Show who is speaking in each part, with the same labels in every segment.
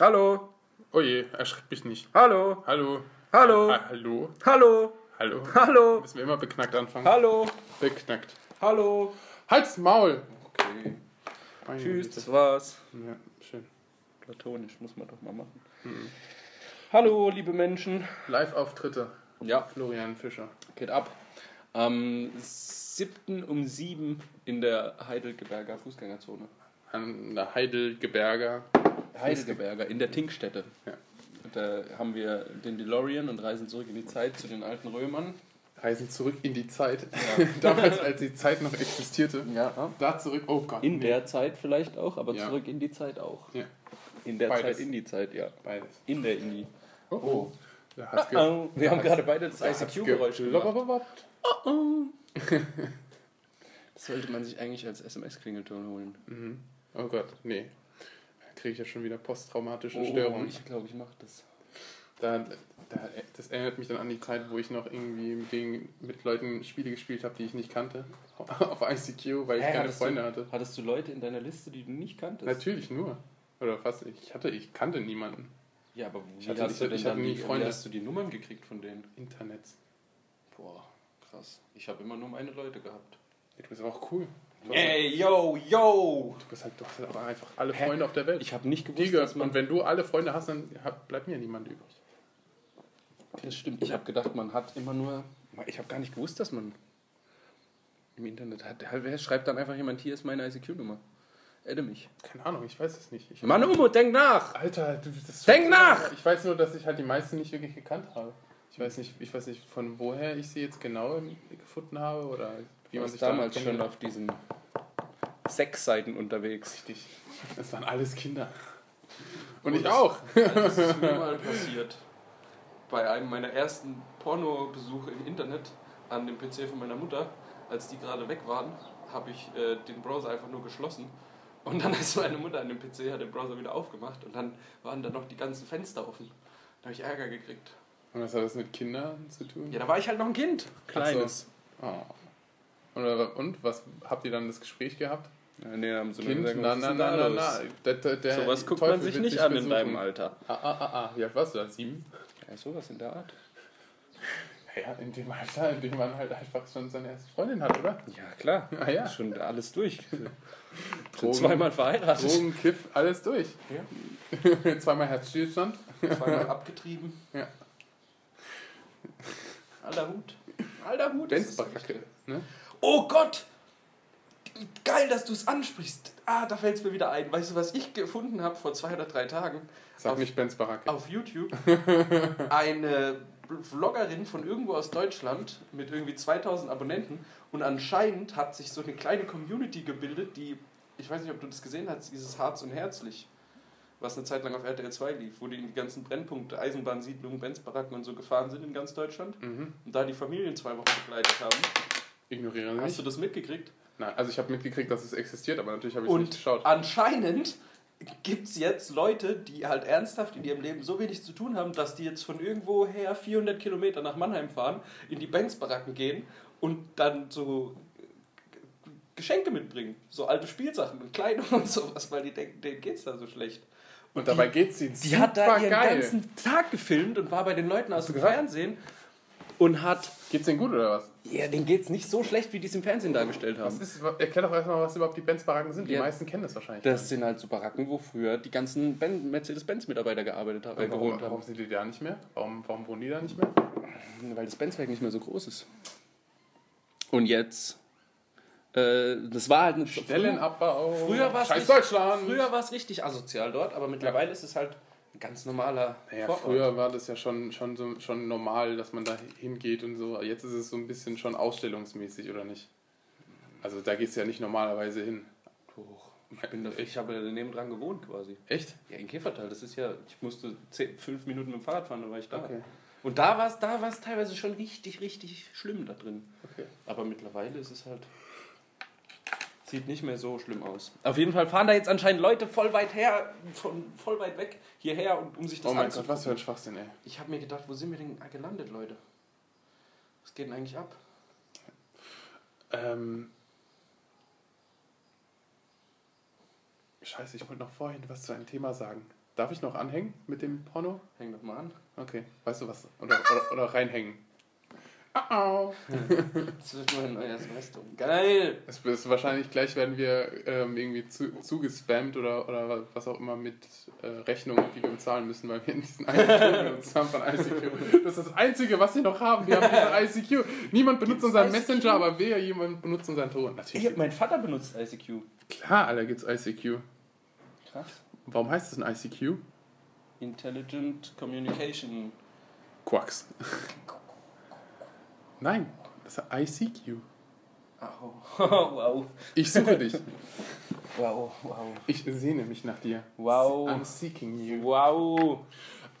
Speaker 1: Hallo,
Speaker 2: Oh je, erschreckt mich nicht.
Speaker 1: hallo,
Speaker 2: Hallo.
Speaker 1: hallo,
Speaker 2: Ah, hallo.
Speaker 1: hallo,
Speaker 2: Hallo.
Speaker 1: hallo,
Speaker 2: Müssen wir immer beknackt anfangen.
Speaker 1: hallo,
Speaker 2: Beknackt.
Speaker 1: hallo.
Speaker 2: Halt's Maul.
Speaker 1: Okay.
Speaker 2: Meine
Speaker 1: Tschüss,
Speaker 2: Güte.
Speaker 1: das war's.
Speaker 2: Ja, schön.
Speaker 1: Platonisch muss man doch mal machen. Hallo, liebe Menschen.
Speaker 2: Live-Auftritte.
Speaker 1: Ja,
Speaker 2: Florian Fischer.
Speaker 1: geht ab. Am 7. um 7 in der Heidelberger Fußgängerzone.
Speaker 2: An der Heidelgeberger.
Speaker 1: Heidelberger, in der Tinkstätte.
Speaker 2: Ja.
Speaker 1: Und Da haben wir den DeLorean und reisen zurück in die Zeit zu den alten Römern.
Speaker 2: Reisen zurück in die Zeit. Damals, als die Zeit noch existierte.
Speaker 1: Ja.
Speaker 2: Da zurück. Oh Gott.
Speaker 1: In
Speaker 2: nee.
Speaker 1: der Zeit vielleicht auch, aber
Speaker 2: Ja.
Speaker 1: zurück in die Zeit auch.
Speaker 2: Ja,
Speaker 1: In der
Speaker 2: Beides.
Speaker 1: Zeit, in die Zeit, ja.
Speaker 2: beides.
Speaker 1: In der Indie.
Speaker 2: Oh. oh. Da hat's ge-
Speaker 1: Oh, wir haben
Speaker 2: hat's-
Speaker 1: gerade beide das
Speaker 2: da hat's
Speaker 1: ICQ-Geräusch
Speaker 2: ge-
Speaker 1: gemacht.
Speaker 2: blablabla.
Speaker 1: Das sollte man sich eigentlich als SMS-Klingelton holen.
Speaker 2: Mhm. Oh Gott, nee. Kriege ich ja schon wieder posttraumatische
Speaker 1: Oh,
Speaker 2: Störungen.
Speaker 1: ich glaube, ich mache das.
Speaker 2: Da, da, das erinnert mich dann an die Zeit, wo ich noch irgendwie mit, den, mit Leuten Spiele gespielt habe, die ich nicht kannte. Auf ICQ, weil ich
Speaker 1: Hä,
Speaker 2: keine
Speaker 1: hattest
Speaker 2: Freunde
Speaker 1: du,
Speaker 2: hatte.
Speaker 1: Hattest du Leute in deiner Liste, die du nicht kanntest?
Speaker 2: Natürlich nur. Oder fast. Ich hatte, ich kannte niemanden.
Speaker 1: Ja, aber wie
Speaker 2: hatte
Speaker 1: hast
Speaker 2: nicht-
Speaker 1: du denn
Speaker 2: ich hatte
Speaker 1: dann
Speaker 2: nie
Speaker 1: die,
Speaker 2: Freunde.
Speaker 1: Wie hast du die Nummern gekriegt von denen?
Speaker 2: Internets.
Speaker 1: Boah, krass. Ich habe immer nur meine Leute gehabt.
Speaker 2: Du bist aber auch cool. Du hast,
Speaker 1: Ey, yo, yo!
Speaker 2: du bist halt, du hast halt aber einfach alle
Speaker 1: Hä?
Speaker 2: Freunde auf der Welt.
Speaker 1: Ich habe nicht gewusst,
Speaker 2: Digga,
Speaker 1: dass man...
Speaker 2: und wenn du alle Freunde hast, dann hab- bleibt mir niemand übrig.
Speaker 1: Das stimmt. Ich habe gedacht, man hat immer nur. Ich habe gar nicht gewusst, dass man im Internet hat. Wer schreibt dann einfach jemand, hier ist meine ICQ-Nummer? Adde mich.
Speaker 2: Keine Ahnung, ich weiß es nicht. Ich,
Speaker 1: Mann, Umo, denk nach!
Speaker 2: Alter, du, das ist
Speaker 1: Denk nach!
Speaker 2: Ich weiß nur, dass ich halt die meisten nicht wirklich gekannt habe. Ich weiß nicht, ich weiß nicht von woher ich sie jetzt genau gefunden habe oder wie
Speaker 1: Wie
Speaker 2: man
Speaker 1: man
Speaker 2: sich
Speaker 1: Also damals
Speaker 2: damit
Speaker 1: schon
Speaker 2: kennengelernt-
Speaker 1: auf diesen Sexseiten unterwegs.
Speaker 2: Richtig. Das waren alles Kinder. Und ich
Speaker 1: Oh, das-
Speaker 2: auch.
Speaker 1: Das ist mir mal passiert. Bei einem meiner ersten Pornobesuche im Internet an dem PC von meiner Mutter, als die gerade weg waren, habe ich äh, den Browser einfach nur geschlossen. Und dann ist meine Mutter an dem PC, hat den Browser wieder aufgemacht und dann waren da noch die ganzen Fenster offen. Da habe ich Ärger gekriegt.
Speaker 2: Und was hat das mit Kindern zu tun?
Speaker 1: Ja, da war ich halt noch ein Kind.
Speaker 2: Kleines. Oh. Und, und was habt ihr dann das Gespräch gehabt?
Speaker 1: Ja, nee, haben sie
Speaker 2: Kind, na, na, na, na, na. Der, der, der
Speaker 1: Sowas guckt
Speaker 2: Teufel
Speaker 1: man sich
Speaker 2: wird
Speaker 1: nicht
Speaker 2: dich
Speaker 1: an in
Speaker 2: besuchen.
Speaker 1: deinem Alter.
Speaker 2: Ah, ah, ah, ah. Ja, was du da? Sieben?
Speaker 1: Ja, sowas in der Art.
Speaker 2: Ja, in dem Alter, in dem man halt einfach schon seine erste Freundin hat, oder?
Speaker 1: Ja, klar.
Speaker 2: Ah ja.
Speaker 1: Schon alles durch.
Speaker 2: Drogen.
Speaker 1: Schon zweimal verheiratet.
Speaker 2: Drogen, Kiff, alles durch.
Speaker 1: Also Ja.
Speaker 2: Zweimal Herzstillstand.
Speaker 1: Zweimal abgetrieben.
Speaker 2: Ja.
Speaker 1: Alter Hut. Alter Hut. das ist echt-
Speaker 2: Denzbaracke. Ne?
Speaker 1: Oh Gott! Geil, dass du es ansprichst. Ah, da fällt es mir wieder ein. Weißt du, was ich gefunden habe vor zwei oder drei Tagen
Speaker 2: Sag
Speaker 1: Auf-
Speaker 2: nicht Benz Baracke.
Speaker 1: auf YouTube? Eine Vloggerin von irgendwo aus Deutschland mit irgendwie 2000 Abonnenten. Und anscheinend hat sich so eine kleine Community gebildet, die, ich weiß nicht, ob du das gesehen hast, dieses Harz und Herzlich, was eine Zeit lang auf RTL 2 lief, wo die in die ganzen Brennpunkte, Eisenbahnsiedlungen, Benzbaracken und so gefahren sind in ganz Deutschland.
Speaker 2: Mhm.
Speaker 1: Und da die Familien zwei Wochen begleitet haben.
Speaker 2: Ignoriere nicht.
Speaker 1: Hast du das mitgekriegt?
Speaker 2: Nein, also ich habe mitgekriegt, dass es existiert, aber natürlich habe ich es nicht
Speaker 1: Und
Speaker 2: geschaut.
Speaker 1: anscheinend gibt es jetzt Leute, die halt ernsthaft in ihrem Leben so wenig zu tun haben, dass die jetzt von irgendwoher 400 Kilometer nach Mannheim fahren, in die Banksbaracken gehen und dann so G- Geschenke mitbringen. So alte Spielsachen und Kleidung und sowas, weil die denken, denen geht's da so schlecht.
Speaker 2: Und dabei geht's ihnen
Speaker 1: Die hat da ihren
Speaker 2: supergeil.
Speaker 1: ganzen Tag gefilmt und war bei den Leuten aus dem
Speaker 2: gehört?
Speaker 1: Fernsehen und hat,
Speaker 2: Geht's denen gut oder was?
Speaker 1: ja, denen geht's nicht so schlecht, wie die es im Fernsehen dargestellt haben.
Speaker 2: was ist, erklär doch erstmal, was überhaupt die Benz-Baracken sind. Die
Speaker 1: Ja.
Speaker 2: meisten kennen das wahrscheinlich.
Speaker 1: Das sind halt so Baracken, wo früher die ganzen Ben- Mercedes-Benz-Mitarbeiter gearbeitet haben, äh,
Speaker 2: nicht. warum,
Speaker 1: gewohnt
Speaker 2: warum
Speaker 1: haben.
Speaker 2: sind die da nicht mehr? Warum, warum wohnen die da nicht mehr?
Speaker 1: Weil das Benzwerk nicht mehr so groß ist. Und jetzt, äh, das war halt eine
Speaker 2: Stellenabbau.
Speaker 1: Früher war's
Speaker 2: Scheiß
Speaker 1: nicht-
Speaker 2: Deutschland.
Speaker 1: Früher war es richtig asozial dort, aber mittlerweile ist es halt ein ganz normaler
Speaker 2: naja,
Speaker 1: Vorort.
Speaker 2: früher war das ja schon, schon, so, schon normal, dass man da hingeht und so. Jetzt ist es so ein bisschen schon ausstellungsmäßig, oder nicht? Also da gehst du ja nicht normalerweise hin.
Speaker 1: Hoch. Ich, bin da, ich habe ja daneben dran gewohnt quasi.
Speaker 2: Echt?
Speaker 1: Ja, in Käfertal, das ist ja, ich musste zehn, fünf Minuten mit dem Fahrrad fahren, dann war ich da.
Speaker 2: Okay.
Speaker 1: Und da war es da war's teilweise schon richtig, richtig schlimm da drin.
Speaker 2: okay.
Speaker 1: Aber mittlerweile ist es halt. Sieht nicht mehr so schlimm aus. Auf jeden Fall fahren da jetzt anscheinend Leute voll weit her, von voll weit weg hierher, und, um sich das
Speaker 2: Oh mein
Speaker 1: anzu-
Speaker 2: Gott, was für ein Schwachsinn, ey.
Speaker 1: Ich habe mir gedacht, wo sind wir denn gelandet, Leute? Was geht denn eigentlich ab?
Speaker 2: Ähm. Scheiße, ich wollte noch vorhin was zu einem Thema sagen. Darf ich noch anhängen mit dem Porno?
Speaker 1: Häng doch mal an.
Speaker 2: Okay, weißt du was? Oder, oder, oder reinhängen. Au, au.
Speaker 1: Das wird mein neues Semester. Geil!
Speaker 2: Es ist wahrscheinlich gleich werden wir ähm, irgendwie zu, zugespammt oder, oder was auch immer mit äh, Rechnungen, die wir bezahlen müssen, weil wir in diesen ICQ zusammen von ICQ. Das ist das Einzige, was wir noch haben. Wir haben diesen ICQ. Niemand benutzt
Speaker 1: Gibt's
Speaker 2: unseren
Speaker 1: ICQ?
Speaker 2: Messenger, aber wer jemand benutzt unseren Ton. Natürlich.
Speaker 1: Ey, mein Vater benutzt ICQ.
Speaker 2: Klar, Alter, gibt's ICQ.
Speaker 1: Krass.
Speaker 2: Warum heißt es ein ICQ?
Speaker 1: Intelligent Communication.
Speaker 2: Quacks. Nein, das ist ICQ.
Speaker 1: Au. wow.
Speaker 2: Ich suche dich.
Speaker 1: Wow, wow.
Speaker 2: Ich sehne mich nach dir.
Speaker 1: Wow.
Speaker 2: I'm seeking you.
Speaker 1: Wow.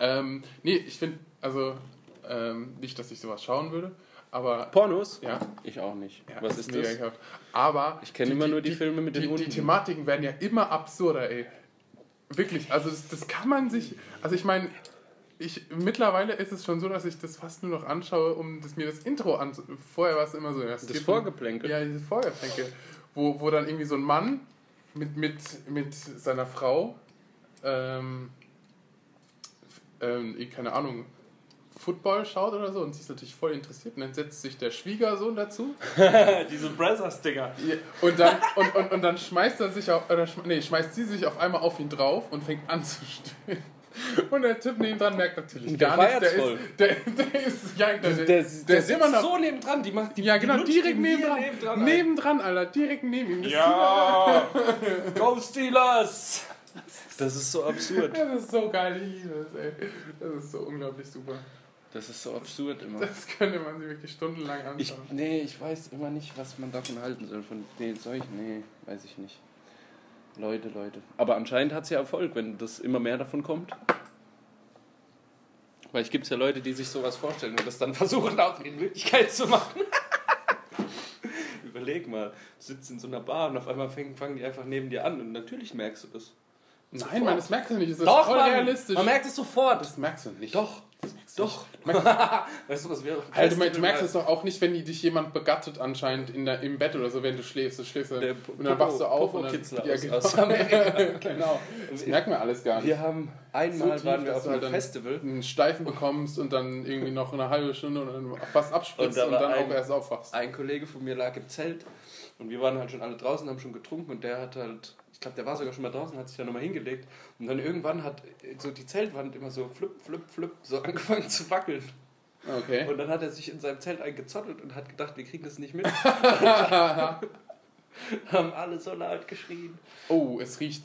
Speaker 2: Ähm, nee, ich finde, also, ähm, nicht, dass ich sowas schauen würde, aber.
Speaker 1: Pornos?
Speaker 2: Ja.
Speaker 1: Ich auch nicht.
Speaker 2: ja
Speaker 1: Was ist
Speaker 2: mega
Speaker 1: das?
Speaker 2: Gehabt. Aber.
Speaker 1: Ich kenn immer nur die Filme mit den
Speaker 2: die, die
Speaker 1: Hunden.
Speaker 2: Thematiken werden ja immer absurder, ey. Wirklich, also das, das kann man sich. Also ich meine. Ich, mittlerweile ist es schon so, dass ich das fast nur noch anschaue, um das, mir das Intro an. Vorher war es immer so, das
Speaker 1: Das Vorgeplänkel?
Speaker 2: ja, diese Feuerfänke, wo, wo dann irgendwie so ein Mann mit, mit, mit seiner Frau, ähm, ähm, eh, keine Ahnung, Football schaut oder so und sie ist natürlich voll interessiert und dann setzt sich der Schwiegersohn dazu
Speaker 1: Diese Brothers-Dinger.
Speaker 2: und dann, und, und, und dann schmeißt er sich auf, oder schm, nee, schmeißt sie sich auf einmal auf ihn drauf und fängt an zu stöhnen. Und der Typ neben dran merkt natürlich
Speaker 1: Der
Speaker 2: gar nichts. Der
Speaker 1: feiert's
Speaker 2: ist, der, der ist, ja, der, der,
Speaker 1: Der,
Speaker 2: ist immer noch,
Speaker 1: so nebendran. Die macht die
Speaker 2: ja genau,
Speaker 1: lutscht
Speaker 2: direkt
Speaker 1: ihm hier
Speaker 2: neben dran,
Speaker 1: nebendran ein.
Speaker 2: neben dran, Alter, direkt neben ihm. Das
Speaker 1: Ja! Go Steelers! Das ist so absurd.
Speaker 2: Das ist so geil, ich liebe es, ey. Das ist so unglaublich super.
Speaker 1: Das ist so absurd immer.
Speaker 2: Das könnte man sich wirklich stundenlang
Speaker 1: Ich,
Speaker 2: anschauen.
Speaker 1: nee, ich weiß immer nicht, was man davon halten soll. Von nee, solchen, nee, weiß ich nicht. Leute, Leute. Aber anscheinend hat es ja Erfolg, wenn das immer mehr davon kommt. Weil es gibt ja Leute, die sich sowas vorstellen und das dann versuchen, auch in Wirklichkeit zu machen. Überleg mal, du sitzt in so einer Bar und auf einmal fangen, fangen die einfach neben dir an und natürlich merkst du das.
Speaker 2: Nein, Mann, das merkst du nicht. Das ist
Speaker 1: Doch,
Speaker 2: voll
Speaker 1: Mann,
Speaker 2: realistisch.
Speaker 1: Man merkt es sofort.
Speaker 2: das merkst du nicht.
Speaker 1: Doch, doch. Weißt Also, du, was wäre?
Speaker 2: Alter, du, mer- du merkst es doch auch nicht, wenn die dich jemand begattet anscheinend in der, im Bett oder so, wenn du schläfst. Du schläfst dann,
Speaker 1: Der P-
Speaker 2: und dann
Speaker 1: Popo-
Speaker 2: wachst du auf und
Speaker 1: Popo-Kitzler
Speaker 2: dann, ja,
Speaker 1: aus-
Speaker 2: genau.
Speaker 1: aus Amerika.
Speaker 2: genau. Das merkt man alles gar nicht.
Speaker 1: Wir haben einmal
Speaker 2: tief,
Speaker 1: waren wir
Speaker 2: dass
Speaker 1: auf
Speaker 2: du
Speaker 1: einem
Speaker 2: halt dann-
Speaker 1: Festival.
Speaker 2: Einen Steifen bekommst und dann irgendwie noch eine halbe Stunde und dann fast abspritzt
Speaker 1: Und da
Speaker 2: und,
Speaker 1: war
Speaker 2: dann
Speaker 1: ein-
Speaker 2: auch erst aufwachst.
Speaker 1: Ein Kollege von mir lag im Zelt und wir waren halt schon alle draußen, haben schon getrunken und der hat halt, ich glaube, der war sogar schon mal draußen, hat sich da nochmal hingelegt und dann irgendwann hat äh, so die Zeltwand immer so flip, flip, flip so angefangen zu wackeln
Speaker 2: Okay.
Speaker 1: und dann hat er sich in seinem Zelt eingezottelt und hat gedacht, wir kriegen das nicht mit. haben alle so laut geschrien.
Speaker 2: Oh, es riecht.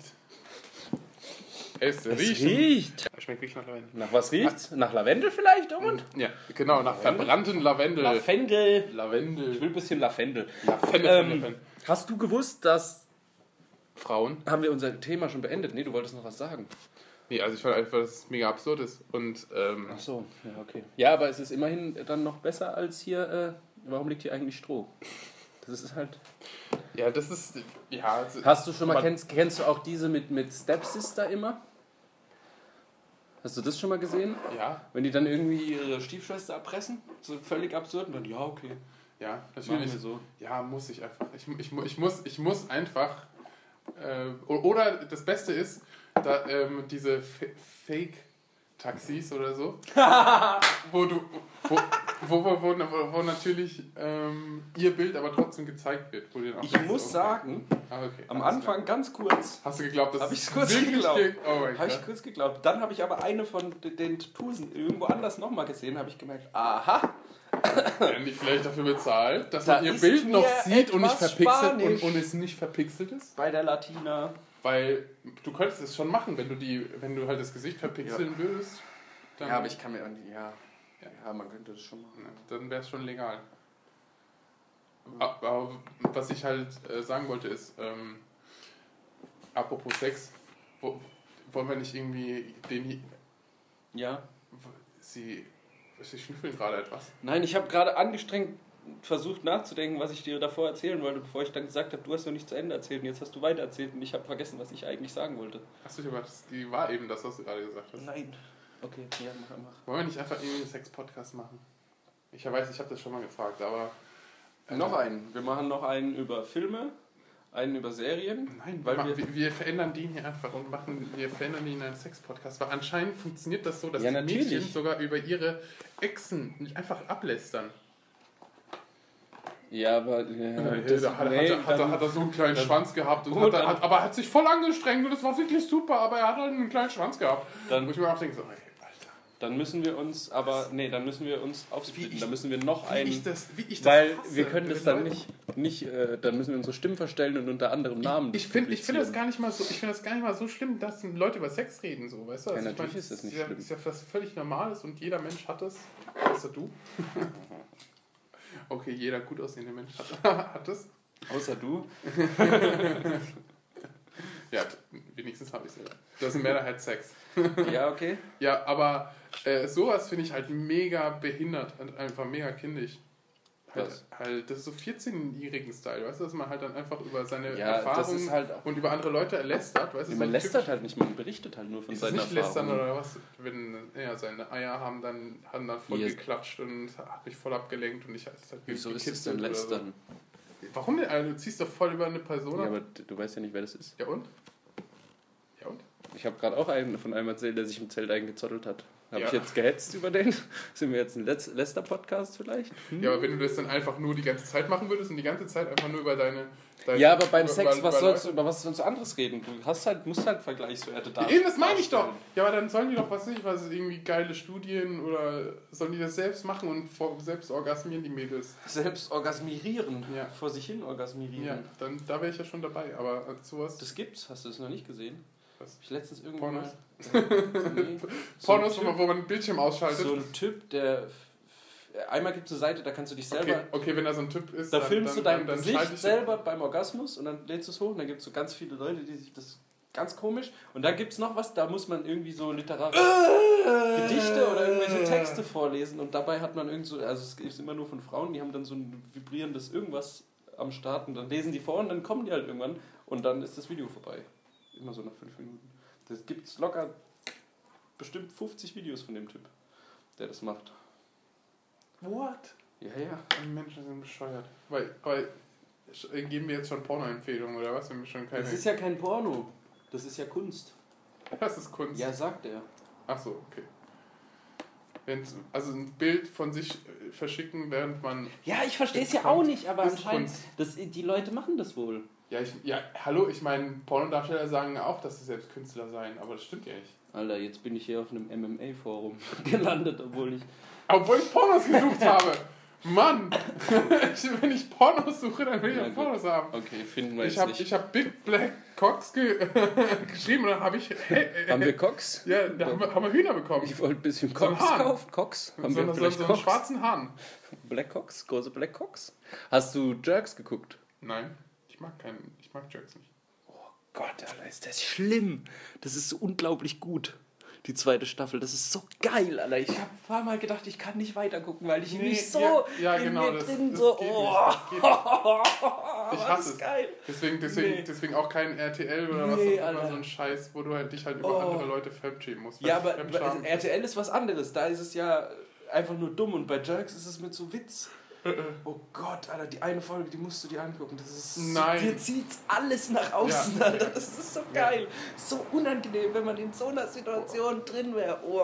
Speaker 2: Es, riecht. Schmeckt wirklich nach Lavendel.
Speaker 1: Nach was riecht's? Nach Lavendel vielleicht, und?
Speaker 2: Ja, genau, nach verbrannten Lavendel.
Speaker 1: Lavendel. Ich will
Speaker 2: Lavendel.
Speaker 1: ein bisschen Lavendel.
Speaker 2: Lavendel.
Speaker 1: Ähm, hast du gewusst, dass.
Speaker 2: Frauen?
Speaker 1: Haben wir unser Thema schon beendet? Nee, du wolltest noch was sagen.
Speaker 2: Nee, also ich fand einfach, dass es mega absurd ist. Und ähm,
Speaker 1: Ach so, ja, okay. Ja, aber es ist immerhin dann noch besser als hier. Äh, warum liegt hier eigentlich Stroh? Das ist halt.
Speaker 2: ja, das ist. Ja, also,
Speaker 1: Hast du schon mal.
Speaker 2: Aber-
Speaker 1: Kennst, kennst du auch diese mit, mit Stepsister immer? Hast du das schon mal gesehen?
Speaker 2: ja,
Speaker 1: Wenn die dann irgendwie ihre Stiefschwester erpressen? So völlig absurd und dann, ja, okay.
Speaker 2: ja,
Speaker 1: Machen
Speaker 2: natürlich.
Speaker 1: wir so.
Speaker 2: Ja, muss ich einfach. Ich, mu- ich, mu- ich, muss, ich muss einfach. Äh, o- oder das Beste ist, da, ähm, diese Fa- Fake-Taxis oder so, wo du. Wo, wo, wo, wo, wo, wo natürlich ähm, ihr Bild aber trotzdem gezeigt wird. Wo du dann auch
Speaker 1: Ich
Speaker 2: denkst,
Speaker 1: muss
Speaker 2: okay.
Speaker 1: sagen,
Speaker 2: Ah, okay,
Speaker 1: am
Speaker 2: alles klar.
Speaker 1: Anfang ganz kurz.
Speaker 2: Hast du geglaubt, dass
Speaker 1: Hab
Speaker 2: es
Speaker 1: ich kurz
Speaker 2: wirklich
Speaker 1: geglaubt.
Speaker 2: geht? Oh mein
Speaker 1: Habe
Speaker 2: Gott.
Speaker 1: ich kurz geglaubt. Dann habe ich aber eine von de- den Tusen irgendwo anders nochmal gesehen, habe ich gemerkt, aha,
Speaker 2: Werden die vielleicht dafür bezahlt, dass
Speaker 1: Da
Speaker 2: man ihr
Speaker 1: ist
Speaker 2: Bild noch
Speaker 1: mir
Speaker 2: sieht und nicht
Speaker 1: etwas
Speaker 2: verpixelt
Speaker 1: Spanisch.
Speaker 2: und, und es nicht verpixelt ist?
Speaker 1: bei der Latina.
Speaker 2: Weil du könntest es schon machen, wenn du die, wenn du halt das Gesicht verpixeln würdest, dann, ne,
Speaker 1: kann mir irgendwie, ja. Ja, man könnte das schon machen.
Speaker 2: dann wäre es schon legal. Aber, aber was ich halt äh, sagen wollte ist, ähm, apropos Sex, wo, wollen wir nicht irgendwie den hi-
Speaker 1: Ja.
Speaker 2: sie sie schnüffeln gerade etwas?
Speaker 1: Nein, ich habe gerade angestrengt versucht nachzudenken, was ich dir davor erzählen wollte, bevor ich dann gesagt habe, du hast noch nicht zu Ende erzählt und jetzt hast du weiter erzählt und ich habe vergessen, was ich eigentlich sagen wollte.
Speaker 2: Hast du gehört? Das die war eben das, was du gerade gesagt hast.
Speaker 1: Nein. Okay, ja, mach einfach.
Speaker 2: Wollen wir nicht einfach irgendwie einen Sex-Podcast machen? Ich weiß, ich habe das schon mal gefragt, aber.
Speaker 1: Also,
Speaker 2: äh,
Speaker 1: Noch einen. Wir machen noch einen über Filme, einen über Serien.
Speaker 2: Nein,
Speaker 1: Weil
Speaker 2: wir, machen,
Speaker 1: wir-
Speaker 2: wir, wir verändern den hier einfach und machen, wir verändern ihn in einen Sex-Podcast. Weil anscheinend funktioniert das so, dass
Speaker 1: Ja,
Speaker 2: die
Speaker 1: natürlich.
Speaker 2: Mädchen sogar über ihre Exen nicht einfach ablästern.
Speaker 1: Ja, aber. äh,
Speaker 2: Ja, Äh, da hat, hat, hat, hat, er- hat er so einen kleinen
Speaker 1: dann-
Speaker 2: Schwanz gehabt. Und
Speaker 1: Gut,
Speaker 2: hat, er-
Speaker 1: dann-
Speaker 2: hat, aber er hat sich voll angestrengt und das war wirklich super, aber er hat halt einen kleinen Schwanz gehabt.
Speaker 1: Dann-
Speaker 2: Wo ich mir auch denke, so, okay, Alter.
Speaker 1: Dann müssen wir uns, aber nee, dann müssen wir uns
Speaker 2: Wie
Speaker 1: aufsplitten.
Speaker 2: ich-
Speaker 1: Dann müssen wir noch einen.
Speaker 2: das, wie ich
Speaker 1: weil
Speaker 2: hasse,
Speaker 1: wir können
Speaker 2: wenn
Speaker 1: das dann
Speaker 2: Leute-
Speaker 1: nicht, nicht äh, dann müssen wir unsere Stimmen verstellen und unter anderem Namen.
Speaker 2: Ich finde ich find das
Speaker 1: publizieren.
Speaker 2: gar nicht mal so, ich finde das gar nicht mal so schlimm, dass Leute über Sex reden, so, weißt du? Also
Speaker 1: Ja,
Speaker 2: ich
Speaker 1: natürlich ist das nicht
Speaker 2: ja,
Speaker 1: schlimm.
Speaker 2: Ist ja was völlig Normales und jeder Mensch hat es. Außer du. okay, jeder gut aussehende Mensch hat, hat es.
Speaker 1: Außer du.
Speaker 2: Ja, wenigstens habe ich es. Das ist mehr halt Sex.
Speaker 1: Ja, okay.
Speaker 2: Ja, aber äh, sowas finde ich halt mega behindert und einfach mega kindisch. Halt,
Speaker 1: Was?
Speaker 2: halt, das ist so 14-jährigen Style, weißt du, dass man halt dann einfach über seine
Speaker 1: Ja, das
Speaker 2: Erfahrungen
Speaker 1: ist halt-
Speaker 2: und über andere Leute lästert, weißt du?
Speaker 1: Nee,
Speaker 2: so
Speaker 1: man
Speaker 2: ein
Speaker 1: lästert halt nicht, man berichtet halt nur von
Speaker 2: Ist das
Speaker 1: seinen
Speaker 2: nicht lästern
Speaker 1: Erfahrungen.
Speaker 2: oder was? Wenn ja, seine Eier haben dann, haben dann voll
Speaker 1: Hier ist-
Speaker 2: geklatscht und hat mich voll abgelenkt und ich hat hat
Speaker 1: Wieso ist es
Speaker 2: gekitzelt
Speaker 1: denn
Speaker 2: oder
Speaker 1: lästern?
Speaker 2: So. Warum denn? Also, du ziehst doch voll über eine Person
Speaker 1: Ja,
Speaker 2: ab.
Speaker 1: aber d- du weißt ja nicht, wer das ist.
Speaker 2: Ja und? Ja und?
Speaker 1: Ich habe gerade auch einen von einem erzählt, der sich im Zelt eingezottelt hat. Habe
Speaker 2: Ja.
Speaker 1: ich jetzt gehetzt über den? Sind wir jetzt ein Letz Lester-Podcast vielleicht?
Speaker 2: Ja, aber wenn du das dann einfach nur die ganze Zeit machen würdest und die ganze Zeit einfach nur über deine. deine
Speaker 1: Ja, aber beim
Speaker 2: über-
Speaker 1: Sex,
Speaker 2: über-
Speaker 1: was
Speaker 2: über
Speaker 1: sollst du,
Speaker 2: Leute-
Speaker 1: über was sollst du anderes reden? Du hast halt, musst halt Vergleichswerte da.
Speaker 2: Ja, eben, das meine ich doch.
Speaker 1: darstellen.
Speaker 2: Ja, aber dann sollen die doch, was nicht, was irgendwie geile Studien oder sollen die das selbst machen und vor, selbst orgasmieren die Mädels.
Speaker 1: Selbst orgasmieren,
Speaker 2: Ja.
Speaker 1: vor sich hin orgasmieren.
Speaker 2: Ja, dann da wäre ich ja schon dabei, aber sowas.
Speaker 1: Mhm. Das gibt's, hast du das noch nicht gesehen?
Speaker 2: Was?
Speaker 1: Hab ich letztens irgendwo
Speaker 2: Pornos?
Speaker 1: Mal, nee. So ein
Speaker 2: Pornos,
Speaker 1: Typ-
Speaker 2: wo man ein Bildschirm ausschaltet.
Speaker 1: so ein Typ, der. Einmal gibt es eine Seite, da kannst du dich selber.
Speaker 2: Okay, okay, wenn da so ein Typ ist,
Speaker 1: Da filmst du dein
Speaker 2: schalte
Speaker 1: Gesicht
Speaker 2: ich-
Speaker 1: selber beim Orgasmus und dann lädst du es hoch und dann gibt es so ganz viele Leute, die sich das ganz komisch. Und da gibt es noch was, da muss man irgendwie so literarisch Gedichte oder irgendwelche Texte vorlesen und dabei hat man irgend so, also es ist immer nur von Frauen, die haben dann so ein vibrierendes irgendwas am Start und dann lesen die vor und dann kommen die halt irgendwann und dann ist das Video vorbei. Immer so nach fünf Minuten. Das gibt's locker bestimmt 50 Videos von dem Typ, der das macht.
Speaker 2: What?
Speaker 1: Ja, ja.
Speaker 2: Die Menschen sind bescheuert. Weil, weil sch- äh, geben wir jetzt schon Porno-Empfehlungen oder was? Wenn wir schon keine.
Speaker 1: Das ist ja kein Porno. Das ist ja Kunst.
Speaker 2: das ist Kunst.
Speaker 1: Ja, sagt er.
Speaker 2: Ach so, okay. Wenn's, also ein Bild von sich äh, verschicken, während man.
Speaker 1: Ja, ich verstehe es ja
Speaker 2: Ist Kunst.
Speaker 1: auch nicht, aber
Speaker 2: Ist
Speaker 1: anscheinend,
Speaker 2: Kunst.
Speaker 1: das, die Leute machen das wohl.
Speaker 2: Ja, ich, ja hallo, ich meine, Pornodarsteller sagen auch, dass sie selbst Künstler seien, aber das stimmt ja nicht.
Speaker 1: Alter, jetzt bin ich hier auf einem MMA-Forum gelandet, obwohl ich.
Speaker 2: Obwohl ich Pornos gesucht habe. Mann! ich, wenn ich Pornos suche, dann will ich
Speaker 1: Ja,
Speaker 2: auch
Speaker 1: gut.
Speaker 2: Pornos haben.
Speaker 1: Okay, finden
Speaker 2: Ich habe ich hab Big Black Cox ge geschrieben und dann habe ich. äh,
Speaker 1: Haben wir Cox?
Speaker 2: ja, da haben wir, haben wir Hühner bekommen.
Speaker 1: Ich wollte ein bisschen
Speaker 2: So ein
Speaker 1: Cox
Speaker 2: Hahn.
Speaker 1: kaufen. Cox? Haben
Speaker 2: so,
Speaker 1: wir
Speaker 2: einen- so,
Speaker 1: vielleicht
Speaker 2: so einen
Speaker 1: Cox?
Speaker 2: schwarzen Hahn.
Speaker 1: Black Cox? Große Black Cox? Hast du Jerks geguckt?
Speaker 2: Nein, ich mag keinen. Ich mag Jerks nicht.
Speaker 1: Gott, Alter, ist das schlimm. Das ist so unglaublich gut. Die zweite Staffel, das ist so geil, Alter. Ich habe ein paar Mal gedacht, ich kann nicht weitergucken, weil ich
Speaker 2: Nee,
Speaker 1: mich so
Speaker 2: ja, ja,
Speaker 1: in
Speaker 2: genau,
Speaker 1: mir
Speaker 2: das-
Speaker 1: drin
Speaker 2: das
Speaker 1: so.
Speaker 2: geht nicht,
Speaker 1: oh,
Speaker 2: das geht
Speaker 1: nicht.
Speaker 2: Ich hasse es.
Speaker 1: geil.
Speaker 2: Deswegen, deswegen,
Speaker 1: Nee.
Speaker 2: deswegen auch kein RTL oder was
Speaker 1: Nee,
Speaker 2: auch immer,
Speaker 1: Alter.
Speaker 2: so ein Scheiß, wo du halt dich halt über
Speaker 1: Oh.
Speaker 2: andere Leute fremdschieben musst.
Speaker 1: Ja,
Speaker 2: Weißt du,
Speaker 1: aber bei
Speaker 2: Fremdschamen.
Speaker 1: RTL ist was anderes. Da ist es ja einfach nur dumm und bei Jerks ist es mit so Witz.
Speaker 2: Äh,
Speaker 1: Oh Gott, Alter, die eine Folge, die musst du dir angucken. Das ist
Speaker 2: Nein.
Speaker 1: Dir zieht's alles nach außen,
Speaker 2: Ja,
Speaker 1: Alter.
Speaker 2: ja.
Speaker 1: Das ist so
Speaker 2: Ja.
Speaker 1: geil. So unangenehm, wenn man in so einer Situation drin wäre. Oh.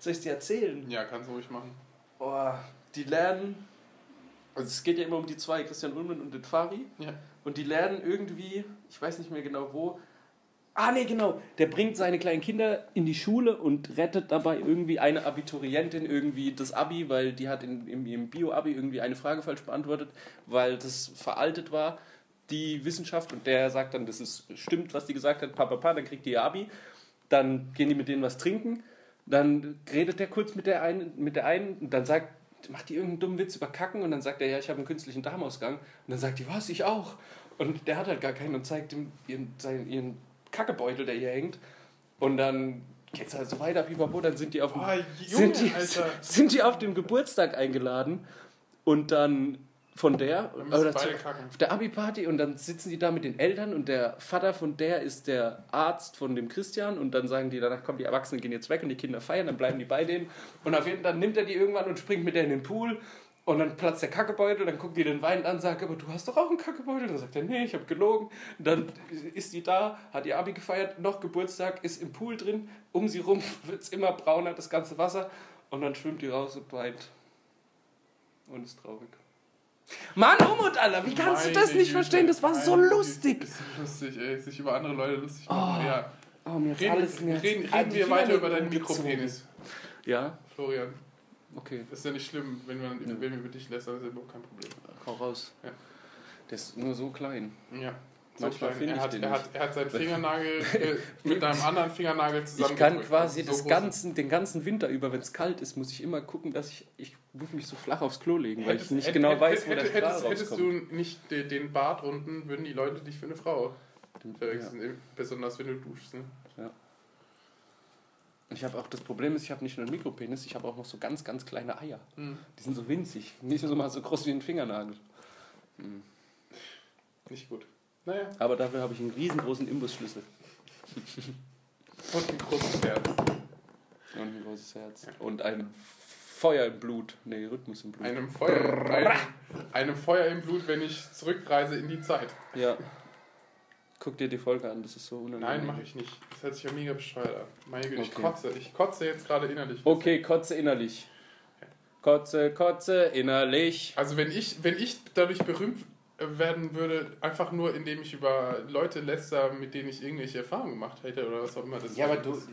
Speaker 1: Soll ich dir erzählen?
Speaker 2: Ja, kannst du ruhig machen.
Speaker 1: Oh. Die lernen. Also es geht ja immer um die zwei, Christian Ulmen und den Fari.
Speaker 2: Ja.
Speaker 1: Und die lernen irgendwie, ich weiß nicht mehr genau wo. Ah, nee, genau. Der bringt seine kleinen Kinder in die Schule und rettet dabei irgendwie eine Abiturientin irgendwie das Abi, weil die hat in, in ihrem Bio-Abi irgendwie eine Frage falsch beantwortet, weil das veraltet war, die Wissenschaft. Und der sagt dann, das ist, stimmt, was die gesagt hat, papa, papa, dann kriegt die ihr Abi. Dann gehen die mit denen was trinken. Dann redet der kurz mit der einen, mit der einen und dann sagt, macht die irgendeinen dummen Witz über Kacken und dann sagt er, ja, ich habe einen künstlichen Darmausgang. Und dann sagt die, was, ich auch. Und der hat halt gar keinen und zeigt ihm ihren, seinen, ihren Kackebeutel, der hier hängt. Und dann geht's halt so weiter, pipapo, dann sind die auf dem,
Speaker 2: Boah, Ah, Junge,
Speaker 1: sind die,
Speaker 2: Alter.
Speaker 1: sind die auf dem Geburtstag eingeladen und dann von der
Speaker 2: Dann müssen
Speaker 1: oder zu,
Speaker 2: beide kacken.
Speaker 1: auf der Abi-Party und dann sitzen die da mit den Eltern und der Vater von der ist der Arzt von dem Christian und dann sagen die danach, komm, die Erwachsenen gehen jetzt weg und die Kinder feiern, dann bleiben die bei denen und auf jeden Fall nimmt er die irgendwann und springt mit der in den Pool Und dann platzt der Kackebeutel, dann guckt die den weinend an, sagt, aber du hast doch auch einen Kackebeutel. Dann sagt er, nee, ich habe gelogen. Und dann ist die da, hat ihr Abi gefeiert, noch Geburtstag, ist im Pool drin, um sie rum wird es immer brauner, das ganze Wasser. Und dann schwimmt die raus und weint. Und ist traurig. Mann, Umut, Alter, wie kannst du das
Speaker 2: Meine
Speaker 1: nicht
Speaker 2: Güte,
Speaker 1: verstehen? Das war so
Speaker 2: meine Güte,
Speaker 1: lustig.
Speaker 2: Ist lustig, ey. Sich über andere Leute lustig machen. Ja.
Speaker 1: Oh, mir ist
Speaker 2: Reden,
Speaker 1: alles mir
Speaker 2: reden,
Speaker 1: Ah,
Speaker 2: reden
Speaker 1: die
Speaker 2: wir
Speaker 1: Finger
Speaker 2: weiter
Speaker 1: liegen
Speaker 2: über deinen
Speaker 1: gezogen.
Speaker 2: Mikropenis,
Speaker 1: Ja,
Speaker 2: Florian.
Speaker 1: okay,
Speaker 2: Ist ja nicht schlimm, wenn, man, wenn wir über dich lästern, ist ja überhaupt kein Problem.
Speaker 1: hau raus.
Speaker 2: Ja.
Speaker 1: Der ist nur so klein.
Speaker 2: Ja. So
Speaker 1: Manchmal
Speaker 2: klein.
Speaker 1: finde
Speaker 2: Er
Speaker 1: ich
Speaker 2: hat,
Speaker 1: den
Speaker 2: er, hat, er hat seinen Fingernagel äh, mit deinem anderen Fingernagel zusammen.
Speaker 1: Ich kann quasi
Speaker 2: so
Speaker 1: das
Speaker 2: groß-
Speaker 1: ganzen, den ganzen Winter über, wenn es kalt ist, muss ich immer gucken, dass ich, ich muss mich so flach aufs Klo legen, weil ich
Speaker 2: Hättest-
Speaker 1: nicht
Speaker 2: hätt-
Speaker 1: genau
Speaker 2: hätt-
Speaker 1: weiß, wo
Speaker 2: hätt-
Speaker 1: der Strahl
Speaker 2: hättest, hättest du
Speaker 1: rauskommt.
Speaker 2: nicht de- den Bart unten, würden die Leute dich für eine Frau
Speaker 1: Ja.
Speaker 2: verwechseln. Besonders wenn du duschst. Ne?
Speaker 1: Ich habe auch das Problem ist, ich habe nicht nur einen Mikropenis, ich habe auch noch so ganz, ganz kleine Eier.
Speaker 2: Hm.
Speaker 1: Die sind so winzig, nicht so mal so groß wie ein Fingernagel.
Speaker 2: Nicht gut. Naja.
Speaker 1: Aber dafür habe ich einen riesengroßen Imbusschlüssel
Speaker 2: Und ein großes Herz.
Speaker 1: und ein großes Herz und ein Feuer im Blut, nee, Rhythmus im Blut.
Speaker 2: Einem Feuer, einem, einem Feuer im Blut, wenn ich zurückreise in die Zeit.
Speaker 1: Ja. Guck dir die Folge an, das ist so unangenehm.
Speaker 2: Nein, mache ich nicht. Das hört sich ja mega bescheuert an. Meine Güte, ich
Speaker 1: Okay.
Speaker 2: kotze. Ich kotze jetzt gerade innerlich.
Speaker 1: Okay, kotze innerlich. Kotze, kotze innerlich.
Speaker 2: Also wenn ich, wenn ich dadurch berühmt äh, werden würde, einfach nur indem ich über Leute läster, mit denen ich irgendwelche Erfahrungen gemacht hätte oder was auch immer das ist.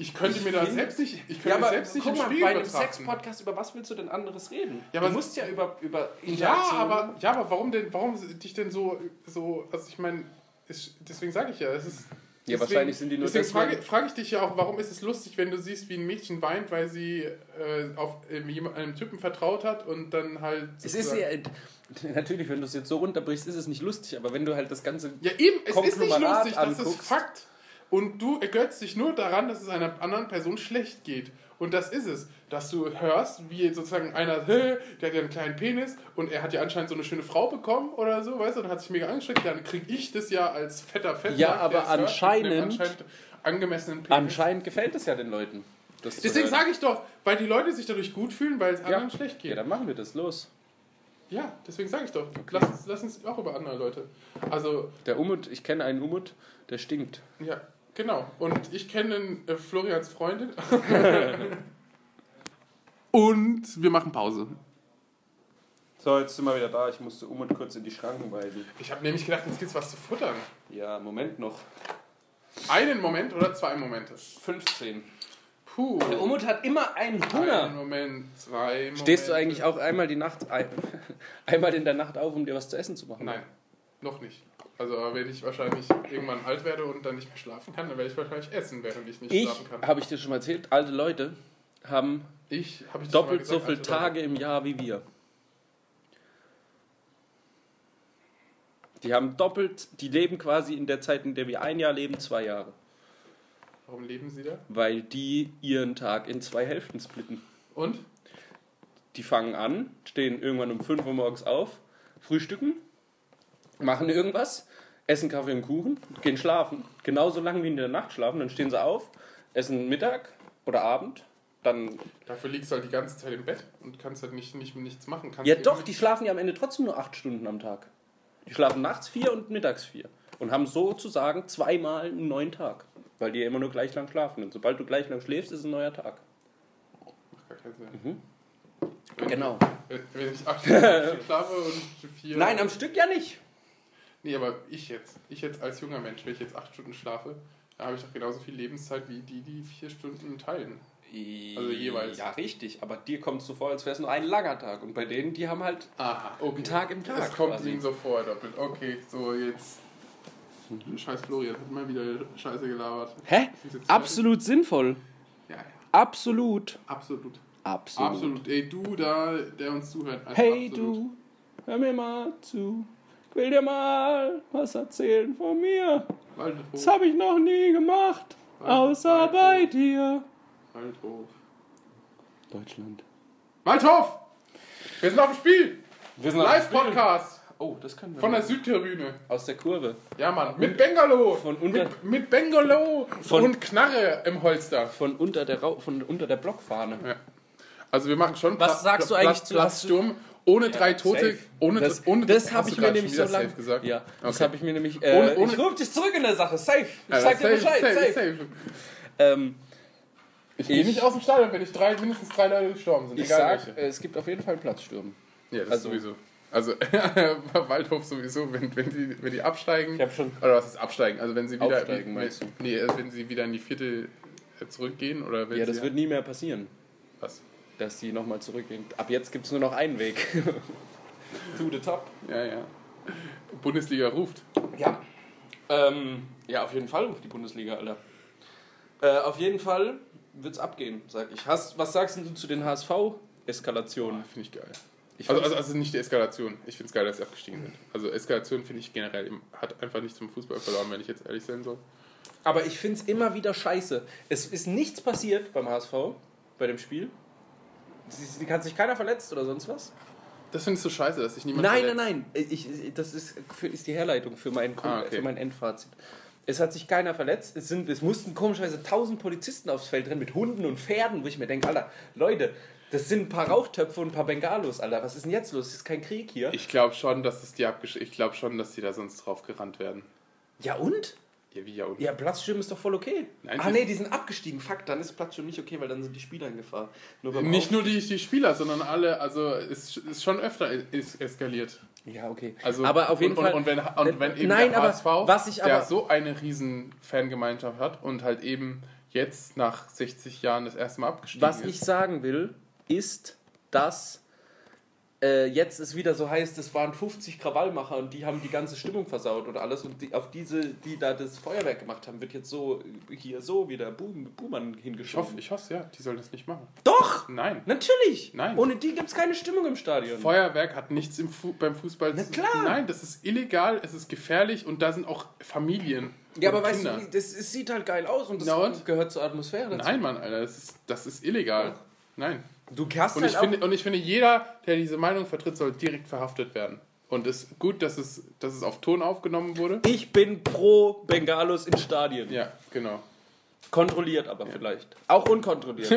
Speaker 2: Ich könnte
Speaker 1: Ich
Speaker 2: mir das
Speaker 1: finde-
Speaker 2: selbst nicht, ich könnte
Speaker 1: Ja,
Speaker 2: mir
Speaker 1: aber
Speaker 2: selbst nicht
Speaker 1: guck
Speaker 2: im
Speaker 1: mal,
Speaker 2: Spiel
Speaker 1: bei einem
Speaker 2: betrachten.
Speaker 1: Sex-Podcast, über was willst du denn anderes reden?
Speaker 2: Ja,
Speaker 1: du
Speaker 2: aber-
Speaker 1: musst ja über, über
Speaker 2: ja,
Speaker 1: Interaktion-
Speaker 2: aber, ja, aber warum denn, warum dich denn so, so also ich meine, es- deswegen sage ich ja, es ist...
Speaker 1: Ja,
Speaker 2: deswegen-
Speaker 1: wahrscheinlich sind die nur
Speaker 2: Deswegen
Speaker 1: deswegen-
Speaker 2: frage, frage ich dich ja auch, warum ist es lustig, wenn du siehst, wie ein Mädchen weint, weil sie äh, auf ähm, jemand- einem Typen vertraut hat und dann halt...
Speaker 1: Es ist
Speaker 2: sozusagen-
Speaker 1: ja. Natürlich, wenn du es jetzt so runterbrichst, ist es nicht lustig, aber wenn du halt das Ganze.
Speaker 2: Ja, eben, es ist nicht
Speaker 1: Konglomerat
Speaker 2: lustig, das ist
Speaker 1: anguckst.
Speaker 2: Fakt. Und du ergötzt dich nur daran, dass es einer anderen Person schlecht geht. Und das ist es, dass du hörst, wie sozusagen einer, "Hä, der hat ja einen kleinen Penis und er hat ja anscheinend so eine schöne Frau bekommen oder so, weißt du, und hat sich mega angestrengt. Dann kriege ich das ja als fetter Fett.
Speaker 1: Ja, aber anscheinend-
Speaker 2: anscheinend angemessenen Penis.
Speaker 1: Anscheinend gefällt es ja den Leuten. Das zu
Speaker 2: Deswegen
Speaker 1: hören.
Speaker 2: sage ich doch, weil die Leute sich dadurch gut fühlen, weil es anderen schlecht
Speaker 1: Ja,
Speaker 2: geht. Ja,
Speaker 1: dann machen wir das los.
Speaker 2: deswegen sage ich doch, lass, uns, lass uns auch über andere Leute. Also,
Speaker 1: Der Umut, ich kenne einen Umut, der stinkt.
Speaker 2: Ja, genau. Und ich kenne äh, Florians Freundin. Und wir machen Pause.
Speaker 1: So, jetzt sind wir wieder da. Ich musste Umut kurz in die Schranken weisen.
Speaker 2: Ich habe nämlich gedacht, jetzt gibt's was zu futtern.
Speaker 1: Ja, Moment noch.
Speaker 2: Einen Moment oder zwei Momente?
Speaker 1: 15.
Speaker 2: Puh.
Speaker 1: Der Umut hat immer einen
Speaker 2: Einen
Speaker 1: um Hunger.
Speaker 2: Moment, zwei Momente.
Speaker 1: Stehst du eigentlich auch einmal die Nacht, ein, einmal in der Nacht auf, um dir was zu essen zu machen?
Speaker 2: Nein, noch nicht. Also aber wenn ich wahrscheinlich irgendwann alt werde und dann nicht mehr schlafen kann, dann werde ich wahrscheinlich essen, während ich nicht
Speaker 1: Ich,
Speaker 2: schlafen kann.
Speaker 1: habe ich dir schon mal erzählt, alte Leute haben
Speaker 2: Ich habe ich das
Speaker 1: doppelt
Speaker 2: schon
Speaker 1: so
Speaker 2: mal gesagt, also,
Speaker 1: viele
Speaker 2: Alter,
Speaker 1: Tage im Jahr wie wir. Die haben doppelt, die leben quasi in der Zeit, in der wir ein Jahr leben, zwei Jahre.
Speaker 2: Warum leben sie da?
Speaker 1: Weil die ihren Tag in zwei Hälften splitten.
Speaker 2: Und?
Speaker 1: Die fangen an, stehen irgendwann um 5 Uhr morgens auf, frühstücken, machen irgendwas, essen Kaffee und Kuchen, gehen schlafen. Genauso lange wie in der Nacht schlafen, dann stehen sie auf, essen Mittag oder Abend, dann
Speaker 2: Dafür liegst du halt die ganze Zeit im Bett und kannst halt nicht, nicht nichts machen. Kannst
Speaker 1: Ja,
Speaker 2: eben
Speaker 1: doch, die schlafen ja am Ende trotzdem nur acht Stunden am Tag. Die schlafen nachts vier und mittags vier. Und haben sozusagen zweimal einen neuen Tag. Weil die ja immer nur gleich lang schlafen. Und sobald du gleich lang schläfst, ist ein neuer Tag.
Speaker 2: Macht gar keinen Sinn. Wenn-
Speaker 1: Mhm. Genau.
Speaker 2: Wenn wenn ich acht Stunden schlafe und vier.
Speaker 1: Nein, am Stück ja nicht.
Speaker 2: Nee, aber ich jetzt. Ich jetzt als junger Mensch, wenn ich jetzt acht Stunden schlafe, da habe ich doch genauso viel Lebenszeit wie die, die vier Stunden teilen. Also jeweils.
Speaker 1: Ja, richtig. Aber dir kommt es so vor, als wäre es nur ein langer Tag. Und bei denen, die haben halt
Speaker 2: Aha, okay.
Speaker 1: einen Tag im Tag.
Speaker 2: Es kommt
Speaker 1: quasi.
Speaker 2: ihnen so vor, doppelt. Okay, so jetzt.
Speaker 1: Mhm.
Speaker 2: Scheiß Florian hat mal wieder Scheiße gelabert.
Speaker 1: Hä? Absolut sinnvoll.
Speaker 2: Ja, ja.
Speaker 1: Absolut.
Speaker 2: Absolut.
Speaker 1: Absolut.
Speaker 2: Absolut. Ey, du da, der uns zuhört. also
Speaker 1: Hey
Speaker 2: absolut.
Speaker 1: du, hör mir mal zu. Ich will dir mal was erzählen von mir.
Speaker 2: Waldhof.
Speaker 1: Das habe ich noch nie gemacht, außer bei dir.
Speaker 2: Waldhof.
Speaker 1: Deutschland.
Speaker 2: Waldhof! Wir sind auf dem Spiel!
Speaker 1: Wir sind
Speaker 2: Live-Podcast
Speaker 1: Oh, das können wir.
Speaker 2: von der Südtribüne.
Speaker 1: Aus der Kurve.
Speaker 2: Ja, Mann, mit Bengalo!
Speaker 1: Von unter-
Speaker 2: mit, mit Bengalo
Speaker 1: Von-
Speaker 2: und Knarre im Holster.
Speaker 1: Von unter der, Rau von unter der Blockfahne.
Speaker 2: Also wir machen schon
Speaker 1: Was sagst du eigentlich zu-
Speaker 2: Platz, Platz, Sturm ohne drei Tote,
Speaker 1: safe.
Speaker 2: ohne
Speaker 1: Das,
Speaker 2: ohne
Speaker 1: das
Speaker 2: hast
Speaker 1: habe
Speaker 2: du
Speaker 1: ich mir
Speaker 2: grad
Speaker 1: nämlich so
Speaker 2: schon wieder
Speaker 1: lange.
Speaker 2: safe gesagt.
Speaker 1: Ja, das
Speaker 2: Okay.
Speaker 1: habe ich mir nämlich. Äh,
Speaker 2: Ohne- ohne-
Speaker 1: ich rufe dich zurück in der Sache. Safe. Ich
Speaker 2: Alter,
Speaker 1: sag dir Bescheid. Safe. Ähm,
Speaker 2: Ich gehe
Speaker 1: Ich-
Speaker 2: nicht aus dem Stadion, wenn ich drei, mindestens drei Leute gestorben sind.
Speaker 1: ich
Speaker 2: Egal
Speaker 1: sag,
Speaker 2: welche.
Speaker 1: äh, es gibt auf jeden Fall Platzstürmen.
Speaker 2: Ja, das
Speaker 1: also-
Speaker 2: sowieso. Also Waldhof sowieso, wenn, wenn, die, wenn die absteigen.
Speaker 1: Ich habe schon.
Speaker 2: Oder was ist absteigen? Also wenn sie wieder
Speaker 1: Aufsteigen, meinst du?
Speaker 2: nee, also wenn sie wieder in die vierte äh, zurückgehen oder wenn
Speaker 1: Ja, das
Speaker 2: sie,
Speaker 1: wird nie mehr passieren,
Speaker 2: was?
Speaker 1: dass die nochmal zurückgehen. Ab jetzt gibt es nur noch einen Weg.
Speaker 3: To the top.
Speaker 2: Ja, ja. Bundesliga ruft.
Speaker 3: Ja. Ähm, ja, auf jeden Fall ruft die Bundesliga, Alter. Äh, auf jeden Fall wird's abgehen, sag ich. Hast, was sagst denn du zu den HSV-Eskalationen?
Speaker 2: Ah, Finde ich geil.
Speaker 1: Ich
Speaker 2: Also, also, also nicht die Eskalation. Ich finde es geil, dass sie abgestiegen sind. Also Eskalation finde ich generell im- hat einfach nichts zum Fußball verloren, wenn ich jetzt ehrlich sein soll.
Speaker 3: Aber ich
Speaker 1: finde es immer wieder scheiße. Es ist nichts passiert beim HSV, bei dem Spiel. Sie, sie hat sich keiner verletzt oder sonst was?
Speaker 2: Das findest du scheiße, dass sich niemand
Speaker 1: Nein,
Speaker 2: verletzt.
Speaker 1: nein, nein. Ich, ich- das ist, für, ist die Herleitung für mein, Grund-
Speaker 2: Ah, okay.
Speaker 1: für mein Endfazit. Es hat sich keiner verletzt. Es, sind, es mussten komischerweise tausend Polizisten aufs Feld rennen mit Hunden und Pferden, wo ich mir denke, Alter, Leute, das sind ein paar Rauchtöpfe und ein paar Bengalos, Alter. Was ist denn jetzt los? Ist kein Krieg hier?
Speaker 2: Ich glaube schon, dass es die abgesch ich glaube schon, dass die da sonst drauf gerannt werden.
Speaker 1: ja und?
Speaker 2: Ja, wie ja und
Speaker 1: Ja, Platzschirm ist doch voll okay.
Speaker 2: Nein,
Speaker 3: Ah
Speaker 2: die-
Speaker 3: nee, die sind abgestiegen. Fuck, dann ist Platz schon nicht okay, weil dann sind die Spieler in Gefahr. Nur beim
Speaker 2: Nicht
Speaker 3: Auf-
Speaker 2: nur die, die Spieler, sondern alle, also es ist schon öfter es eskaliert.
Speaker 1: Ja, okay.
Speaker 2: Also,
Speaker 1: aber auf jeden
Speaker 2: und,
Speaker 1: Fall. Äh,
Speaker 2: Und, und wenn, und wenn eben
Speaker 1: Nein,
Speaker 2: der
Speaker 1: aber
Speaker 2: HSV,
Speaker 1: was ich aber-
Speaker 2: der so eine riesen Fangemeinschaft hat und halt eben jetzt nach 60 Jahren das erste Mal abgestiegen
Speaker 1: Was
Speaker 2: ist.
Speaker 1: ich sagen will, ist, dass äh, jetzt es wieder so heißt, es waren 50 Krawallmacher und die haben die ganze Stimmung versaut und alles. Und die, auf diese, die da das Feuerwerk gemacht haben, wird jetzt so äh, hier so wieder Boom, Buhmann
Speaker 2: ich
Speaker 1: hingeschoben.
Speaker 2: hoffe, ich hoffe, ja, die sollen das nicht machen.
Speaker 1: Doch!
Speaker 2: Nein.
Speaker 1: Natürlich!
Speaker 2: Nein.
Speaker 1: Ohne die gibt es keine Stimmung im Stadion.
Speaker 2: Feuerwerk hat nichts im Fu beim Fußball
Speaker 1: Na
Speaker 2: zu
Speaker 1: Ne, klar.
Speaker 2: Nein, das ist illegal, es ist gefährlich und da sind auch Familien.
Speaker 1: ja,
Speaker 2: und
Speaker 1: aber weißt
Speaker 2: Kinder.
Speaker 1: du, das, es sieht halt geil aus und das
Speaker 2: Na und?
Speaker 1: gehört zur Atmosphäre dazu.
Speaker 2: Nein, Mann, Alter, das ist, das ist illegal. Nein.
Speaker 1: Du hast
Speaker 2: Und
Speaker 1: halt
Speaker 2: ich,
Speaker 1: auch-
Speaker 2: finde, und ich finde, jeder, der diese Meinung vertritt, soll direkt verhaftet werden. Und es ist gut, dass es, dass es auf Ton aufgenommen wurde.
Speaker 1: ich bin pro Bengalos in Stadien.
Speaker 2: Ja, genau.
Speaker 1: Kontrolliert aber vielleicht. Auch unkontrolliert.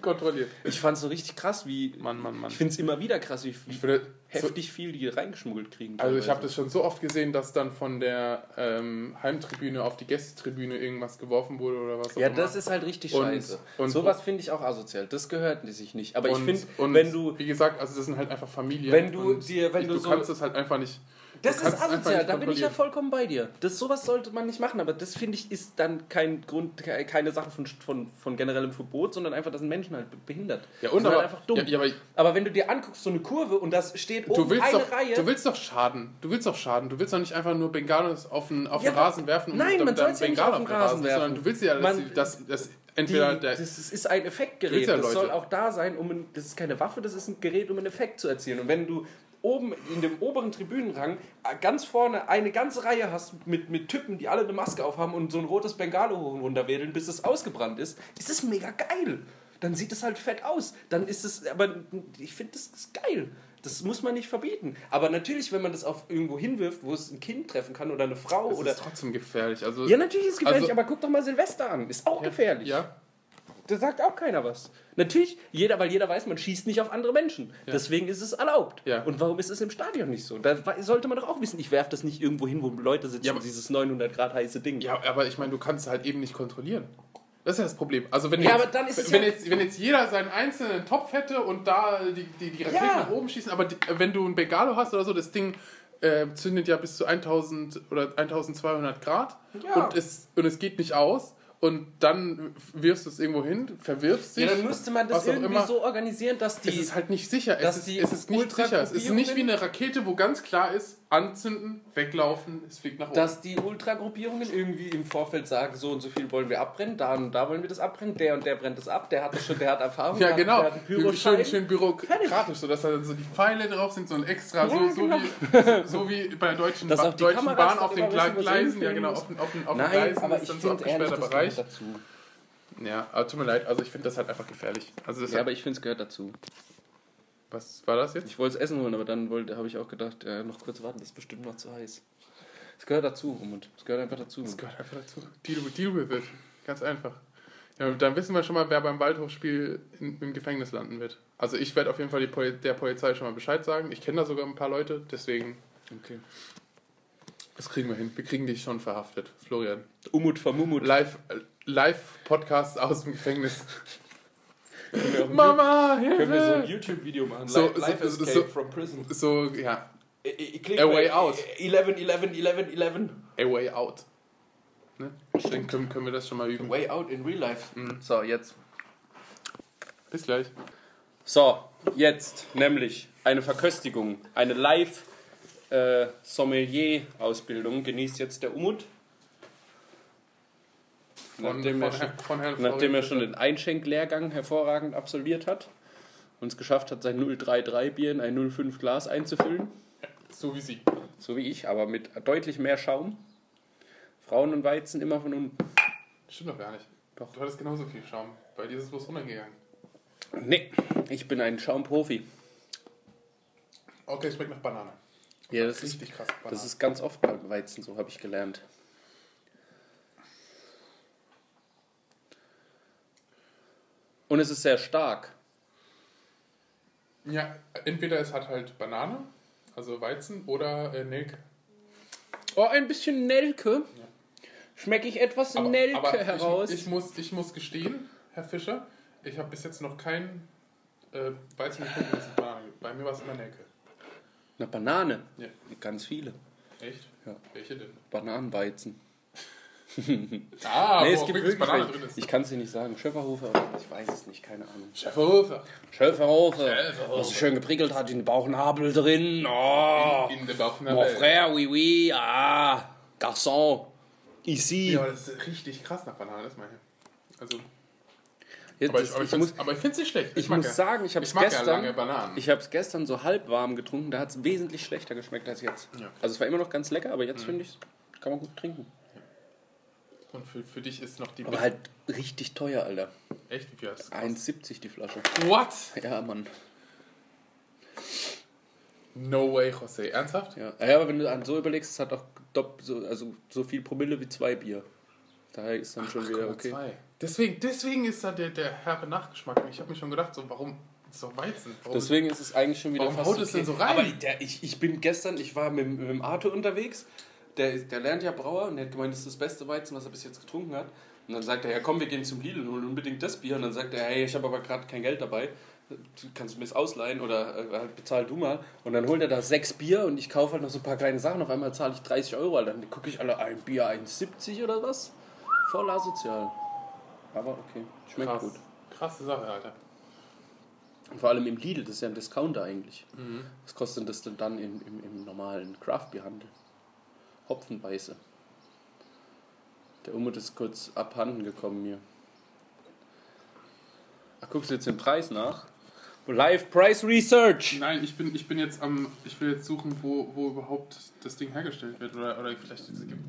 Speaker 2: Kontrolliert.
Speaker 1: ich fand es so richtig krass, wie
Speaker 2: Mann, Mann, Mann.
Speaker 1: Ich finde es immer wieder krass, wie
Speaker 2: Ich finde, so,
Speaker 1: heftig viel die reingeschmuggelt kriegen.
Speaker 2: also ich habe
Speaker 1: teilweise.
Speaker 2: das schon so oft gesehen, dass dann von der ähm, Heimtribüne auf die Gästetribüne irgendwas geworfen wurde oder was auch
Speaker 1: Ja,
Speaker 2: immer.
Speaker 1: das ist halt richtig
Speaker 2: Und-
Speaker 1: scheiße.
Speaker 2: und-
Speaker 1: Sowas finde ich auch asozial. Das gehört sich nicht. Aber
Speaker 2: Und-
Speaker 1: ich
Speaker 2: und
Speaker 1: finde, wenn du.
Speaker 2: Wie gesagt, also das sind halt einfach Familien.
Speaker 1: Wenn du
Speaker 2: und
Speaker 1: dir- wenn
Speaker 2: ich,
Speaker 1: du
Speaker 2: du,
Speaker 1: so-
Speaker 2: kannst das halt einfach nicht.
Speaker 1: Das ist
Speaker 2: kannst es einfach
Speaker 1: asozial,
Speaker 2: nicht
Speaker 1: da bin ich ja
Speaker 2: kontrollieren.
Speaker 1: vollkommen bei dir. Das, sowas sollte man nicht machen, aber das finde ich ist dann kein Grund, ke- keine Sache von, von, von generellem Verbot, sondern einfach, dass ein Menschen halt be- behindert.
Speaker 2: Ja,
Speaker 1: Das
Speaker 2: und
Speaker 1: ist
Speaker 2: aber,
Speaker 1: halt einfach dumm.
Speaker 2: Ja, ja, aber
Speaker 1: aber wenn du dir anguckst, so eine Kurve und das steht oben
Speaker 2: du willst,
Speaker 1: eine
Speaker 2: doch,
Speaker 1: Reihe.
Speaker 2: du willst doch schaden. Du willst doch schaden. Du willst doch nicht einfach nur Bengalos auf den, auf
Speaker 1: Ja,
Speaker 2: den
Speaker 1: aber-
Speaker 2: Rasen werfen
Speaker 1: nein, man
Speaker 2: damit dann
Speaker 1: soll's ja nicht
Speaker 2: Bengalo
Speaker 1: auf den Rasen
Speaker 2: ist, Sondern
Speaker 1: werfen.
Speaker 2: du willst ja, dass,
Speaker 1: Man-
Speaker 2: sie- dass, dass
Speaker 1: Die,
Speaker 2: entweder der,
Speaker 1: das ist- ist ein Effektgerät.
Speaker 2: Willst ja,
Speaker 1: das
Speaker 2: Leute.
Speaker 1: soll auch da sein, um ein, das ist keine Waffe, das ist ein Gerät, um einen Effekt zu erzielen. Und wenn du oben in dem oberen Tribünenrang äh, ganz vorne eine ganze Reihe hast mit, mit Typen, die alle eine Maske aufhaben und so ein rotes Bengalo hoch und runter wedeln, bis es ausgebrannt ist, ist es mega geil. Dann sieht es halt fett aus. Dann ist es, aber ich finde, das ist geil. Das muss man nicht verbieten. Aber natürlich, wenn man das auf irgendwo hinwirft, wo es ein Kind treffen kann oder eine Frau
Speaker 2: das
Speaker 1: oder.
Speaker 2: ist trotzdem gefährlich. Also,
Speaker 1: Ja, natürlich ist es gefährlich,
Speaker 2: Also-
Speaker 1: aber guck doch mal Silvester an. Ist auch gefährlich.
Speaker 2: Ja,
Speaker 1: Da sagt auch keiner was. Natürlich, jeder, weil jeder weiß, man schießt nicht auf andere Menschen. Deswegen ist es erlaubt.
Speaker 2: Ja.
Speaker 1: Und warum ist es im Stadion nicht so? Da wa- sollte man doch auch wissen, ich werfe das nicht irgendwo hin, wo Leute sitzen,
Speaker 2: Ja, aber-
Speaker 1: dieses 900 Grad heiße Ding.
Speaker 2: Ja, aber ich meine, du kannst halt eben nicht kontrollieren. Das ist ja das Problem. Also wenn
Speaker 1: Ja,
Speaker 2: jetzt,
Speaker 1: aber dann ist es
Speaker 2: wenn,
Speaker 1: ja-
Speaker 2: jetzt, wenn jetzt jeder seinen einzelnen Topf hätte und da die, die, die Raketen
Speaker 1: Ja.
Speaker 2: nach oben schießen, aber die, wenn du ein Begalo hast oder so, das Ding äh, zündet ja bis zu 1000 oder 1200 Grad
Speaker 1: Ja.
Speaker 2: und, es, und es geht nicht aus und dann wirfst du es irgendwo hin, verwirfst dich.
Speaker 1: Ja, dann müsste man das
Speaker 2: was auch
Speaker 1: irgendwie
Speaker 2: immer.
Speaker 1: so organisieren, dass die.
Speaker 2: Es ist halt nicht sicher.
Speaker 1: dass
Speaker 2: Es ist,
Speaker 1: die
Speaker 2: es ist nicht
Speaker 1: ultra
Speaker 2: sicher. Es ist
Speaker 1: probieren
Speaker 2: nicht wie
Speaker 1: sind.
Speaker 2: eine Rakete, wo ganz klar ist, anzünden, weglaufen, es fliegt nach oben.
Speaker 1: dass die Ultragruppierungen irgendwie im Vorfeld sagen, so und so viel wollen wir abbrennen, da und da wollen wir das abbrennen, der und der brennt das ab, der hat das schon, der hat Erfahrung,
Speaker 2: Ja,
Speaker 1: der,
Speaker 2: genau.
Speaker 1: hat, der hat einen
Speaker 2: schön,
Speaker 1: Pyroschein.
Speaker 2: schön bürokratisch, sodass da dann so die Pfeile drauf sind, so ein extra, so,
Speaker 1: Ja,
Speaker 2: so,
Speaker 1: genau.
Speaker 2: wie, so wie bei der Deutschen,
Speaker 1: Dass
Speaker 2: Ba-
Speaker 1: auch die
Speaker 2: Deutschen
Speaker 1: Kameras
Speaker 2: Bahn
Speaker 1: dann
Speaker 2: auf den
Speaker 1: immer wissen, wo sie
Speaker 2: Gleisen, ja
Speaker 1: hinfliegen
Speaker 2: genau,
Speaker 1: müssen.
Speaker 2: auf den, auf den, auf den
Speaker 1: Nein,
Speaker 2: Gleisen
Speaker 1: aber ich
Speaker 2: dann so
Speaker 1: finde ehrlich,
Speaker 2: abgesperrter
Speaker 1: das
Speaker 2: Bereich.
Speaker 1: gehört dazu.
Speaker 2: Ja, aber tut mir leid, also ich finde das halt einfach gefährlich. Also das
Speaker 1: Ja,
Speaker 2: hat-
Speaker 1: aber ich finde es gehört dazu.
Speaker 2: was war das jetzt?
Speaker 1: Ich wollte es Essen holen, aber dann wollte- habe ich auch gedacht, äh, noch kurz warten, das ist bestimmt noch zu heiß. Es gehört dazu, Rumund. Es gehört einfach dazu.
Speaker 2: Das gehört einfach dazu. Deal with, deal with it. Ganz einfach. Ja, dann wissen wir schon mal, wer beim Waldhofspiel in, im Gefängnis landen wird. Also ich werde auf jeden Fall die Poli der Polizei schon mal Bescheid sagen. Ich kenne da sogar ein paar Leute, deswegen.
Speaker 1: Okay.
Speaker 2: Das kriegen wir hin. Wir kriegen dich schon verhaftet, Florian.
Speaker 1: Umut vermumut.
Speaker 2: Live, äh, live Podcast aus dem Gefängnis.
Speaker 1: Können
Speaker 2: Mama, Hilfe!
Speaker 1: wir so ein YouTube-Video machen?
Speaker 2: So-
Speaker 1: Li- Life
Speaker 2: so- so-
Speaker 1: Escape
Speaker 2: so- Äh,
Speaker 1: from Prison.
Speaker 2: so, ja,
Speaker 1: I- I- I- klick
Speaker 2: A
Speaker 1: mal-
Speaker 2: way out.
Speaker 1: 11, 11, 11, 11.
Speaker 2: a way out. Ne? Dann können, können wir das schon mal üben.
Speaker 1: Way out in real life.
Speaker 2: Mhm.
Speaker 1: So, jetzt.
Speaker 2: Bis gleich.
Speaker 1: So, jetzt nämlich eine Verköstigung, eine Live-Sommelier-Ausbildung genießt jetzt der Umut.
Speaker 2: Von,
Speaker 1: Nachdem er
Speaker 2: von,
Speaker 1: schon,
Speaker 2: Herrn- von Herrn
Speaker 1: nachdem er
Speaker 2: Florian.
Speaker 1: schon den Einschenklehrgang hervorragend absolviert hat und es geschafft hat, sein 033-Bier in ein 05-Glas einzufüllen,
Speaker 2: So wie sie.
Speaker 1: so wie ich, aber mit deutlich mehr Schaum. Frauen und Weizen immer von unten.
Speaker 2: Stimmt doch gar nicht.
Speaker 1: Doch.
Speaker 2: Du hattest genauso viel Schaum. Bei dir ist es bloß runtergegangen.
Speaker 1: Nee, ich bin ein Schaumprofi.
Speaker 2: Okay, schmeckt nach Banane.
Speaker 1: Ja, das ist,
Speaker 2: Richtig krass. Banane.
Speaker 1: das ist ganz oft beim Weizen, so habe ich gelernt. Und es ist sehr stark.
Speaker 2: ja, entweder es hat halt Banane, also Weizen, oder äh, Nelke.
Speaker 1: Oh, ein bisschen Nelke.
Speaker 2: Ja.
Speaker 1: Schmecke ich etwas Nelke heraus.
Speaker 2: Ich, ich, muss, ich muss gestehen, Herr Fischer, ich habe bis jetzt noch keinen äh, Weizen getrunken, das ist Banane. gibt. Bei mir war es immer Nelke.
Speaker 1: Eine Banane.
Speaker 2: Ja.
Speaker 1: Ganz viele.
Speaker 2: Echt?
Speaker 1: Ja.
Speaker 2: Welche denn?
Speaker 1: Bananenweizen.
Speaker 2: Ah,
Speaker 1: nee,
Speaker 2: wo
Speaker 1: es
Speaker 2: auch
Speaker 1: gibt
Speaker 2: wirklich
Speaker 1: wirklich
Speaker 2: Banane
Speaker 1: welche.
Speaker 2: drin ist.
Speaker 1: Ich kann es dir nicht sagen. Schöfferhofer oder was? ich weiß es nicht, keine Ahnung.
Speaker 2: Schäferhofer.
Speaker 1: Schöfferhofer.
Speaker 2: Schöfferhofer.
Speaker 1: Was schön geprickelt hat, in den Bauchnabel drin. Oh.
Speaker 2: In der Bauchner
Speaker 1: Mon frère, oui, oui, ah, garçon, ici.
Speaker 2: Ja, aber das ist richtig krass nach Banane, das meine ich. Also,
Speaker 1: Jetzt,
Speaker 2: aber
Speaker 1: ist-
Speaker 2: ich, aber ich,
Speaker 1: ich, muss,
Speaker 2: finde es nicht schlecht.
Speaker 1: ich
Speaker 2: mag
Speaker 1: muss
Speaker 2: ja-
Speaker 1: sagen, ich habe es
Speaker 2: ich mag ja
Speaker 1: gestern,
Speaker 2: lange Bananen.
Speaker 1: ich hab's gestern so halb warm getrunken, da hat es wesentlich schlechter geschmeckt als jetzt.
Speaker 2: Ja. Mhm.
Speaker 1: Also es war immer noch ganz lecker, aber jetzt finde ich, kann man gut trinken.
Speaker 2: Und für, für dich ist noch die
Speaker 1: Aber halt richtig teuer, Alter.
Speaker 2: Echt, wie viel hast du?
Speaker 1: 1,70 die Flasche.
Speaker 2: What?
Speaker 1: Ja, Mann.
Speaker 2: No way, José. Ernsthaft?
Speaker 1: Ja. ja, aber wenn du an so überlegst, es hat auch dopp, so, also so viel Promille wie zwei Bier. Daher ist dann schon wieder okay.
Speaker 2: 8,2. Deswegen, deswegen ist da der, der herbe Nachgeschmack. Ich habe mir schon gedacht, so, warum so Weizen? Warum
Speaker 1: Deswegen ist es eigentlich schon wieder
Speaker 2: Warum
Speaker 1: fast
Speaker 2: haut es denn so rein?
Speaker 1: Aber der, ich, ich bin gestern, ich war mit, mit dem Arthur unterwegs, der, ist- der lernt ja Brauer und der hat gemeint, das ist das beste Weizen, was er bis jetzt getrunken hat. Und dann sagt er, ja komm, wir gehen zum Lidl und holen unbedingt das Bier. Und dann sagt er, hey, ich habe aber gerade kein Geld dabei, Du kannst du mir das ausleihen oder äh, halt, bezahl du mal. Und dann holt er da sechs Bier und ich kaufe halt noch so ein paar kleine Sachen. Auf einmal zahle ich 30 Euro, Alter. dann gucke ich alle ein Bier 1,70 oder was. Voll asozial. Aber okay, schmeckt
Speaker 2: Krass.
Speaker 1: gut.
Speaker 2: Krasse Sache, Alter.
Speaker 1: Und vor allem im Lidl, das ist ja ein Discounter eigentlich.
Speaker 2: Mhm.
Speaker 1: Was kostet denn das denn dann im, im, im normalen Craft-Bier-Handel? Hopfenbeiße. Der Umut ist kurz abhanden gekommen mir. Ach, guckst du jetzt den Preis nach? Live Price Research!
Speaker 2: Nein, ich bin, ich bin jetzt am. Ich will jetzt suchen, wo, wo überhaupt das Ding hergestellt wird. Oder, oder vielleicht es gibt.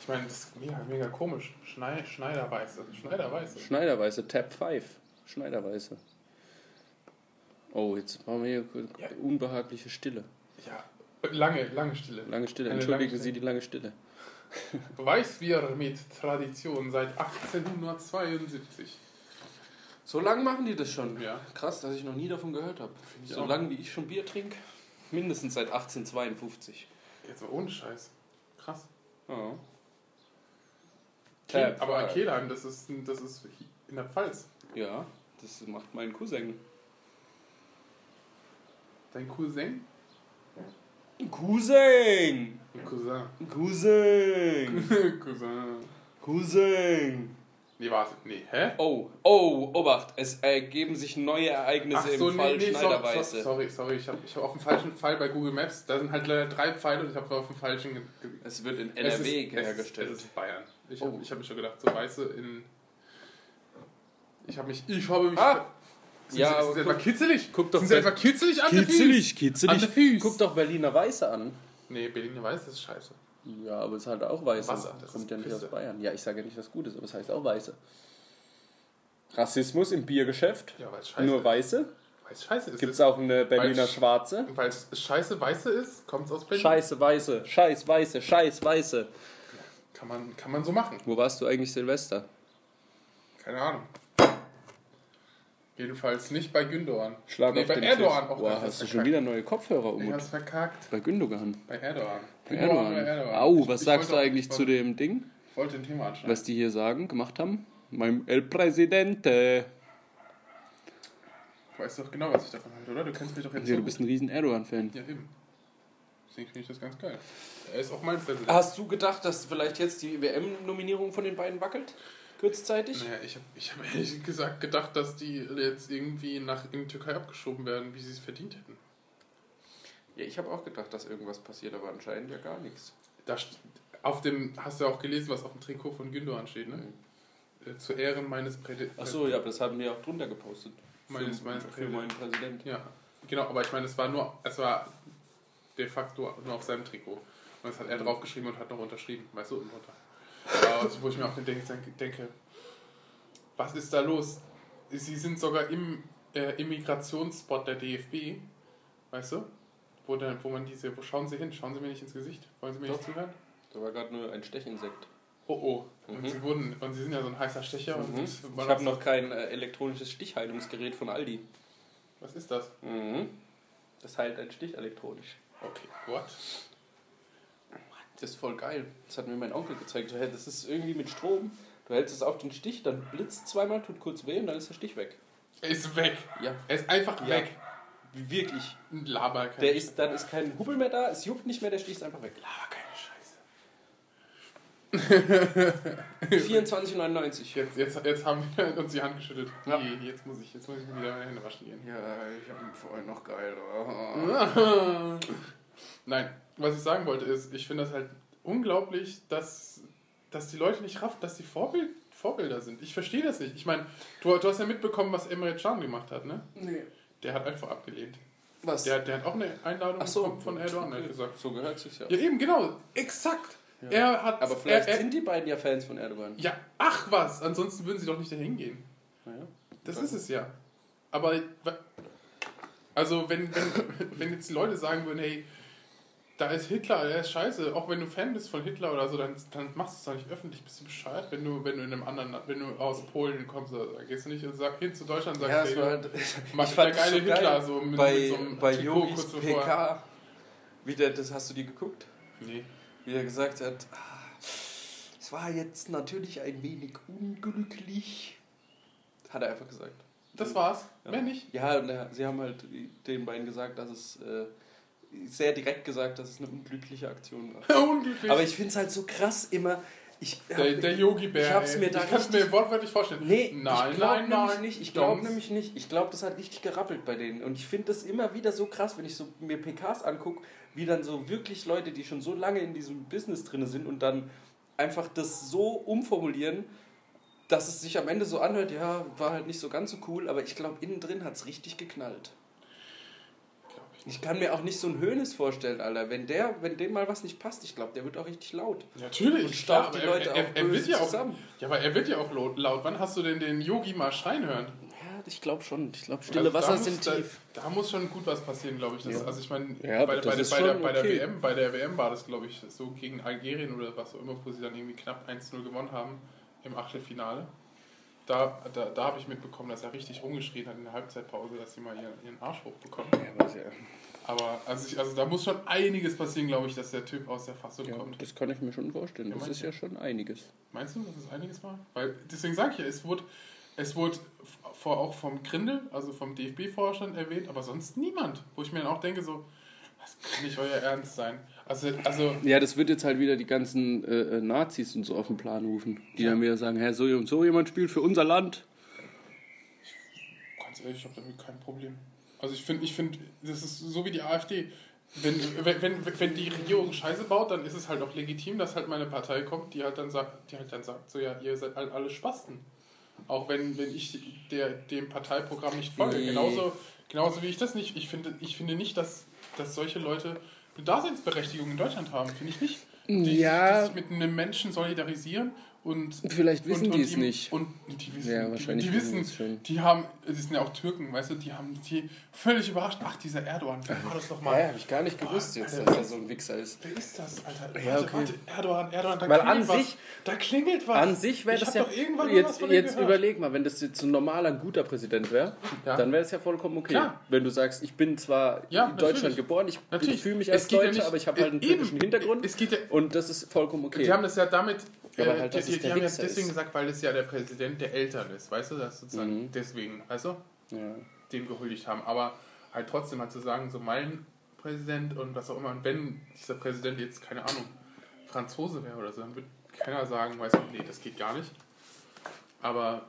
Speaker 2: Ich meine, das ist mega, mega komisch. Schnei, Schneiderweiße. Schneiderweiße.
Speaker 1: Schneiderweiße, Tab 5. Schneiderweiße. Oh, jetzt machen wir hier
Speaker 2: Ja.
Speaker 1: unbehagliche Stille.
Speaker 2: Ja, lange, lange Stille.
Speaker 1: Lange Stille,
Speaker 2: Eine
Speaker 1: entschuldigen
Speaker 2: lange
Speaker 1: Sie die lange Stille.
Speaker 2: Weißbier mit Tradition seit 1872.
Speaker 4: So lange machen die das schon.
Speaker 2: Ja.
Speaker 4: Krass, dass ich noch nie davon gehört habe.
Speaker 2: Find ich
Speaker 4: So
Speaker 2: auch.
Speaker 4: lange wie ich schon Bier trinke. Mindestens seit 1852.
Speaker 2: Jetzt mal ohne Scheiß. Krass.
Speaker 1: Oh.
Speaker 4: Tja,
Speaker 2: Kehl, Äh, aber
Speaker 4: voll.
Speaker 2: Kehlheim, das ist, das ist in der Pfalz.
Speaker 4: Ja, das macht mein Cousin.
Speaker 2: Dein Cousin?
Speaker 4: Cousin!
Speaker 2: Cousin.
Speaker 4: Cousin!
Speaker 2: Cousin.
Speaker 4: Cousin!
Speaker 2: Nee, warte. Nee, hä?
Speaker 4: Oh, oh, Obacht, es ergeben sich neue Ereignisse im Fall
Speaker 2: sorry,
Speaker 4: Schneiderweiße.
Speaker 2: sorry, sorry, ich habe ich hab auf dem falschen Pfeil bei Google Maps, da sind halt leider drei Pfeile und ich habe auf dem falschen ge- ge-
Speaker 4: Es wird in
Speaker 2: Es
Speaker 4: NRW
Speaker 2: ist-
Speaker 4: hergestellt.
Speaker 2: Es ist, es ist Bayern. Ich
Speaker 4: Oh.
Speaker 2: habe ich hab mich schon gedacht, so weiße in. Ich habe mich. Ich habe mich.
Speaker 4: Ah!
Speaker 2: Sind
Speaker 1: Ja,
Speaker 2: sie,
Speaker 1: aber
Speaker 2: sind sie
Speaker 1: guck-
Speaker 2: etwa kitzelig?
Speaker 1: guck doch
Speaker 2: Sind sie
Speaker 1: bei-
Speaker 2: etwa kitzelig an den
Speaker 1: Kitzelig,
Speaker 2: An den
Speaker 1: kitzelig.
Speaker 2: Füßen.
Speaker 1: Guck doch Berliner Weiße an.
Speaker 2: Nee, Berliner Weiß ist scheiße.
Speaker 1: Ja, aber es ist halt auch Weiße.
Speaker 2: Wasser, das
Speaker 1: Kommt
Speaker 2: ist
Speaker 1: ja nicht
Speaker 2: Pisse.
Speaker 1: aus Bayern. Ja, ich sage ja nicht was Gutes, aber es heißt auch Weiße. Rassismus im Biergeschäft.
Speaker 2: Ja, weil es scheiße
Speaker 1: Nur
Speaker 2: ist.
Speaker 1: Weiße.
Speaker 2: Weil es scheiße ist.
Speaker 1: Gibt es auch eine Berliner
Speaker 2: Weil-
Speaker 1: Schwarze?
Speaker 2: Weil es scheiße weiße ist, kommt es aus Berlin.
Speaker 1: Scheiße, Weiße. Scheiß, Weiße. Scheiß, Weiße.
Speaker 2: Kann man, kann man so machen.
Speaker 1: Wo warst du eigentlich Silvester?
Speaker 2: Keine Ahnung. Jedenfalls nicht bei Gündogan.
Speaker 5: Schlag
Speaker 2: Nee,
Speaker 5: auf
Speaker 2: bei
Speaker 5: den
Speaker 2: Erdogan
Speaker 5: Tisch.
Speaker 2: auch
Speaker 5: Boah,
Speaker 2: gleich
Speaker 5: hast du
Speaker 2: was
Speaker 5: schon
Speaker 2: verkackt.
Speaker 5: wieder neue Kopfhörer um?
Speaker 2: Ich hab's verkackt.
Speaker 5: Bei Gündogan.
Speaker 2: Bei Erdogan.
Speaker 5: Bei
Speaker 2: Gündogan
Speaker 5: Erdogan.
Speaker 2: oder Erdogan?
Speaker 5: Au,
Speaker 2: Ich-
Speaker 5: was
Speaker 2: ich
Speaker 5: sagst du
Speaker 2: wollte-
Speaker 5: eigentlich
Speaker 2: ich
Speaker 5: zu dem Ding,
Speaker 2: wollte ein Thema anschneiden.
Speaker 5: was die hier sagen, gemacht haben? Meinem El Presidente.
Speaker 2: Du weißt doch genau, was ich davon halte, oder? Du kennst mich doch jetzt
Speaker 5: Ja,
Speaker 2: so
Speaker 5: du bist ein riesen Erdogan-Fan.
Speaker 2: gut. Ja, eben. Deswegen finde ich das ganz geil. Er ist auch mein Präsident.
Speaker 5: Ah.
Speaker 1: Hast du gedacht, dass vielleicht jetzt die WM-Nominierung von den beiden wackelt? Kurzzeitig?
Speaker 2: Naja, ich habe ich hab ehrlich gesagt gedacht, dass die jetzt irgendwie nach in die Türkei abgeschoben werden, wie sie es verdient hätten.
Speaker 1: Ja, ich habe auch gedacht, dass irgendwas passiert, aber anscheinend ja gar nichts.
Speaker 2: Da st- auf dem, hast du ja auch gelesen, was auf dem Trikot von Gündogan steht, ne?
Speaker 5: Mhm.
Speaker 2: Äh, Zu Ehren meines Präsidenten.
Speaker 1: Achso, ja, aber das haben wir auch drunter gepostet.
Speaker 2: Meines-
Speaker 1: für,
Speaker 2: meines
Speaker 1: für meinen Präsident.
Speaker 2: Ja, genau, aber ich meine, es war nur, es war de facto nur auf seinem Trikot. Und das hat
Speaker 1: Mhm.
Speaker 2: er draufgeschrieben und hat noch unterschrieben, weißt du, unten drunter. Aber wo ich mir auch denke, denke, was ist da los? Sie sind sogar im äh, Immigrationsspot der DFB, weißt du? Wo, dann, wo man diese, wo schauen Sie hin? Schauen Sie mir nicht ins Gesicht? Wollen Sie mir nicht zuhören?
Speaker 1: Da war gerade nur ein Stechinsekt.
Speaker 2: Oh oh. Und
Speaker 1: Mhm.
Speaker 2: sie wurden, und sie sind ja so ein heißer Stecher
Speaker 1: Mhm.
Speaker 2: und
Speaker 1: Ich
Speaker 2: man
Speaker 1: habe noch kein äh, elektronisches Stichheilungsgerät von Aldi. Mhm.
Speaker 2: Was ist das?
Speaker 1: Das heilt ein Stich elektronisch.
Speaker 2: Okay, what?
Speaker 1: Das ist voll geil. Das hat mir mein Onkel gezeigt. So, hey, Das ist irgendwie mit Strom. Du hältst es auf den Stich, dann blitzt zweimal, tut kurz weh und dann ist der Stich weg.
Speaker 2: Er ist weg.
Speaker 1: Ja,
Speaker 2: Er ist einfach
Speaker 1: Ja.
Speaker 2: weg.
Speaker 1: wirklich.
Speaker 2: Laber kein
Speaker 1: Der ist, dann ist kein Hubbel mehr da, es juckt nicht mehr, der Stich ist einfach weg.
Speaker 2: Laber keine Scheiße.
Speaker 1: 24,99.
Speaker 2: Jetzt, jetzt, jetzt haben wir uns die Hand geschüttelt.
Speaker 1: Ja.
Speaker 2: Nee, jetzt muss ich, jetzt muss ich mir wieder meine Hände waschen gehen.
Speaker 1: Ja, ich habe vorhin noch geil. Hm?
Speaker 2: Nein, was ich sagen wollte ist, ich finde das halt unglaublich, dass, dass die Leute nicht raffen, dass die Vorbild, Vorbilder sind. Ich verstehe das nicht. Ich meine, du, du hast ja mitbekommen, was Emre Can gemacht hat, ne?
Speaker 1: Nee.
Speaker 2: Der hat einfach abgelehnt.
Speaker 1: Was?
Speaker 2: Der, der hat auch eine Einladung
Speaker 1: Ach so.
Speaker 2: bekommen von Erdogan, der hat gesagt.
Speaker 1: So gehört sich's ja.
Speaker 2: Ja eben, genau, exakt. Er hat...
Speaker 1: Aber vielleicht
Speaker 2: er, er,
Speaker 1: sind die beiden ja Fans von Erdogan.
Speaker 2: Ja, ach was, ansonsten würden sie doch nicht dahin gehen.
Speaker 1: Naja.
Speaker 2: Das ist es ja. Aber wa- also wenn, wenn, wenn jetzt die Leute sagen würden, hey, da ist Hitler, der ist scheiße, auch wenn du Fan bist von Hitler oder so, dann, dann machst du es doch nicht öffentlich, bist du bescheuert, wenn du, wenn du in einem anderen, wenn du aus Polen kommst, oder so, dann gehst du nicht und sag, hin zu Deutschland und
Speaker 1: Ja,
Speaker 2: sagst,
Speaker 1: es
Speaker 2: hey,
Speaker 1: war halt,
Speaker 2: mach
Speaker 1: ich
Speaker 2: ich der
Speaker 1: fand das
Speaker 2: geile
Speaker 1: so geil.
Speaker 2: Hitler, so mit, mit so
Speaker 1: bei,
Speaker 2: einem
Speaker 1: bei
Speaker 2: Trikot
Speaker 1: Jogis PK, wie der, das hast du dir geguckt,
Speaker 2: Nee.
Speaker 1: wie er gesagt hat, ah, es war jetzt natürlich ein wenig unglücklich, hat er einfach gesagt.
Speaker 2: Das war's,
Speaker 1: Ja.
Speaker 2: mehr nicht.
Speaker 1: Ja, und er, sie haben halt den beiden gesagt, dass es äh, sehr direkt gesagt, dass es eine unglückliche Aktion war.
Speaker 2: Unglücklich.
Speaker 1: Aber ich finde es halt so krass immer. Ich
Speaker 2: der, der Yogi Bär.
Speaker 1: Ich hab's
Speaker 2: ey.
Speaker 1: mir da
Speaker 2: ich kann's
Speaker 1: richtig-
Speaker 2: mir wortwörtlich vorstellen.
Speaker 1: Nee,
Speaker 2: nein,
Speaker 1: ich glaube
Speaker 2: nein,
Speaker 1: nämlich
Speaker 2: nein.
Speaker 1: nicht. Ich glaube
Speaker 2: Jungs.
Speaker 1: nämlich nicht. Ich glaube, das hat richtig gerappelt bei denen. Und ich finde das immer wieder so krass, wenn ich so mir PKs angucke, wie dann so wirklich Leute, die schon so lange in diesem Business drin sind und dann einfach das so umformulieren, dass es sich am Ende so anhört, ja, war halt nicht so ganz so cool, aber ich glaube, innen drin hat es richtig geknallt.
Speaker 2: Glaub ich
Speaker 1: Ich kann mir auch nicht so einen Hönes vorstellen, Alter. Wenn der, wenn dem mal was nicht passt, ich glaube, der wird auch richtig laut. Und
Speaker 2: Natürlich, klar,
Speaker 1: staucht
Speaker 2: aber
Speaker 1: die
Speaker 2: er,
Speaker 1: Leute
Speaker 2: er,
Speaker 1: auch
Speaker 2: er, er wird
Speaker 1: böse
Speaker 2: ja auch.
Speaker 1: zusammen.
Speaker 2: Ja, aber er wird ja auch laut. laut. Wann hast du denn den Yogi mal schreien hören?
Speaker 5: Ja, ich glaube schon. Ich glaube,
Speaker 2: Also da muss, Da, da muss schon gut was passieren, glaube ich. Das,
Speaker 5: Ja.
Speaker 2: Also ich meine,
Speaker 5: Ja,
Speaker 2: bei,
Speaker 5: das
Speaker 2: bei, der-
Speaker 5: ist
Speaker 2: bei, der,
Speaker 5: schon
Speaker 2: bei der
Speaker 5: okay.
Speaker 2: WM, bei der WM war das, glaube ich, so gegen Algerien oder was auch immer, wo sie dann irgendwie knapp 1-0 gewonnen haben im Achtelfinale. Da, da, da habe ich mitbekommen, dass er richtig rumgeschrien hat in der Halbzeitpause, dass sie mal ihren, ihren Arsch hochbekommen. Aber also, ich, also da muss schon einiges passieren, glaube ich, dass der Typ aus der Fassung
Speaker 5: Ja,
Speaker 2: kommt.
Speaker 5: das kann ich mir schon vorstellen.
Speaker 2: Ja,
Speaker 5: Das
Speaker 2: meinst
Speaker 5: ist ja schon einiges.
Speaker 2: Meinst du, dass es einiges war? Weil, deswegen sage ich ja, es wurde, es wurde vor, auch vom Grindel, also vom DFB-Vorstand erwähnt, aber sonst niemand. Wo ich mir dann auch denke, so, das kann nicht euer Ernst sein. Also, also
Speaker 5: Ja, das wird jetzt halt wieder die ganzen äh, äh, Nazis und so auf den Plan rufen. Die dann wieder sagen, Herr, so und so jemand spielt für unser Land.
Speaker 2: ganz ehrlich, ich habe damit kein Problem. Also ich finde, ich find, das ist so wie die AfD. Wenn, wenn, wenn, wenn die Regierung Scheiße baut, dann ist es halt auch legitim, dass halt meine Partei kommt, die halt dann sagt, die halt dann sagt, so ja, ihr seid halt alle Spasten. Auch wenn, wenn ich der, dem Parteiprogramm nicht folge.
Speaker 1: Nee.
Speaker 2: Genauso, genauso wie ich das nicht. Ich finde, ich finde nicht, dass, dass solche Leute eine Daseinsberechtigung in Deutschland haben, finde ich nicht. Die,
Speaker 5: Ja.
Speaker 2: die sich mit einem Menschen solidarisieren Und
Speaker 1: Vielleicht wissen
Speaker 2: und,
Speaker 1: die
Speaker 2: und
Speaker 1: es nicht.
Speaker 2: Und die wissen,
Speaker 1: Ja, wahrscheinlich
Speaker 2: die, die
Speaker 1: wissen
Speaker 2: wissen,
Speaker 1: die es schon.
Speaker 2: die haben, die sind ja auch Türken, weißt du, die haben die völlig überrascht. Ach, dieser Erdogan, wer war das nochmal?
Speaker 6: Ja, habe ich gar nicht gewusst jetzt, dass er so ein Wichser ist.
Speaker 2: Wer ist das, Alter?
Speaker 1: Ja,
Speaker 2: warte,
Speaker 1: okay.
Speaker 2: warte, Erdogan, Erdogan, da
Speaker 1: Weil
Speaker 2: klingelt
Speaker 1: an
Speaker 2: was.
Speaker 1: sich-
Speaker 2: da klingelt was.
Speaker 1: An sich wäre
Speaker 2: Ich
Speaker 1: das
Speaker 2: hab
Speaker 1: ja.
Speaker 2: doch irgendwann mal was
Speaker 1: Jetzt,
Speaker 2: von dem
Speaker 1: jetzt
Speaker 2: gehört.
Speaker 1: überleg mal, wenn das jetzt ein normaler, guter Präsident wäre,
Speaker 2: Ja.
Speaker 1: dann wäre es ja vollkommen okay.
Speaker 2: Klar.
Speaker 1: Wenn du sagst, ich bin zwar
Speaker 2: Ja,
Speaker 1: in Deutschland
Speaker 2: natürlich.
Speaker 1: geboren, ich
Speaker 2: Natürlich.
Speaker 1: fühle mich
Speaker 2: Es
Speaker 1: als
Speaker 2: geht ja
Speaker 1: Deutscher,
Speaker 2: nicht- Äh,
Speaker 1: aber ich habe halt einen
Speaker 2: eben.
Speaker 1: türkischen Hintergrund.
Speaker 2: Es geht ja-
Speaker 1: und das ist vollkommen okay.
Speaker 2: Die haben das ja damit.
Speaker 1: Ja, aber
Speaker 2: äh,
Speaker 1: halt,
Speaker 2: die,
Speaker 1: dass es
Speaker 2: die,
Speaker 1: der
Speaker 2: die haben ja
Speaker 1: Wichser
Speaker 2: deswegen
Speaker 1: ist. Mhm.
Speaker 2: gesagt, weil das ja der Präsident der Eltern ist, weißt du, das sozusagen deswegen, also
Speaker 1: ja.
Speaker 2: dem gehuldigt haben. Aber halt trotzdem halt zu sagen, so mein Präsident und was auch immer, und wenn dieser Präsident jetzt, keine Ahnung, Franzose wäre oder so, dann würde keiner sagen, weißt du, nee, das geht gar nicht. Aber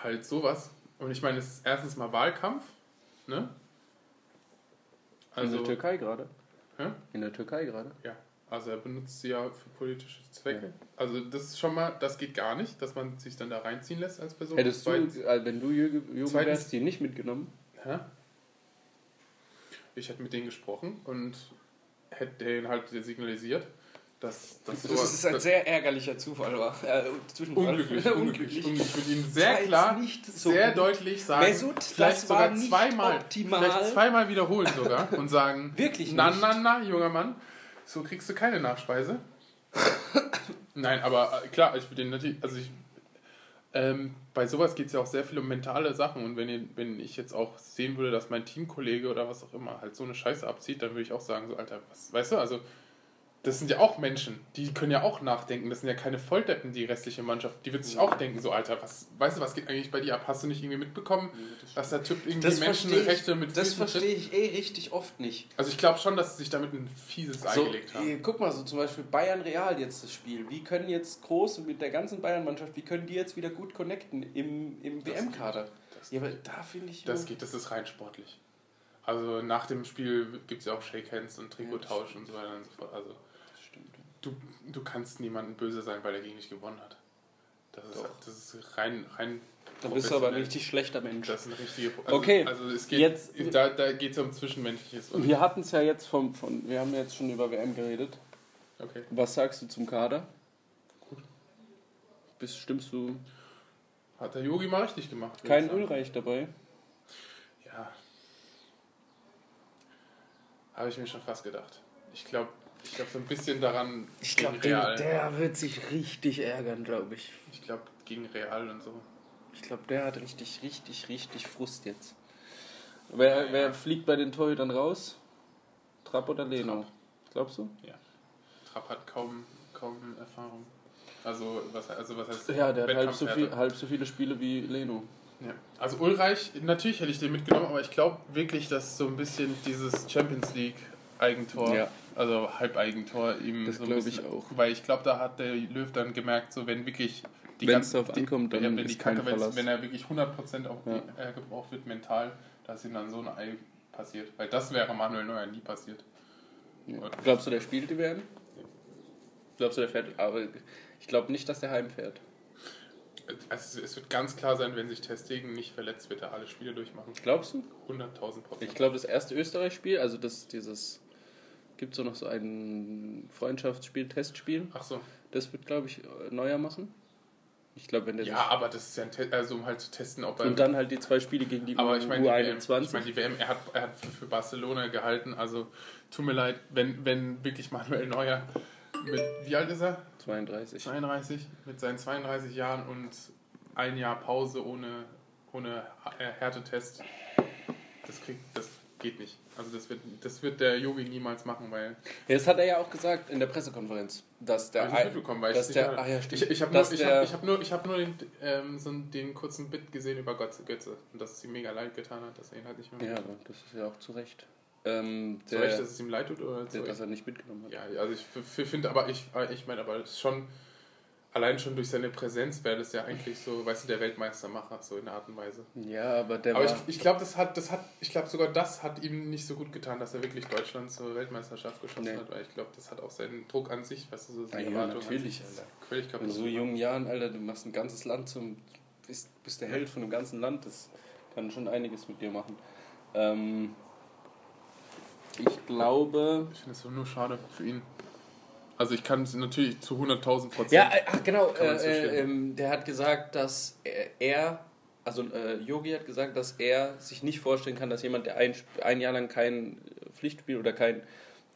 Speaker 2: halt sowas. Und ich meine, es ist erstens mal Wahlkampf, ne?
Speaker 1: in der Türkei gerade.
Speaker 2: Also Hä?
Speaker 1: In der Türkei gerade.
Speaker 2: Ja, also er benutzt sie ja für politische Zwecke. Also das ist schon mal, das geht gar nicht, dass man sich dann da reinziehen lässt als Person.
Speaker 1: Hättest du,
Speaker 2: Zweitens-
Speaker 1: äh, wenn du Jürgen Jürgen
Speaker 2: Zweitens-
Speaker 1: wärst, die nicht mitgenommen?
Speaker 2: Hä? Ich hätte mit denen gesprochen und hätte denen halt signalisiert, dass dass
Speaker 6: Das
Speaker 2: sowas-
Speaker 6: ist ein
Speaker 2: dass-
Speaker 6: sehr ärgerlicher Zufall, war. Äh, Zwischenfall.
Speaker 2: unglücklich, unglücklich, unglücklich. Ich würde ihnen sehr
Speaker 6: war jetzt
Speaker 2: klar,
Speaker 6: nicht so
Speaker 2: sehr
Speaker 6: gut.
Speaker 2: deutlich sagen,
Speaker 6: Mesut, das
Speaker 2: vielleicht
Speaker 6: war
Speaker 2: sogar
Speaker 6: nicht
Speaker 2: zweimal,
Speaker 6: optimal.
Speaker 2: vielleicht zweimal wiederholen sogar und sagen,
Speaker 6: Wirklich
Speaker 2: na,
Speaker 6: nicht.
Speaker 2: na, na, junger Mann, so kriegst du keine Nachspeise. Nein, aber äh, klar, ich würde den natürlich, also ich, ähm, bei sowas geht es ja auch sehr viel um mentale Sachen und wenn, ihr, wenn ich jetzt auch sehen würde, dass mein Teamkollege oder was auch immer halt so eine Scheiße abzieht, dann würde ich auch sagen, so Alter, was, weißt du, also das sind ja auch Menschen, die können ja auch nachdenken, das sind ja keine Volldeppen, die restliche Mannschaft, die
Speaker 6: Mhm.
Speaker 2: wird sich auch denken, so Alter, was, weißt du, was geht eigentlich bei dir ab? Hast du nicht irgendwie mitbekommen, dass der Typ irgendwie
Speaker 6: Das verstehe
Speaker 2: Menschenrechte
Speaker 6: ich,
Speaker 2: mit
Speaker 6: das
Speaker 2: Füßen tritt?
Speaker 6: verstehe ich eh richtig oft nicht.
Speaker 2: Also ich glaube schon, dass sie sich damit ein fieses Ei
Speaker 6: So,
Speaker 2: gelegt haben.
Speaker 6: eh, guck mal, so zum Beispiel Bayern Real jetzt das Spiel. Wie können jetzt groß mit der ganzen Bayern-Mannschaft, wie können die jetzt wieder gut connecten im, im WM-Kader? Ja, aber da finde ich.
Speaker 2: Das
Speaker 6: immer-
Speaker 2: geht, das ist rein sportlich. Also nach dem Spiel gibt es ja auch Shakehands und Trikottausch und so weiter und so fort. Also du, du kannst niemandem böse sein, weil er gegen dich gewonnen hat. Das ist, das ist rein, rein.
Speaker 6: Dann bist du aber ein
Speaker 2: professionell.
Speaker 6: richtig schlechter Mensch.
Speaker 2: Das ist eine richtige. Also,
Speaker 1: Okay,
Speaker 2: Also es geht,
Speaker 1: jetzt-
Speaker 2: da, da geht es um Zwischenmenschliches. Und,
Speaker 1: Wir hatten es ja jetzt vom, von, wir haben ja jetzt schon über WM geredet.
Speaker 2: okay.
Speaker 1: Was sagst du zum Kader? Bist, stimmst du?
Speaker 2: Hat der Yogi mal richtig gemacht. würd
Speaker 1: Kein
Speaker 2: ich sagen.
Speaker 1: Ulreich dabei.
Speaker 2: Ja. Habe ich mir schon fast gedacht. Ich glaube, ich glaube so ein bisschen daran. gegen Real.
Speaker 1: wird sich richtig ärgern, glaube ich.
Speaker 2: Ich glaube gegen Real und so.
Speaker 1: Ich glaube, der hat richtig, richtig, richtig Frust jetzt. Wer, wer fliegt bei den Torhütern raus? Trapp oder Leno? Glaubst du?
Speaker 2: Trapp hat kaum, kaum Erfahrung. Also was, also was heißt
Speaker 1: Ja, der hat halb so,
Speaker 2: Wettkampfhärte.
Speaker 1: viel, halb so viele Spiele wie Leno.
Speaker 2: Ja. Also Ulreich, natürlich hätte ich den mitgenommen, aber ich glaube wirklich, dass so ein bisschen dieses Champions League Eigentor,
Speaker 1: Ja.
Speaker 2: also Halbeigentor ihm
Speaker 1: Das
Speaker 2: so ein
Speaker 1: glaub
Speaker 2: bisschen-
Speaker 1: ich auch.
Speaker 2: Weil ich glaube, da hat der Löw dann gemerkt, so wenn wirklich die
Speaker 1: Wenn's
Speaker 2: ganze-
Speaker 1: drauf ankommt,
Speaker 2: die,
Speaker 1: dann
Speaker 2: wenn
Speaker 1: ist
Speaker 2: die Kacke,
Speaker 1: kein
Speaker 2: wenn's-
Speaker 1: Verlass.
Speaker 2: wenn er wirklich 100% auf
Speaker 1: Ja.
Speaker 2: äh, gebraucht wird mental, dass ihm dann so ein Ei passiert, weil das wäre Manuel Neuer nie passiert. Und-
Speaker 1: Glaubst du, der spielt die WM? Glaubst du, der fährt? Aber ich glaube nicht, dass der heimfährt.
Speaker 2: Also es wird ganz klar sein, wenn sich Testegen nicht verletzt, wird er alle Spiele durchmachen.
Speaker 1: Glaubst du?
Speaker 2: 100.000 Prozent.
Speaker 1: Ich glaube, das erste Österreich-Spiel, also das, dieses, gibt es noch so ein Freundschaftsspiel, Testspiel,
Speaker 2: Ach so.
Speaker 1: das wird, glaube ich, Neuer machen. Ich glaube, wenn der
Speaker 2: Ja, aber das ist ja ein Test, also um halt zu testen, ob
Speaker 1: sich...
Speaker 2: er...
Speaker 1: Und dann halt die zwei Spiele gegen die
Speaker 2: aber ich meine, die WM,
Speaker 1: U21.
Speaker 2: ich meine, die WM, er hat, er hat für- für Barcelona gehalten, also tut mir leid, wenn, wenn wirklich Manuel Neuer mit, wie alt ist er?
Speaker 1: 32.
Speaker 2: 32? Mit seinen 32 Jahren und ein Jahr Pause ohne, ohne äh, Härtetest, das kriegt, das geht nicht. Also das wird, das wird der Yogi niemals machen, weil
Speaker 6: Ja, das hat er ja auch gesagt in der Pressekonferenz, dass der.
Speaker 2: Hab ich nicht mitbekommen, weil
Speaker 6: dass
Speaker 2: ich
Speaker 6: der,
Speaker 2: nicht
Speaker 6: ah ja, stimmt.
Speaker 2: ich, ich habe
Speaker 6: dass
Speaker 2: nur, ich
Speaker 6: der-
Speaker 2: hab, ich hab nur, ich hab nur den, ähm, so einen- den kurzen Bit gesehen über Götze, Götze und dass es ihm mega leid getan hat, dass er ihn halt nicht mehr
Speaker 1: Ja, aber das ist ja auch zu Recht. Ähm,
Speaker 2: Zu
Speaker 1: der,
Speaker 2: Recht, dass es ihm leid tut oder zu
Speaker 1: der,
Speaker 2: Recht?
Speaker 1: dass er nicht mitgenommen hat.
Speaker 2: Ja, also ich f- f- finde aber, ich, äh, ich meine aber es ist schon, allein schon durch seine Präsenz wäre das ja eigentlich so, weißt du, der Weltmeistermacher, so in der Art und Weise.
Speaker 1: Ja, aber der
Speaker 2: Aber ich,
Speaker 1: war...
Speaker 2: ich glaube, das hat, das hat, ich glaube sogar das hat ihm nicht so gut getan, dass er wirklich Deutschland zur Weltmeisterschaft geschossen
Speaker 1: Nee.
Speaker 2: hat, weil ich glaube, das hat auch seinen Druck an sich, weißt du, so
Speaker 1: Ja,
Speaker 2: Erwartung
Speaker 1: natürlich,
Speaker 2: an sich,
Speaker 1: Alter.
Speaker 2: völlig kaputt.
Speaker 1: In so jungen Jahren, Alter, du machst ein ganzes Land zum. Bist, bist der Held von einem ganzen Land. Das kann schon einiges mit dir machen. Ähm, ich glaube.
Speaker 2: Ich finde es nur schade für ihn. Also ich kann es natürlich zu 100.000 Prozent.
Speaker 1: Ja, äh, ach genau,
Speaker 2: Kann man
Speaker 1: äh, äh, ähm, der hat gesagt, dass er- er, also äh, Yogi hat gesagt, dass er sich nicht vorstellen kann, dass jemand, der ein, Sp- ein Jahr lang kein Pflichtspiel oder kein,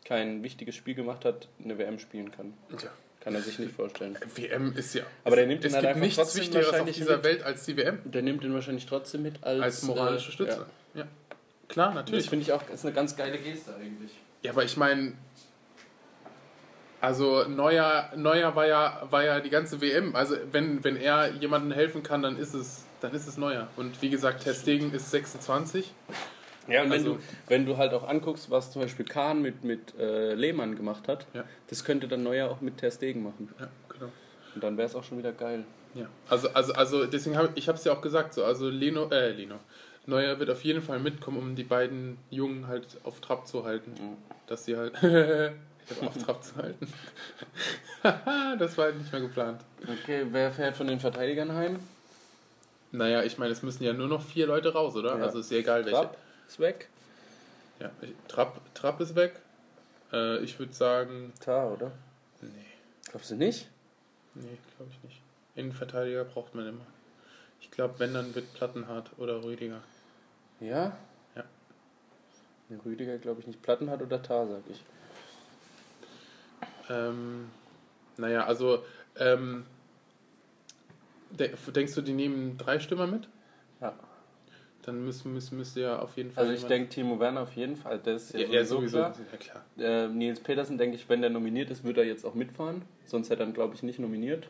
Speaker 1: kein wichtiges Spiel gemacht hat, eine WM spielen kann.
Speaker 2: Tja.
Speaker 1: Kann er sich nicht vorstellen.
Speaker 2: WM ist ja.
Speaker 1: äh, Aber der nimmt ihn
Speaker 2: es
Speaker 1: halt
Speaker 2: gibt
Speaker 1: einfach
Speaker 2: nichts
Speaker 1: trotzdem
Speaker 2: Wichtigeres auf
Speaker 1: wahrscheinlich
Speaker 2: dieser
Speaker 1: mit.
Speaker 2: Welt als die WM.
Speaker 1: Der nimmt ihn wahrscheinlich trotzdem mit als,
Speaker 2: Als moralische
Speaker 1: äh,
Speaker 2: Stütze.
Speaker 1: ja.
Speaker 2: Ja. Klar,
Speaker 1: Das
Speaker 2: natürlich.
Speaker 1: finde ich auch ist eine ganz geile Geste eigentlich.
Speaker 2: Ja, aber ich meine, also Neuer, Neuer war, ja, war ja die ganze WM. Also wenn, wenn er jemandem helfen kann, dann ist es, dann ist es Neuer. Und wie gesagt, Ter Stegen ist 26.
Speaker 1: Ja, und
Speaker 2: Also-
Speaker 1: wenn, du, wenn du halt auch anguckst, was zum Beispiel Kahn mit, mit äh, Lehmann gemacht hat,
Speaker 2: Ja.
Speaker 1: das könnte dann Neuer auch mit Ter Stegen machen.
Speaker 2: Ja, genau.
Speaker 1: Und dann wäre es auch schon wieder geil.
Speaker 2: Ja. Also, also, also deswegen habe ich habe es ja auch gesagt, so, also Leno, äh, Leno. Neuer wird auf jeden Fall mitkommen, um die beiden Jungen halt auf Trab zu halten. Dass sie halt auf Trab zu halten. das war halt nicht mehr geplant.
Speaker 1: Okay, wer fährt von den Verteidigern heim?
Speaker 2: Naja, ich meine, es müssen ja nur noch vier Leute raus, oder?
Speaker 1: Ja.
Speaker 2: Also ist ja egal, welche.
Speaker 1: Trapp ist weg.
Speaker 2: Ja, ich, Trapp, Trapp ist weg. Äh, ich würde sagen.
Speaker 1: Tar, oder?
Speaker 2: Nee,
Speaker 1: Glaubst du nicht?
Speaker 2: nee, glaube ich nicht. Innenverteidiger braucht man immer. Ich glaube, wenn, dann wird Plattenhardt oder Rüdiger.
Speaker 1: Ja?
Speaker 2: Ja.
Speaker 1: Der Rüdiger, glaube ich, nicht. Platten hat oder Tar, sag ich.
Speaker 2: Ähm, naja, also. Ähm, de denkst du, die nehmen drei Stimmer mit?
Speaker 1: Ja.
Speaker 2: Dann müssen, müssen, müsste ja auf jeden Fall.
Speaker 1: Also ich denke, Timo Werner auf jeden Fall. Der ist ja,
Speaker 2: Ja, ja,
Speaker 1: sowieso
Speaker 2: sowieso.
Speaker 1: klar.
Speaker 2: Ja, klar.
Speaker 1: Äh, Nils Petersen, denke ich, wenn der nominiert ist, wird er jetzt auch mitfahren. Sonst hätte er, glaube ich, nicht nominiert,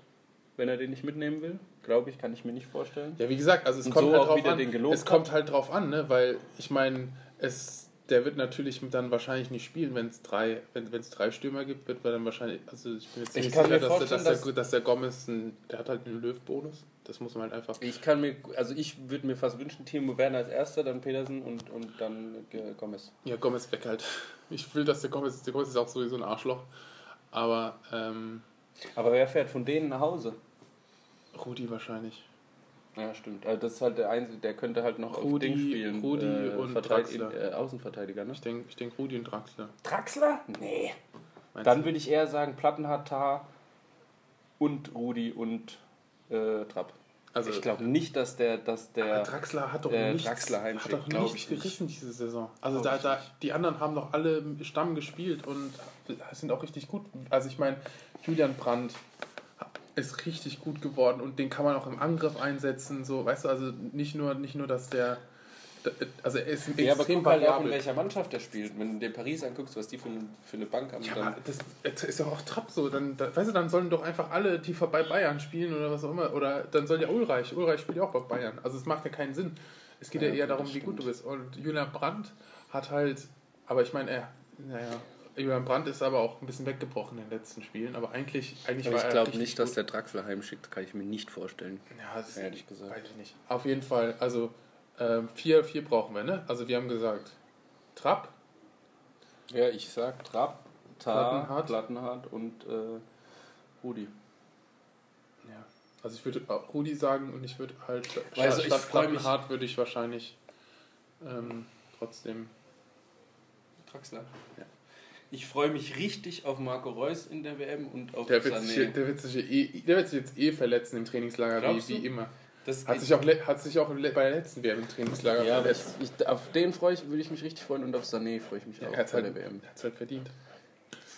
Speaker 1: wenn er den nicht mitnehmen will. Glaube ich, kann ich mir nicht vorstellen.
Speaker 2: Ja, wie gesagt, also es
Speaker 1: Und
Speaker 2: kommt
Speaker 1: so
Speaker 2: halt
Speaker 1: auch
Speaker 2: drauf
Speaker 1: wieder
Speaker 2: an.
Speaker 1: den gelobt
Speaker 2: es kommt halt drauf an, ne? Weil ich meine, es der wird natürlich dann wahrscheinlich nicht spielen, wenn es drei, wenn es drei Stürmer gibt, wird er dann wahrscheinlich. Also ich bin jetzt
Speaker 1: Ich
Speaker 2: nicht
Speaker 1: kann mir
Speaker 2: sicher, dass, der,
Speaker 1: vorstellen,
Speaker 2: dass, der,
Speaker 1: dass-
Speaker 2: dass der Gomez ein, der hat halt einen Löw-Bonus. Das muss man halt einfach.
Speaker 1: Ich kann mir, also ich würde mir fast wünschen, Timo Werner als erster, dann Petersen und, und dann äh, Gomez.
Speaker 2: Ja, Gomez weg halt. Ich will, dass der Gomez, der Gomez ist auch sowieso ein Arschloch. Aber ähm,
Speaker 1: Aber wer fährt von denen nach Hause?
Speaker 2: Rudi wahrscheinlich.
Speaker 1: Ja, stimmt. Also das ist halt der Einzige, der könnte halt noch
Speaker 2: Rudi-
Speaker 1: auf Ding spielen.
Speaker 2: Rudi
Speaker 1: äh,
Speaker 2: und
Speaker 1: Verteid
Speaker 2: Draxler.
Speaker 1: äh, Außenverteidiger, ne?
Speaker 2: Ich denke, ich denk Rudi und Draxler.
Speaker 1: Draxler? Nee.
Speaker 2: Meinst
Speaker 1: Dann
Speaker 2: du?
Speaker 1: würde ich eher sagen Plattenhardt, Tar und Rudi und äh, Trapp.
Speaker 2: also
Speaker 1: ich glaube nicht, dass der, dass
Speaker 2: Aber
Speaker 1: der...
Speaker 2: Draxler hat doch
Speaker 1: äh,
Speaker 2: nichts,
Speaker 1: Draxler
Speaker 2: hat
Speaker 1: heimschickt,
Speaker 2: doch
Speaker 1: glaub
Speaker 2: nichts
Speaker 1: ich nicht.
Speaker 2: gerissen diese Saison. Also
Speaker 1: Glaub
Speaker 2: da,
Speaker 1: ich
Speaker 2: da,
Speaker 1: nicht.
Speaker 2: die anderen haben doch alle im Stamm gespielt und sind auch richtig gut. Also ich meine, Julian Brandt ist richtig gut geworden und den kann man auch im Angriff einsetzen. So, weißt du, also nicht nur, nicht nur dass der, also er ist
Speaker 1: ja, aber
Speaker 2: extrem
Speaker 1: guck halt auch, in
Speaker 2: variabel.
Speaker 1: welcher Mannschaft der spielt. Wenn du dir Paris anguckst, was die für, für eine Bank haben,
Speaker 2: Ja,
Speaker 1: dann...
Speaker 2: aber das, das ist doch auch Trapp so. Dann, da, weißt du, dann sollen doch einfach alle, die bei Bayern spielen oder was auch immer, oder dann soll ja Ulreich, Ulreich spielt ja auch bei Bayern. Also es macht ja keinen Sinn. Es geht ja,
Speaker 1: Ja,
Speaker 2: eher
Speaker 1: gut,
Speaker 2: darum,
Speaker 1: das
Speaker 2: wie gut
Speaker 1: stimmt.
Speaker 2: du bist. Und Julian Brandt hat halt, aber ich meine, er, naja, Julian Brandt ist aber auch ein bisschen weggebrochen in den letzten Spielen, aber eigentlich, eigentlich
Speaker 1: Aber
Speaker 2: war
Speaker 1: ich
Speaker 2: er
Speaker 1: glaube
Speaker 2: richtig
Speaker 1: nicht, dass
Speaker 2: gut.
Speaker 1: der Draxler heimschickt, kann ich mir nicht vorstellen.
Speaker 2: Ja, das
Speaker 1: Ehrlich gesagt.
Speaker 2: Weiß ich nicht. Auf jeden Fall, also ähm, vier, vier brauchen wir, ne? Also wir haben gesagt, Trapp,
Speaker 1: Ja, ich sag Trapp,
Speaker 2: Tar,
Speaker 1: Plattenhardt, Plattenhardt und äh, Rudi.
Speaker 2: Ja. Also ich würde auch Rudi sagen und ich würde halt statt,
Speaker 1: Also ich
Speaker 2: statt
Speaker 1: freu mich-
Speaker 2: Plattenhardt würde ich wahrscheinlich ähm, trotzdem.
Speaker 1: Draxler. Ich freue mich richtig auf Marco Reus in der WM und auf
Speaker 2: Der wird, sich,
Speaker 1: Sané.
Speaker 2: der, wird sich ja eh, der wird sich jetzt eh verletzen im Trainingslager, wie,
Speaker 1: Glaubst du?
Speaker 2: wie immer.
Speaker 1: Das
Speaker 2: Hat sich auch, le- hat sich auch le- bei der letzten WM im Trainingslager
Speaker 1: ja, aber ich,
Speaker 2: verletzt.
Speaker 1: ich, auf den freue ich, würde ich mich richtig freuen und auf Sané freue ich mich auch
Speaker 2: Er hat
Speaker 1: bei der
Speaker 2: halt,
Speaker 1: WM.
Speaker 2: er hat's halt verdient.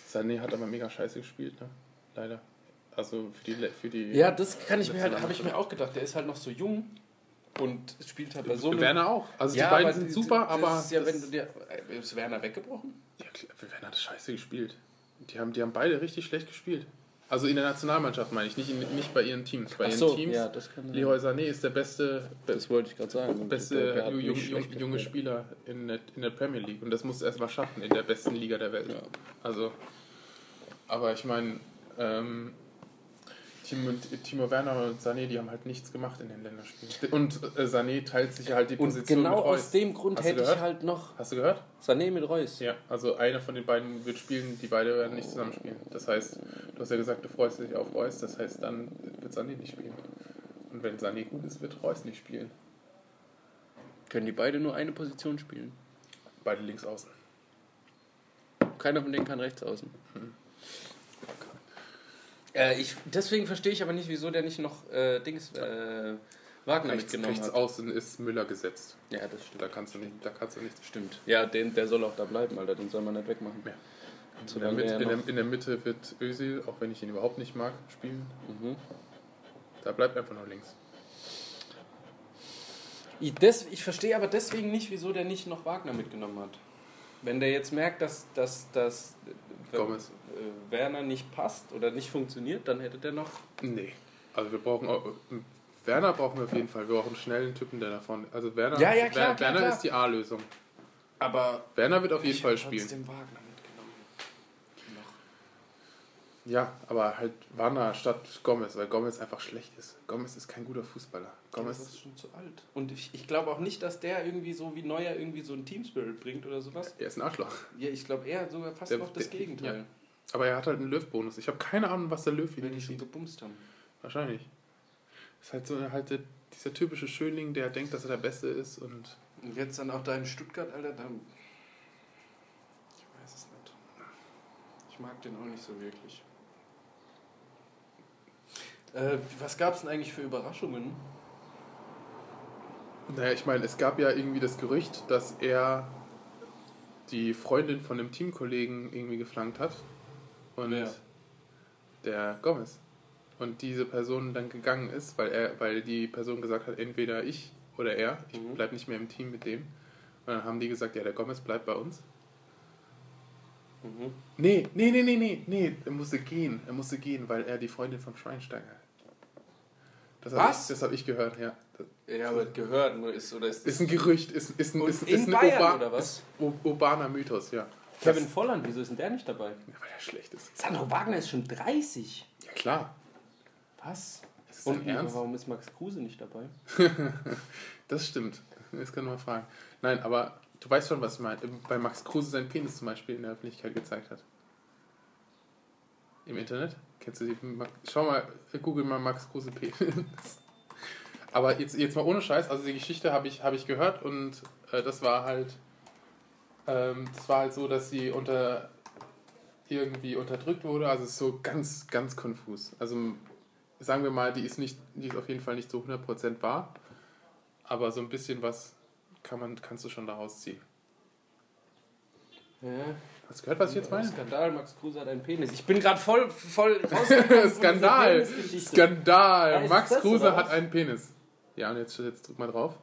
Speaker 2: Sané hat aber mega scheiße gespielt, ne? Leider. Also für die... le- Für die
Speaker 1: Ja, das kann ich mir halt,
Speaker 2: Letzte
Speaker 1: habe ich mir auch gedacht. Der ist halt noch so jung und spielt halt bei so einem...
Speaker 2: Werner auch. Also
Speaker 1: Ja,
Speaker 2: die beiden
Speaker 1: aber
Speaker 2: sind
Speaker 1: die-
Speaker 2: super,
Speaker 1: das
Speaker 2: aber...
Speaker 1: Ist ja,
Speaker 2: das-
Speaker 1: wenn du dir, äh, ist Werner weggebrochen?
Speaker 2: Ja, klar, Werner hat scheiße gespielt. Die haben, die haben beide richtig schlecht gespielt. Also in der Nationalmannschaft meine ich, nicht, in, nicht bei ihren Teams. Bei
Speaker 1: Ach
Speaker 2: ihren
Speaker 1: so,
Speaker 2: Teams,
Speaker 1: ja, das kann sein.
Speaker 2: Leroy Sané ist der beste, be
Speaker 7: Das wollte ich gerade sagen.
Speaker 2: beste äh,
Speaker 7: Der hat
Speaker 2: junge,
Speaker 7: nicht
Speaker 2: junge,
Speaker 7: schlecht
Speaker 2: junge
Speaker 7: gespielt.
Speaker 2: Spieler in der, in der Premier League. Und das musst du erstmal schaffen in der besten Liga der Welt.
Speaker 7: Ja.
Speaker 2: Also, aber ich meine, ähm, Timo, Timo Werner und Sané, die haben halt nichts gemacht in den Länderspielen. Und äh, Sané teilt sich ja halt die
Speaker 1: Und
Speaker 2: Position
Speaker 1: genau
Speaker 2: mit Reus.
Speaker 1: aus dem Grund
Speaker 2: Hast du
Speaker 1: hätte ich
Speaker 2: gehört?
Speaker 1: halt noch
Speaker 2: Hast du gehört?
Speaker 1: Sané mit Reus.
Speaker 2: Ja, also einer von den beiden wird spielen, die beide werden nicht zusammen spielen. Das heißt, du hast ja gesagt, du freust dich auf Reus, das heißt, dann wird Sané nicht spielen. Und wenn Sané gut ist, wird Reus nicht spielen.
Speaker 1: Können die beide nur eine Position spielen?
Speaker 2: Beide links außen. Hm.
Speaker 1: Keiner von denen kann rechts außen. Äh, ich, deswegen verstehe ich aber nicht, wieso der nicht noch äh, Dings äh, Wagner
Speaker 2: Rechts,
Speaker 1: mitgenommen
Speaker 2: rechts
Speaker 1: hat.
Speaker 2: außen ist Müller gesetzt.
Speaker 1: Ja, das stimmt.
Speaker 2: Da kannst du nicht, da kannst du nichts
Speaker 1: Stimmt. Ja, den, der soll auch da bleiben, Alter. Den soll man nicht wegmachen.
Speaker 2: Ja. In der,
Speaker 1: Solange
Speaker 2: Mitte,
Speaker 1: er
Speaker 2: in,
Speaker 1: noch-
Speaker 2: der, in der Mitte wird Özil, auch wenn ich ihn überhaupt nicht mag, spielen.
Speaker 1: Mhm.
Speaker 2: Da bleibt einfach nur links.
Speaker 1: Ich, des, ich verstehe aber deswegen nicht, wieso der nicht noch Wagner mitgenommen hat. Wenn der jetzt merkt, dass, dass, dass äh,
Speaker 2: Gomez.
Speaker 1: äh, Werner nicht passt oder nicht funktioniert, dann hätte der noch.
Speaker 2: Nee. Also wir brauchen auch- Werner brauchen wir auf jeden Fall. Wir brauchen schnell einen Typen, der da vorne. Also Werner,
Speaker 1: Ja, ja, klar,
Speaker 2: Werner,
Speaker 1: klar,
Speaker 2: Werner
Speaker 1: klar.
Speaker 2: ist die A-Lösung.
Speaker 1: Aber
Speaker 2: Werner wird auf jeden
Speaker 1: ich
Speaker 2: Fall
Speaker 1: hätte
Speaker 2: spielen.
Speaker 1: trotzdem Wagner mitgenommen. Noch.
Speaker 2: Ja, aber halt Werner statt Gomez, weil Gomez einfach schlecht ist. Gomez ist kein guter Fußballer.
Speaker 1: Aber
Speaker 2: Gomez
Speaker 1: ist schon zu alt. Und ich, ich glaube auch nicht, dass der irgendwie so wie Neuer irgendwie so einen Teamspirit bringt oder sowas.
Speaker 2: er ist ein Arschloch.
Speaker 1: Ja, ich glaube eher sogar fast
Speaker 2: Der-
Speaker 1: noch das
Speaker 2: der-
Speaker 1: Gegenteil.
Speaker 2: ja. Aber er hat halt einen Löw-Bonus. Ich habe keine Ahnung, was der Löw wieder
Speaker 1: Wenn die
Speaker 2: nicht
Speaker 1: schon
Speaker 2: sieht.
Speaker 1: gebumst haben.
Speaker 2: Wahrscheinlich. Ist halt so eine- halt der- dieser typische Schönling, der denkt, dass er der Beste ist und
Speaker 1: Und jetzt dann auch da in Stuttgart, Alter, dann. Ich weiß es nicht. Ich mag den auch nicht so wirklich. Äh, was gab es denn eigentlich für Überraschungen?
Speaker 2: Naja, ich meine, es gab ja irgendwie das Gerücht, dass er die Freundin von einem Teamkollegen irgendwie geflankt hat. Und
Speaker 1: Wer?
Speaker 2: der Gomez. Und diese Person dann gegangen ist, weil er, weil die Person gesagt hat, entweder ich oder er, ich
Speaker 1: Mhm.
Speaker 2: bleib nicht mehr im Team mit dem. Und dann haben die gesagt, ja, der Gomez bleibt bei uns.
Speaker 1: Mhm.
Speaker 2: Nee, nee, nee, nee, nee, nee, er musste gehen. Er musste gehen, weil er die Freundin von Schweinsteiger hat. Das hab
Speaker 1: Was?
Speaker 2: Ich, das habe ich gehört, ja. Das
Speaker 1: Ja, aber gehört nur ist oder ist.
Speaker 2: ist ein Gerücht, ist, ist ein,
Speaker 1: Und
Speaker 2: ist,
Speaker 1: in
Speaker 2: ist ein
Speaker 1: Bayern
Speaker 2: Urban-
Speaker 1: oder was?
Speaker 2: Ur- urbaner Mythos, ja.
Speaker 1: Kevin Volland, wieso ist denn der nicht dabei?
Speaker 2: Ja, weil er schlecht ist.
Speaker 1: Sandro Wagner ist schon 30.
Speaker 2: Ja, klar.
Speaker 1: Was?
Speaker 2: Ist das
Speaker 1: Und
Speaker 2: dein Ernst?
Speaker 1: warum ist Max Kruse nicht dabei?
Speaker 2: Das stimmt. Das kann man fragen. Nein, aber du weißt schon, was ich meine. Bei Max Kruse sein Penis zum Beispiel in der Öffentlichkeit gezeigt hat. Im Internet? Kennst du die? Ma- Schau mal, google mal Max Kruse Penis. Aber jetzt, jetzt mal ohne Scheiß, also die Geschichte habe ich, hab ich gehört und äh, das war halt. Ähm, das war halt so, dass sie unter irgendwie unterdrückt wurde. Also es ist so ganz, ganz konfus. Also sagen wir mal, die ist nicht, die ist auf jeden Fall nicht so 100% wahr. Aber so ein bisschen was kann man, kannst du schon daraus ziehen.
Speaker 1: Ja,
Speaker 2: Hast du gehört, was ich jetzt meine?
Speaker 1: Skandal, Max Kruse hat einen Penis. Ich bin gerade voll, voll
Speaker 2: Skandal!
Speaker 1: Penisgeschichte. Ah,
Speaker 2: Skandal!
Speaker 1: ist
Speaker 2: Max
Speaker 1: das
Speaker 2: Kruse
Speaker 1: oder
Speaker 2: hat
Speaker 1: was?
Speaker 2: einen Penis. Ja, und jetzt, jetzt drück mal drauf.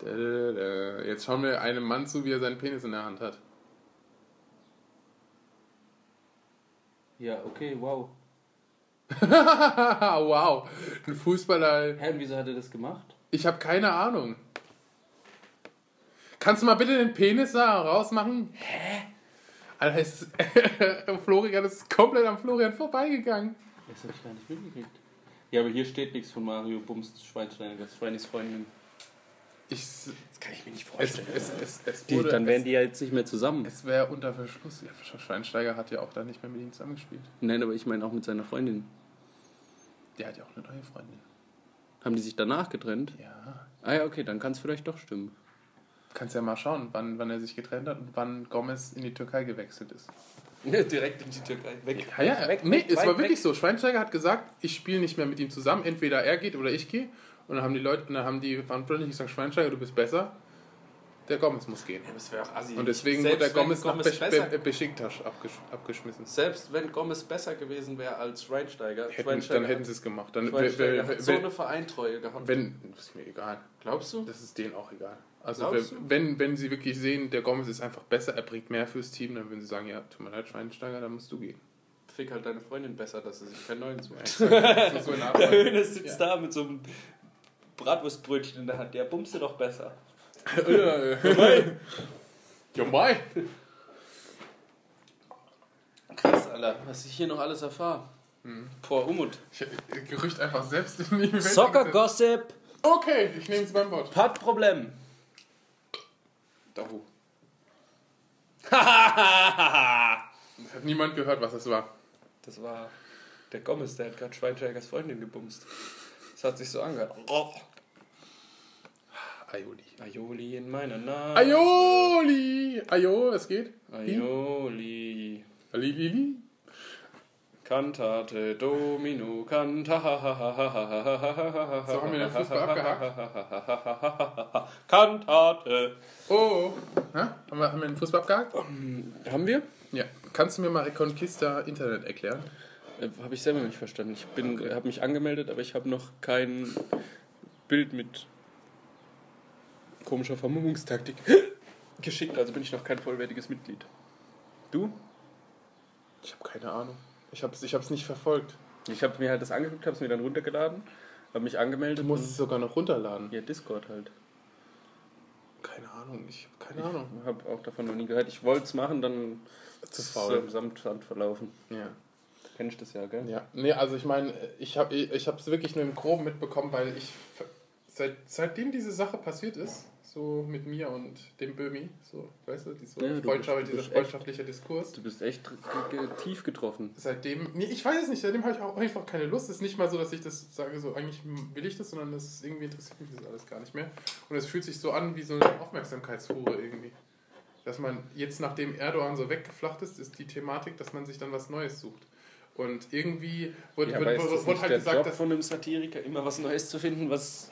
Speaker 2: Da, da, da. Jetzt schauen wir einem Mann zu, wie er seinen Penis in der Hand hat.
Speaker 1: Ja, okay, wow.
Speaker 2: wow, ein Fußballer.
Speaker 1: Herr, wieso hat er das gemacht?
Speaker 2: Ich habe keine Ahnung. Kannst du mal bitte den Penis da rausmachen? Hä? Alter, es ist, Florian ist komplett am Florian vorbeigegangen.
Speaker 1: Das habe ich gar nicht mitgekriegt. Ja, aber hier steht nichts von Mario Bums Schweinsteiger, Schweinis Freundin.
Speaker 2: Ich, es,
Speaker 1: Das kann ich mir nicht
Speaker 2: es, es, es,
Speaker 1: Die,
Speaker 2: wurde,
Speaker 1: dann wären die ja jetzt nicht mehr zusammen.
Speaker 2: es, es wäre unter Verschluss. Ja, Sch- Schweinsteiger hat ja auch dann nicht mehr mit ihm zusammengespielt.
Speaker 1: Nein, aber ich meine auch mit seiner Freundin.
Speaker 2: Der hat ja auch eine neue Freundin.
Speaker 1: Haben die sich danach getrennt?
Speaker 2: Ja.
Speaker 1: Ah ja, okay, dann kann es vielleicht doch stimmen.
Speaker 2: Kannst ja mal schauen, wann, wann er sich getrennt hat und wann Gomez in die Türkei gewechselt ist.
Speaker 5: Ne, Direkt in die Türkei. Weg.
Speaker 2: Ja, ja,
Speaker 5: Weg,
Speaker 2: nee,
Speaker 5: weg,
Speaker 2: es
Speaker 5: weit
Speaker 2: war wirklich
Speaker 5: weg.
Speaker 2: so. Schweinsteiger hat gesagt, ich spiele nicht mehr mit ihm zusammen, entweder er geht oder ich gehe. Und dann haben die Leute, und dann haben die Verantwortlichen gesagt, Schweinsteiger, du bist besser. Der Gomez muss gehen.
Speaker 5: Ja, das wäre auch assi.
Speaker 2: Und deswegen wurde
Speaker 5: Selbst
Speaker 2: der
Speaker 5: wenn
Speaker 2: Gomez, nach
Speaker 5: Gomez
Speaker 2: Besch
Speaker 5: besser,
Speaker 2: Be Besiktas abgesch abgeschmissen.
Speaker 5: Selbst wenn Gomez besser gewesen wäre als Schweinsteiger,
Speaker 2: Hätten, dann hätten sie es gemacht. Dann, wer,
Speaker 5: Schweinsteiger
Speaker 2: wer,
Speaker 5: hat
Speaker 2: wer,
Speaker 5: so eine Vereintreue gehabt.
Speaker 2: wenn, ist mir egal.
Speaker 5: Glaubst du?
Speaker 2: Das ist denen auch egal. Also wer,
Speaker 5: Glaubst du?
Speaker 2: wenn, wenn sie wirklich sehen, der Gomez ist einfach besser, er bringt mehr fürs Team, dann würden sie sagen, ja, tut mir leid, Schweinsteiger, dann musst du gehen.
Speaker 5: Fick halt deine Freundin besser, dass sie sich keinen neuen sucht.
Speaker 2: Das ist so eine Art-
Speaker 5: Hönes sitzt da mit so einem Bratwurstbrötchen in der Hand. Der bumste doch besser.
Speaker 2: Ja, mei.
Speaker 5: Krass, Alter. Was ich hier noch alles erfahre. Vor Umut.
Speaker 2: Ich hab Gerücht einfach selbst in die Welt
Speaker 5: Soccer
Speaker 2: gesetzt.
Speaker 5: Gossip
Speaker 2: Okay, ich nehme es beim Wort.
Speaker 5: hat Problem.
Speaker 2: Dahu. Das hat niemand gehört, was das war.
Speaker 5: Das war der Gomez, der hat gerade Schweinsteigers Freundin gebumst. Das hat sich so angehört.
Speaker 2: Aioli.
Speaker 5: Aioli in meiner Nase.
Speaker 2: Aioli! Aio, es geht.
Speaker 5: Aioli.
Speaker 2: Lili.
Speaker 5: Kantate Domino Cantata.
Speaker 2: So, haben wir den Fußball
Speaker 5: abgehakt. Kantate.
Speaker 2: Oh, Na, haben, wir, haben wir den Fußball abgehakt?
Speaker 5: Haben wir?
Speaker 2: Ja. Kannst du mir mal Reconquista Internet erklären?
Speaker 5: Äh, habe ich selber nicht verstanden. Ich bin, habe mich angemeldet, aber ich habe noch kein Bild mit komischer Vermummungstaktik geschickt, also bin ich noch kein vollwertiges Mitglied. Du?
Speaker 2: Ich habe keine Ahnung. Ich habe es ich hab's nicht verfolgt.
Speaker 5: Ich habe mir halt das angeguckt, habe es mir dann runtergeladen, habe mich
Speaker 2: Du
Speaker 5: angemeldet.
Speaker 2: musst es sogar noch runterladen.
Speaker 5: Ja, Discord halt.
Speaker 2: Keine Ahnung, ich habe keine Ahnung.
Speaker 5: Ich habe auch davon noch nie gehört. Ich wollte es machen, dann
Speaker 2: Zu
Speaker 5: ist
Speaker 2: faul.
Speaker 5: es samt Sand verlaufen.
Speaker 2: Ja.
Speaker 5: Kennst du das ja, gell?
Speaker 2: Ja, nee, also ich meine, ich habe ich hab's wirklich nur im Groben mitbekommen, weil ich ver- seit, seitdem diese Sache passiert ist, so mit mir und dem Böhmi, so, weißt du, diese
Speaker 5: Ja, du bist-
Speaker 2: Freundschaft,
Speaker 5: du
Speaker 2: dieser
Speaker 5: bist echt-
Speaker 2: freundschaftliche Diskurs.
Speaker 5: Du bist echt ge- ge- tief getroffen.
Speaker 2: Seitdem, nee, ich weiß es nicht, seitdem habe ich auch einfach keine Lust. Es ist nicht mal so, dass ich das sage, so eigentlich will ich das, sondern das ist irgendwie interessiert mich das alles gar nicht mehr. Und es fühlt sich so an wie so eine Aufmerksamkeitshure irgendwie. Dass man jetzt, nachdem Erdogan so weggeflacht ist, ist die Thematik, dass man sich dann was Neues sucht. Und irgendwie wurde,
Speaker 5: Ja, aber
Speaker 2: wurde,
Speaker 5: ist das
Speaker 2: wurde,
Speaker 5: nicht
Speaker 2: halt
Speaker 5: der
Speaker 2: gesagt,
Speaker 5: Job
Speaker 2: dass.
Speaker 5: von einem Satiriker, immer was Neues zu finden, was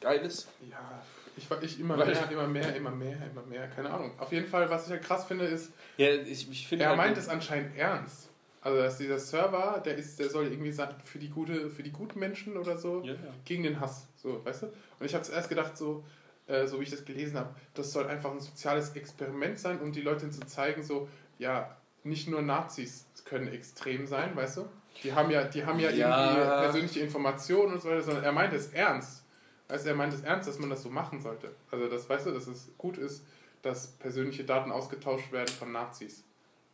Speaker 5: geil ist?
Speaker 2: Ja, ich, war- ich immer
Speaker 5: Weil-
Speaker 2: mehr, immer mehr, immer mehr, immer mehr, keine Ahnung. Auf jeden Fall, was ich ja krass finde, ist,
Speaker 5: Ja, ich, ich finde...
Speaker 2: er
Speaker 5: halt-
Speaker 2: meint es anscheinend ernst. Also, dass dieser Server, der ist, der soll irgendwie sagen, für die gute, für die guten Menschen oder so,
Speaker 5: Ja, ja.
Speaker 2: gegen den Hass, so, weißt du? Und ich habe zuerst gedacht, so, äh, so wie ich das gelesen habe, das soll einfach ein soziales Experiment sein, um die Leuten zu zeigen, so, ja, nicht nur Nazis können extrem sein, weißt du? Die haben ja, die haben ja,
Speaker 5: Ja.
Speaker 2: irgendwie persönliche Informationen und so weiter, sondern er meint es ernst. Also er meint es ernst, dass man das so machen sollte. Also das weißt du, dass es gut ist, dass persönliche Daten ausgetauscht werden von Nazis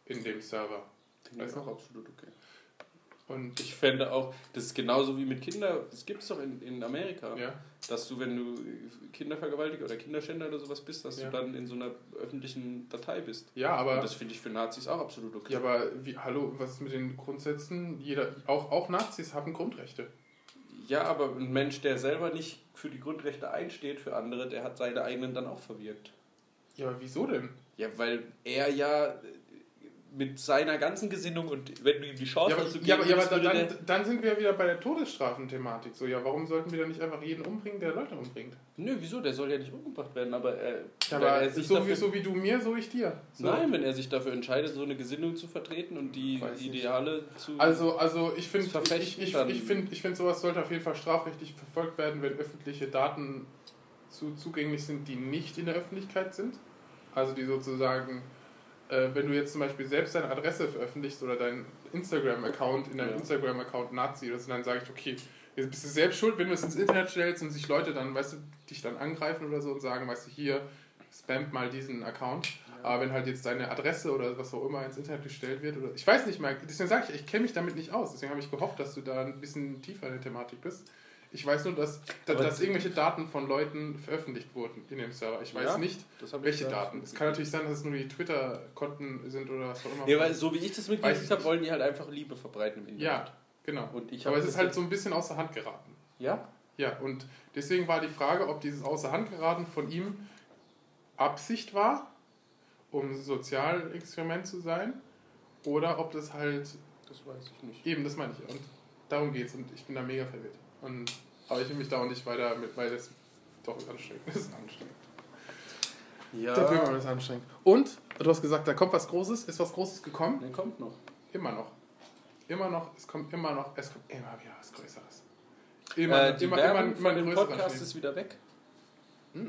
Speaker 2: in dem Server.
Speaker 5: Finde ich auch absolut okay.
Speaker 2: Und
Speaker 5: Ich fände auch, das ist genauso wie mit Kindern, das gibt es doch in, in Amerika,
Speaker 2: ja,
Speaker 5: dass du, wenn du Kindervergewaltiger oder Kinderschänder oder sowas bist, dass
Speaker 2: Ja.
Speaker 5: du dann in so einer öffentlichen Datei bist.
Speaker 2: ja, aber
Speaker 5: Und das finde ich für Nazis auch absolut okay.
Speaker 2: Ja, aber wie, hallo, was ist mit den Grundsätzen? Jeder, auch, auch Nazis haben Grundrechte.
Speaker 5: Ja, aber ein Mensch, der selber nicht für die Grundrechte einsteht für andere, der hat seine eigenen dann auch verwirkt.
Speaker 2: Ja, aber wieso denn?
Speaker 5: Ja, weil er ja äh, mit seiner ganzen Gesinnung und wenn du ihm die Chance
Speaker 2: ja, aber,
Speaker 5: dazu
Speaker 2: ja, aber, ja, aber
Speaker 5: würdest,
Speaker 2: dann,
Speaker 5: würde der-
Speaker 2: dann, dann sind wir wieder bei der Todesstrafenthematik. So, ja, warum sollten wir dann nicht einfach jeden umbringen, der Leute umbringt?
Speaker 5: Nö, wieso? Der soll ja nicht umgebracht werden, aber, äh,
Speaker 2: Ja,
Speaker 5: wenn
Speaker 2: aber
Speaker 5: er sich
Speaker 2: so, wie,
Speaker 5: dafür,
Speaker 2: so wie du mir, so ich dir. So.
Speaker 5: Nein, wenn er sich dafür entscheidet, so eine Gesinnung zu vertreten und die
Speaker 2: Weiß nicht.
Speaker 5: Ideale zu.
Speaker 2: Also, also ich finde,
Speaker 5: Das Verfechten
Speaker 2: ich, ich,
Speaker 5: dann-
Speaker 2: ich finde, ich finde, sowas sollte auf jeden Fall strafrechtlich verfolgt werden, wenn öffentliche Daten zu, zugänglich sind, die nicht in der Öffentlichkeit sind. Also die sozusagen, äh, wenn du jetzt zum Beispiel selbst deine Adresse veröffentlichst oder deinen Instagram-Account, in deinem
Speaker 5: Ja.
Speaker 2: Instagram-Account Nazi oder so, dann sage ich, okay, jetzt bist du selbst schuld, wenn du es ins Internet stellst und sich Leute dann, weißt du, dich dann angreifen oder so und sagen, weißt du, hier, spamt mal diesen Account. Aber wenn halt jetzt deine Adresse oder was auch immer ins Internet gestellt wird, oder ich weiß nicht mal, deswegen sage ich, ich kenne mich damit nicht aus. Deswegen habe ich gehofft, dass du da ein bisschen tiefer in der Thematik bist. Ich weiß nur, dass, dass,
Speaker 5: Aber-
Speaker 2: dass irgendwelche Daten von Leuten veröffentlicht wurden in dem Server. Ich weiß
Speaker 5: Ja,
Speaker 2: nicht,
Speaker 5: das hab ich
Speaker 2: welche
Speaker 5: gar nicht
Speaker 2: Daten. Es kann natürlich sein, dass es nur die Twitter-Konten sind oder was auch immer.
Speaker 5: ja, weil so wie ich das
Speaker 2: Weiß ich
Speaker 5: mitgekriegt habe,
Speaker 2: nicht.
Speaker 5: wollen die halt einfach Liebe verbreiten im Internet.
Speaker 2: ja genau.
Speaker 5: Und ich
Speaker 2: Aber
Speaker 5: hab
Speaker 2: es ist
Speaker 5: das
Speaker 2: halt
Speaker 5: jetzt-
Speaker 2: so ein bisschen außer Hand geraten.
Speaker 5: Ja?
Speaker 2: Ja, und deswegen war die Frage, ob dieses Außerhandgeraden von ihm Absicht war, um ein Sozialexperiment zu sein, oder ob das halt,
Speaker 5: Das weiß ich nicht.
Speaker 2: eben, das meine ich, und darum geht's und ich bin da mega verwirrt. Und, aber ich will mich da auch nicht weiter mit, weil das doch anstrengend ist. Anstrengend.
Speaker 5: Ja.
Speaker 2: Der Böhmermann ist anstrengend. Und, du hast gesagt, da kommt was Großes, ist was Großes gekommen?
Speaker 5: Der kommt noch.
Speaker 2: Immer noch. Immer noch, es kommt immer noch, es kommt immer wieder was Größeres. Immer,
Speaker 5: äh, die
Speaker 2: immer, immer,
Speaker 5: Werbung
Speaker 2: immer
Speaker 5: von
Speaker 2: ein
Speaker 5: dem
Speaker 2: größerer
Speaker 5: Podcast
Speaker 2: Schnitt.
Speaker 5: ist wieder weg. Ich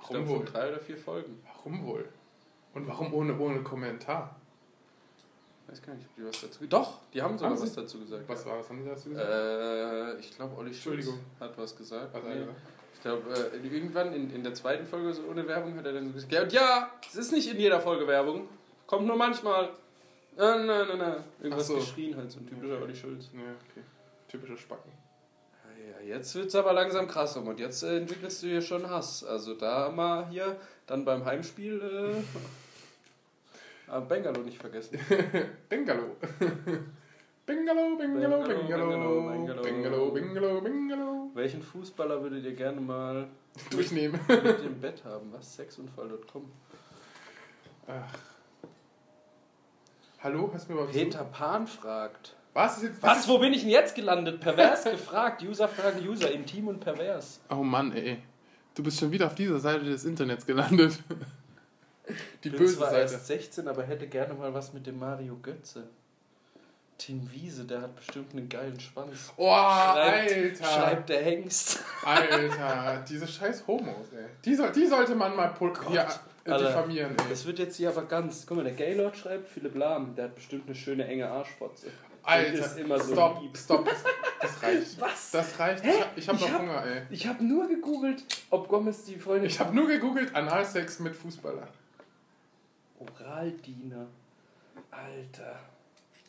Speaker 2: Warum
Speaker 5: glaube
Speaker 2: wohl?
Speaker 5: schon drei oder vier Folgen.
Speaker 2: Warum wohl? Und warum ohne, ohne Kommentar?
Speaker 5: Ich weiß gar nicht, ob die was dazu Doch, die haben sogar
Speaker 2: Haben sie?
Speaker 5: was dazu gesagt.
Speaker 2: Was
Speaker 5: ja.
Speaker 2: war das? Haben die dazu gesagt? Also,
Speaker 5: äh, ich glaube, Olli Schulz
Speaker 2: Entschuldigung.
Speaker 5: hat was gesagt.
Speaker 2: Was hat er
Speaker 5: Äh, nee.
Speaker 2: gesagt?
Speaker 5: Ich glaube, äh, irgendwann in, in der zweiten Folge so ohne Werbung hat er dann so gesagt, ja, und ja, es ist nicht in jeder Folge Werbung. Kommt nur manchmal. Nein, nein, nein, nein. Irgendwas
Speaker 2: Ach so.
Speaker 5: geschrien halt, so ein typischer
Speaker 2: Okay.
Speaker 5: Olli Schulz.
Speaker 2: Ja, okay. Typischer Spacken.
Speaker 5: Ja, jetzt wird's aber langsam krass um und jetzt äh, entwickelst du hier schon Hass. Also da mal hier, dann beim Heimspiel äh, äh, Bengalo nicht vergessen.
Speaker 2: Bengalo. Bingalo, Bingalo,
Speaker 5: Bingalo,
Speaker 2: Bingalo.
Speaker 5: Bingalo.
Speaker 2: Bingalo, Bingalo, Bingalo.
Speaker 5: Welchen Fußballer würdet ihr gerne mal
Speaker 2: Durchnehmen.
Speaker 5: mit im Bett haben? Was? Sexunfall.com.
Speaker 2: Ach. Hallo, hast du mir was
Speaker 5: Peter Pan fragt.
Speaker 2: Was ist jetzt?
Speaker 5: Was? Wo bin ich denn jetzt gelandet? Pervers gefragt. User fragen User. Intim und pervers.
Speaker 2: Oh Mann, ey. Du bist schon wieder auf dieser Seite des Internets gelandet. Die
Speaker 5: bin
Speaker 2: böse
Speaker 5: zwar
Speaker 2: Seite.
Speaker 5: erst 16, aber hätte gerne mal was mit dem Mario Götze. Tim Wiese, der hat bestimmt einen geilen Schwanz.
Speaker 2: Oh, Alter.
Speaker 5: schreibt der Hengst.
Speaker 2: Alter, diese scheiß Homos, ey. Die, soll, die sollte man mal pol- hier, äh,
Speaker 5: Alter.
Speaker 2: diffamieren, ey.
Speaker 5: Das wird jetzt hier aber ganz. Guck mal, der Gaylord schreibt Philipp Lahm, der hat bestimmt eine schöne enge Arschfotze.
Speaker 2: Alter,
Speaker 5: ist immer so
Speaker 2: stopp,
Speaker 5: lieb.
Speaker 2: stopp. Das, das reicht.
Speaker 5: Was?
Speaker 2: Das reicht.
Speaker 5: Hä?
Speaker 2: Ich hab, ich hab
Speaker 5: Ich
Speaker 2: noch
Speaker 5: hab-
Speaker 2: Hunger, ey.
Speaker 5: Ich habe nur gegoogelt, ob Gomez die Freundin.
Speaker 2: Ich habe nur gegoogelt Analsex mit Fußballer.
Speaker 5: Oraldiener. Alter.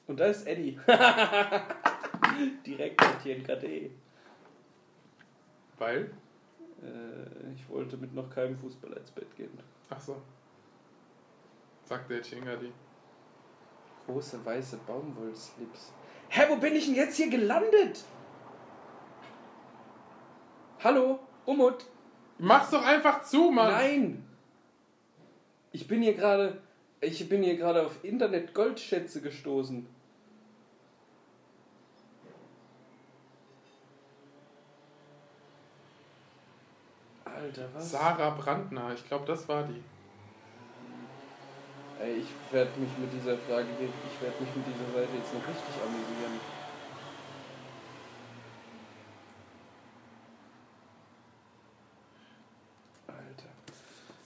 Speaker 5: Und da ist Eddie. Direkt mit TNKD.
Speaker 1: E.
Speaker 5: Äh,
Speaker 2: Weil?
Speaker 1: Äh,
Speaker 5: ich wollte mit noch keinem Fußballer ins Bett gehen.
Speaker 2: Ach so. Sagt der Chingadi.
Speaker 5: Große weiße Baumwollslips. Hä, wo bin ich denn jetzt hier gelandet? Hallo, Umut?
Speaker 2: Mach's doch einfach zu, Mann!
Speaker 5: Nein! Ich bin hier gerade. Ich bin hier gerade auf Internet Goldschätze gestoßen. Alter, was?
Speaker 2: Sarah Brandner, ich glaube, das war die.
Speaker 5: Ey, ich werde mich mit dieser Frage, ich werde mich mit dieser Seite jetzt noch richtig amüsieren. Alter. Äh,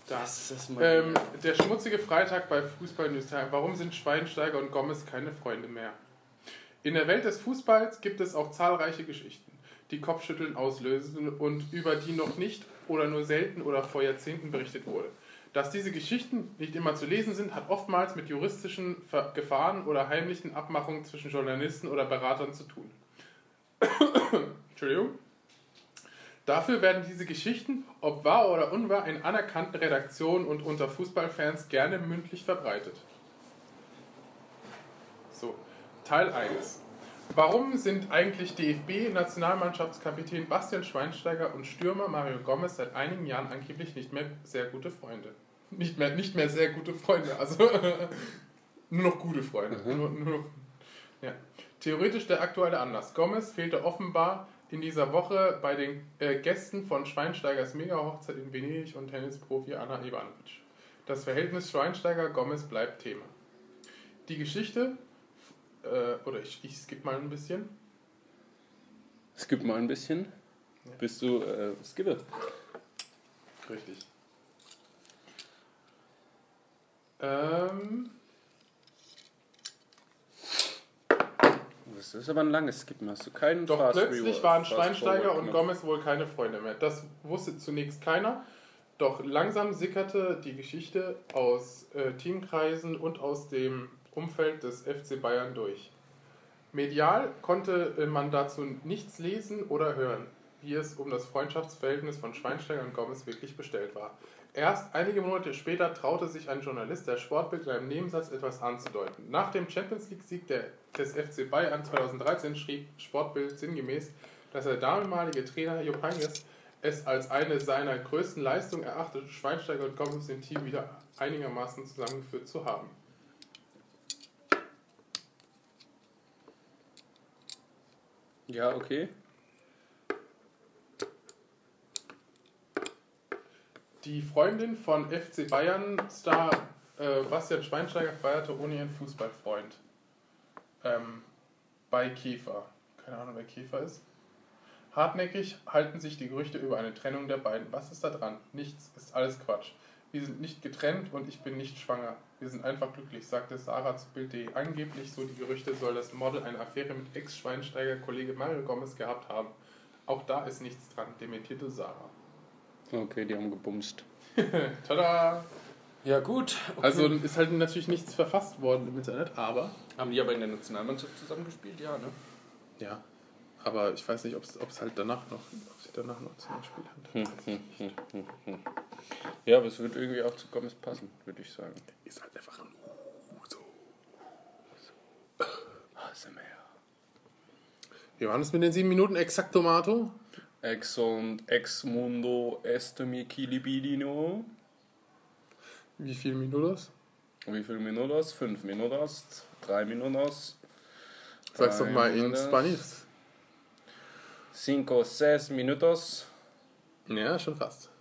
Speaker 2: Das.
Speaker 5: Was ist das mal?
Speaker 2: Ähm, der schmutzige Freitag bei Fußball News Time. Warum sind Schweinsteiger und Gomez keine Freunde mehr? In der Welt des Fußballs gibt es auch zahlreiche Geschichten, die Kopfschütteln auslösen und über die noch nicht oder nur selten oder vor Jahrzehnten berichtet wurde. Dass diese Geschichten nicht immer zu lesen sind, hat oftmals mit juristischen Ver Gefahren oder heimlichen Abmachungen zwischen Journalisten oder Beratern zu tun. Entschuldigung. Dafür werden diese Geschichten, ob wahr oder unwahr, in anerkannten Redaktionen und unter Fußballfans gerne mündlich verbreitet. So, Teil 1. Warum sind eigentlich DFB-Nationalmannschaftskapitän Bastian Schweinsteiger und Stürmer Mario Gomez seit einigen Jahren angeblich nicht mehr sehr gute Freunde? Nicht mehr, nicht mehr sehr gute Freunde, also nur noch gute Freunde. Nur, nur noch, ja. Theoretisch der aktuelle Anlass. Gomez fehlte offenbar in dieser Woche bei den äh, Gästen von Schweinsteigers Mega-Hochzeit in Venedig und Tennisprofi Anna Ivanovic. Das Verhältnis Schweinsteiger-Gomez bleibt Thema. Die Geschichte, äh, oder ich, ich skippe mal ein bisschen.
Speaker 5: Skip mal ein bisschen. Bist du, äh, skippe.
Speaker 2: Richtig. Ähm,
Speaker 5: Das ist aber ein langes Skippen. Hast du keinen
Speaker 2: Doch
Speaker 5: Fast
Speaker 2: plötzlich
Speaker 5: Rewind-
Speaker 2: waren
Speaker 5: Fast
Speaker 2: Schweinsteiger
Speaker 5: Forward genau.
Speaker 2: und
Speaker 5: gemacht?
Speaker 2: Gomez wohl keine Freunde mehr. Das wusste zunächst keiner. Doch langsam sickerte die Geschichte aus äh, Teamkreisen und aus dem Umfeld des FC Bayern durch. Medial konnte äh, man dazu nichts lesen oder hören, wie es um das Freundschaftsverhältnis von Schweinsteiger und Gomez wirklich bestellt war. Erst einige Monate später traute sich ein Journalist der Sportbild in einem Nebensatz etwas anzudeuten. Nach dem Champions League-Sieg der- des FC Bayern 2013 schrieb Sportbild sinngemäß, dass der damalige Trainer Jupp Heynckes es als eine seiner größten Leistungen erachtete, Schweinsteiger und Gomez im Team wieder einigermaßen zusammengeführt zu haben.
Speaker 5: Ja, okay.
Speaker 2: Die Freundin von FC Bayern-Star äh, Bastian Schweinsteiger feierte ohne ihren Fußballfreund ähm, bei Käfer. Keine Ahnung, wer Käfer ist. Hartnäckig halten sich die Gerüchte über eine Trennung der beiden. Was ist da dran? Nichts, ist alles Quatsch. Wir sind nicht getrennt und ich bin nicht schwanger. Wir sind einfach glücklich, sagte Sarah zu Bild.de. Angeblich, so die Gerüchte, soll das Model eine Affäre mit Ex-Schweinsteiger-Kollege Mario Gomez gehabt haben. Auch da ist nichts dran, dementierte Sarah.
Speaker 5: Okay, die haben gebumst.
Speaker 2: Tada!
Speaker 8: Ja, gut.
Speaker 2: Also ist halt natürlich nichts verfasst worden im Internet, aber.
Speaker 8: Haben die aber in der Nationalmannschaft zusammengespielt? Ja, ne?
Speaker 2: Ja. Aber ich weiß nicht, ob es halt danach noch, ob sie danach noch zum Spiel hat.
Speaker 5: Ja, aber es wird irgendwie auch zu Gomez passen, würde ich sagen.
Speaker 2: Ist halt einfach ein Uso.
Speaker 5: ASMR.
Speaker 2: Wir waren es mit den sieben Minuten Exactomato.
Speaker 9: Ex und ex mundo est mi kilibidino.
Speaker 2: Wie viel Minutos?
Speaker 9: Wie viel Minutos? Fünf Minutos? Drei Minutos?
Speaker 2: Sag's doch mal in
Speaker 9: Minutos.
Speaker 2: Spanisch.
Speaker 9: Cinco, seis Minutos?
Speaker 2: Ja, schon fast.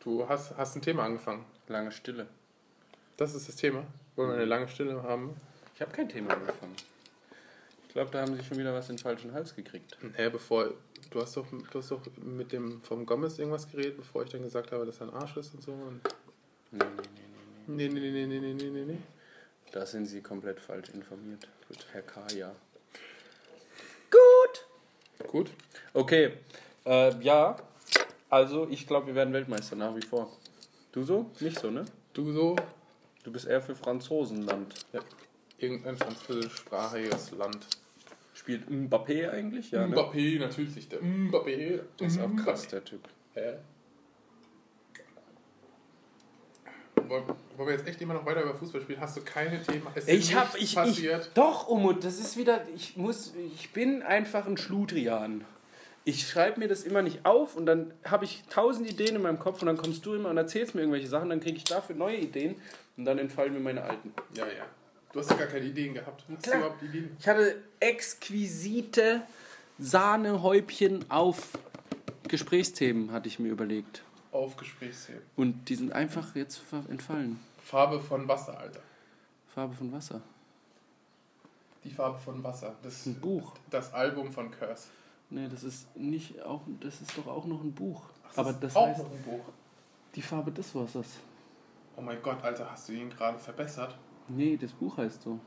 Speaker 2: Du hast, hast ein Thema angefangen.
Speaker 9: Lange Stille.
Speaker 2: Das ist das Thema. Wollen wir eine lange Stille haben?
Speaker 9: Ich habe kein Thema angefangen. Ich glaube, da haben sie schon wieder was in den falschen Hals gekriegt.
Speaker 2: Hä, bevor. Du hast, doch, du hast doch mit dem vom Gomez irgendwas geredet, bevor ich dann gesagt habe, dass er ein Arsch ist und so. Und
Speaker 9: Nee, nee, nee, nee.
Speaker 2: nee, nee, nee, nee, nee, nee, nee, nee.
Speaker 9: nee. Da sind sie komplett falsch informiert. Gut, Herr Kaya.
Speaker 1: Gut.
Speaker 2: Gut.
Speaker 9: Okay, äh, ja. Also, ich glaube, wir werden Weltmeister nach wie vor. Du so? Nicht so, ne?
Speaker 2: Du so,
Speaker 9: Du bist eher für Franzosenland.
Speaker 2: irgendein französischsprachiges Land.
Speaker 9: Spielt Mbappé eigentlich? Ja, ne?
Speaker 2: Mbappé, Mhm. natürlich. Der Mbappé.
Speaker 9: Das
Speaker 1: Mhm.
Speaker 9: ist auch krass, der Typ.
Speaker 2: Hä? Wollen wollen wir jetzt echt immer noch weiter über Fußball spielen? Hast du keine Themen? Es ist
Speaker 1: Ich hab,
Speaker 2: nichts
Speaker 1: ich, ich,
Speaker 2: passiert.
Speaker 1: doch, Umut, das ist wieder, ich muss, ich bin einfach ein Schludrian. Ich schreibe mir das immer nicht auf und dann habe ich tausend Ideen in meinem Kopf und dann kommst du immer und erzählst mir irgendwelche Sachen, dann kriege ich dafür neue Ideen und dann entfallen mir meine alten.
Speaker 2: Ja, ja. Du hast ja gar keine Ideen gehabt. Hast
Speaker 1: Klar.
Speaker 2: du überhaupt Ideen?
Speaker 1: Ich hatte exquisite Sahnehäubchen auf Gesprächsthemen, hatte ich mir überlegt.
Speaker 2: Auf Gesprächsthemen.
Speaker 1: Und die sind einfach jetzt ver- entfallen.
Speaker 2: Farbe von Wasser, Alter.
Speaker 1: Farbe von Wasser.
Speaker 2: Die Farbe von Wasser. Das,
Speaker 1: Ein Buch.
Speaker 2: das Album von Curse.
Speaker 1: Nee, das ist nicht auch, das ist doch auch noch ein Buch.
Speaker 2: Das
Speaker 1: Aber
Speaker 2: ist
Speaker 1: das
Speaker 2: auch
Speaker 1: heißt
Speaker 2: noch ein Buch.
Speaker 1: die Farbe des Wassers.
Speaker 2: Oh mein Gott, Alter, hast du ihn gerade verbessert?
Speaker 1: Nee, das Buch heißt so.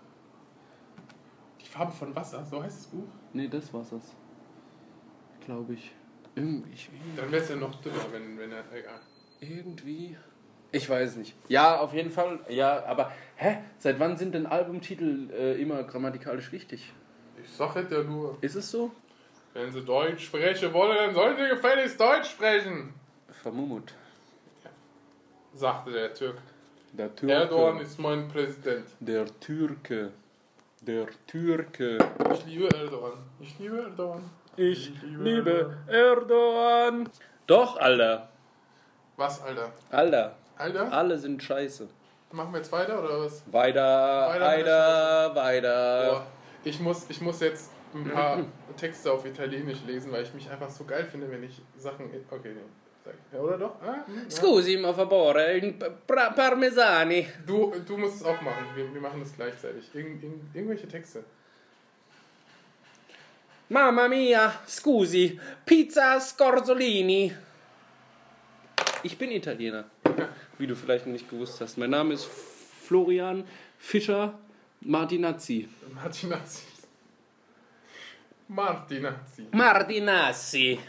Speaker 2: Die Farbe von Wasser, so heißt das Buch.
Speaker 1: Nee, das Wassers. Glaube ich. Irgendwie, ich.
Speaker 2: Dann wär's ja noch dümmer, wenn, wenn er. Egal.
Speaker 1: Irgendwie. Ich weiß nicht. Ja, auf jeden Fall. Ja, aber hä? Seit wann sind denn Albumtitel äh, immer grammatikalisch richtig?
Speaker 2: Ich sag jetzt ja nur.
Speaker 1: Ist es so?
Speaker 2: Wenn sie Deutsch sprechen wollen, dann sollen sie gefälligst Deutsch sprechen,
Speaker 1: Vermummut.
Speaker 2: sagte der Türk.
Speaker 9: Der Türke.
Speaker 2: Erdogan ist mein Präsident.
Speaker 9: Der Türke. Der Türke.
Speaker 2: Ich liebe Erdogan. Ich liebe Erdogan.
Speaker 9: Ich liebe Erdogan. Doch, Alter.
Speaker 2: Was, Alter?
Speaker 9: Alter.
Speaker 1: Ah.
Speaker 2: Alter?
Speaker 9: Alle sind scheiße.
Speaker 2: Machen wir jetzt weiter oder was?
Speaker 9: Weiter,
Speaker 2: Weiter,
Speaker 9: weiter, weiter.
Speaker 2: Boah, ich, muss, ich muss jetzt ein paar Texte auf Italienisch lesen, weil ich mich einfach so geil finde, wenn ich Sachen. Okay, nee. Sag- Ja, oder doch? Ah, hm, ja.
Speaker 9: Scusi, ma favore, in pra Parmesani.
Speaker 2: Du, du musst es auch machen. Wir, wir machen das gleichzeitig. Irgend- irgend- irgendwelche Texte.
Speaker 9: Mamma mia, scusi, pizza scorzolini.
Speaker 1: Ich bin Italiener. Wie du vielleicht noch nicht gewusst hast. Mein Name ist Florian Fischer Martinazzi.
Speaker 2: Martinazzi. Martinazzi.
Speaker 1: Martinazzi.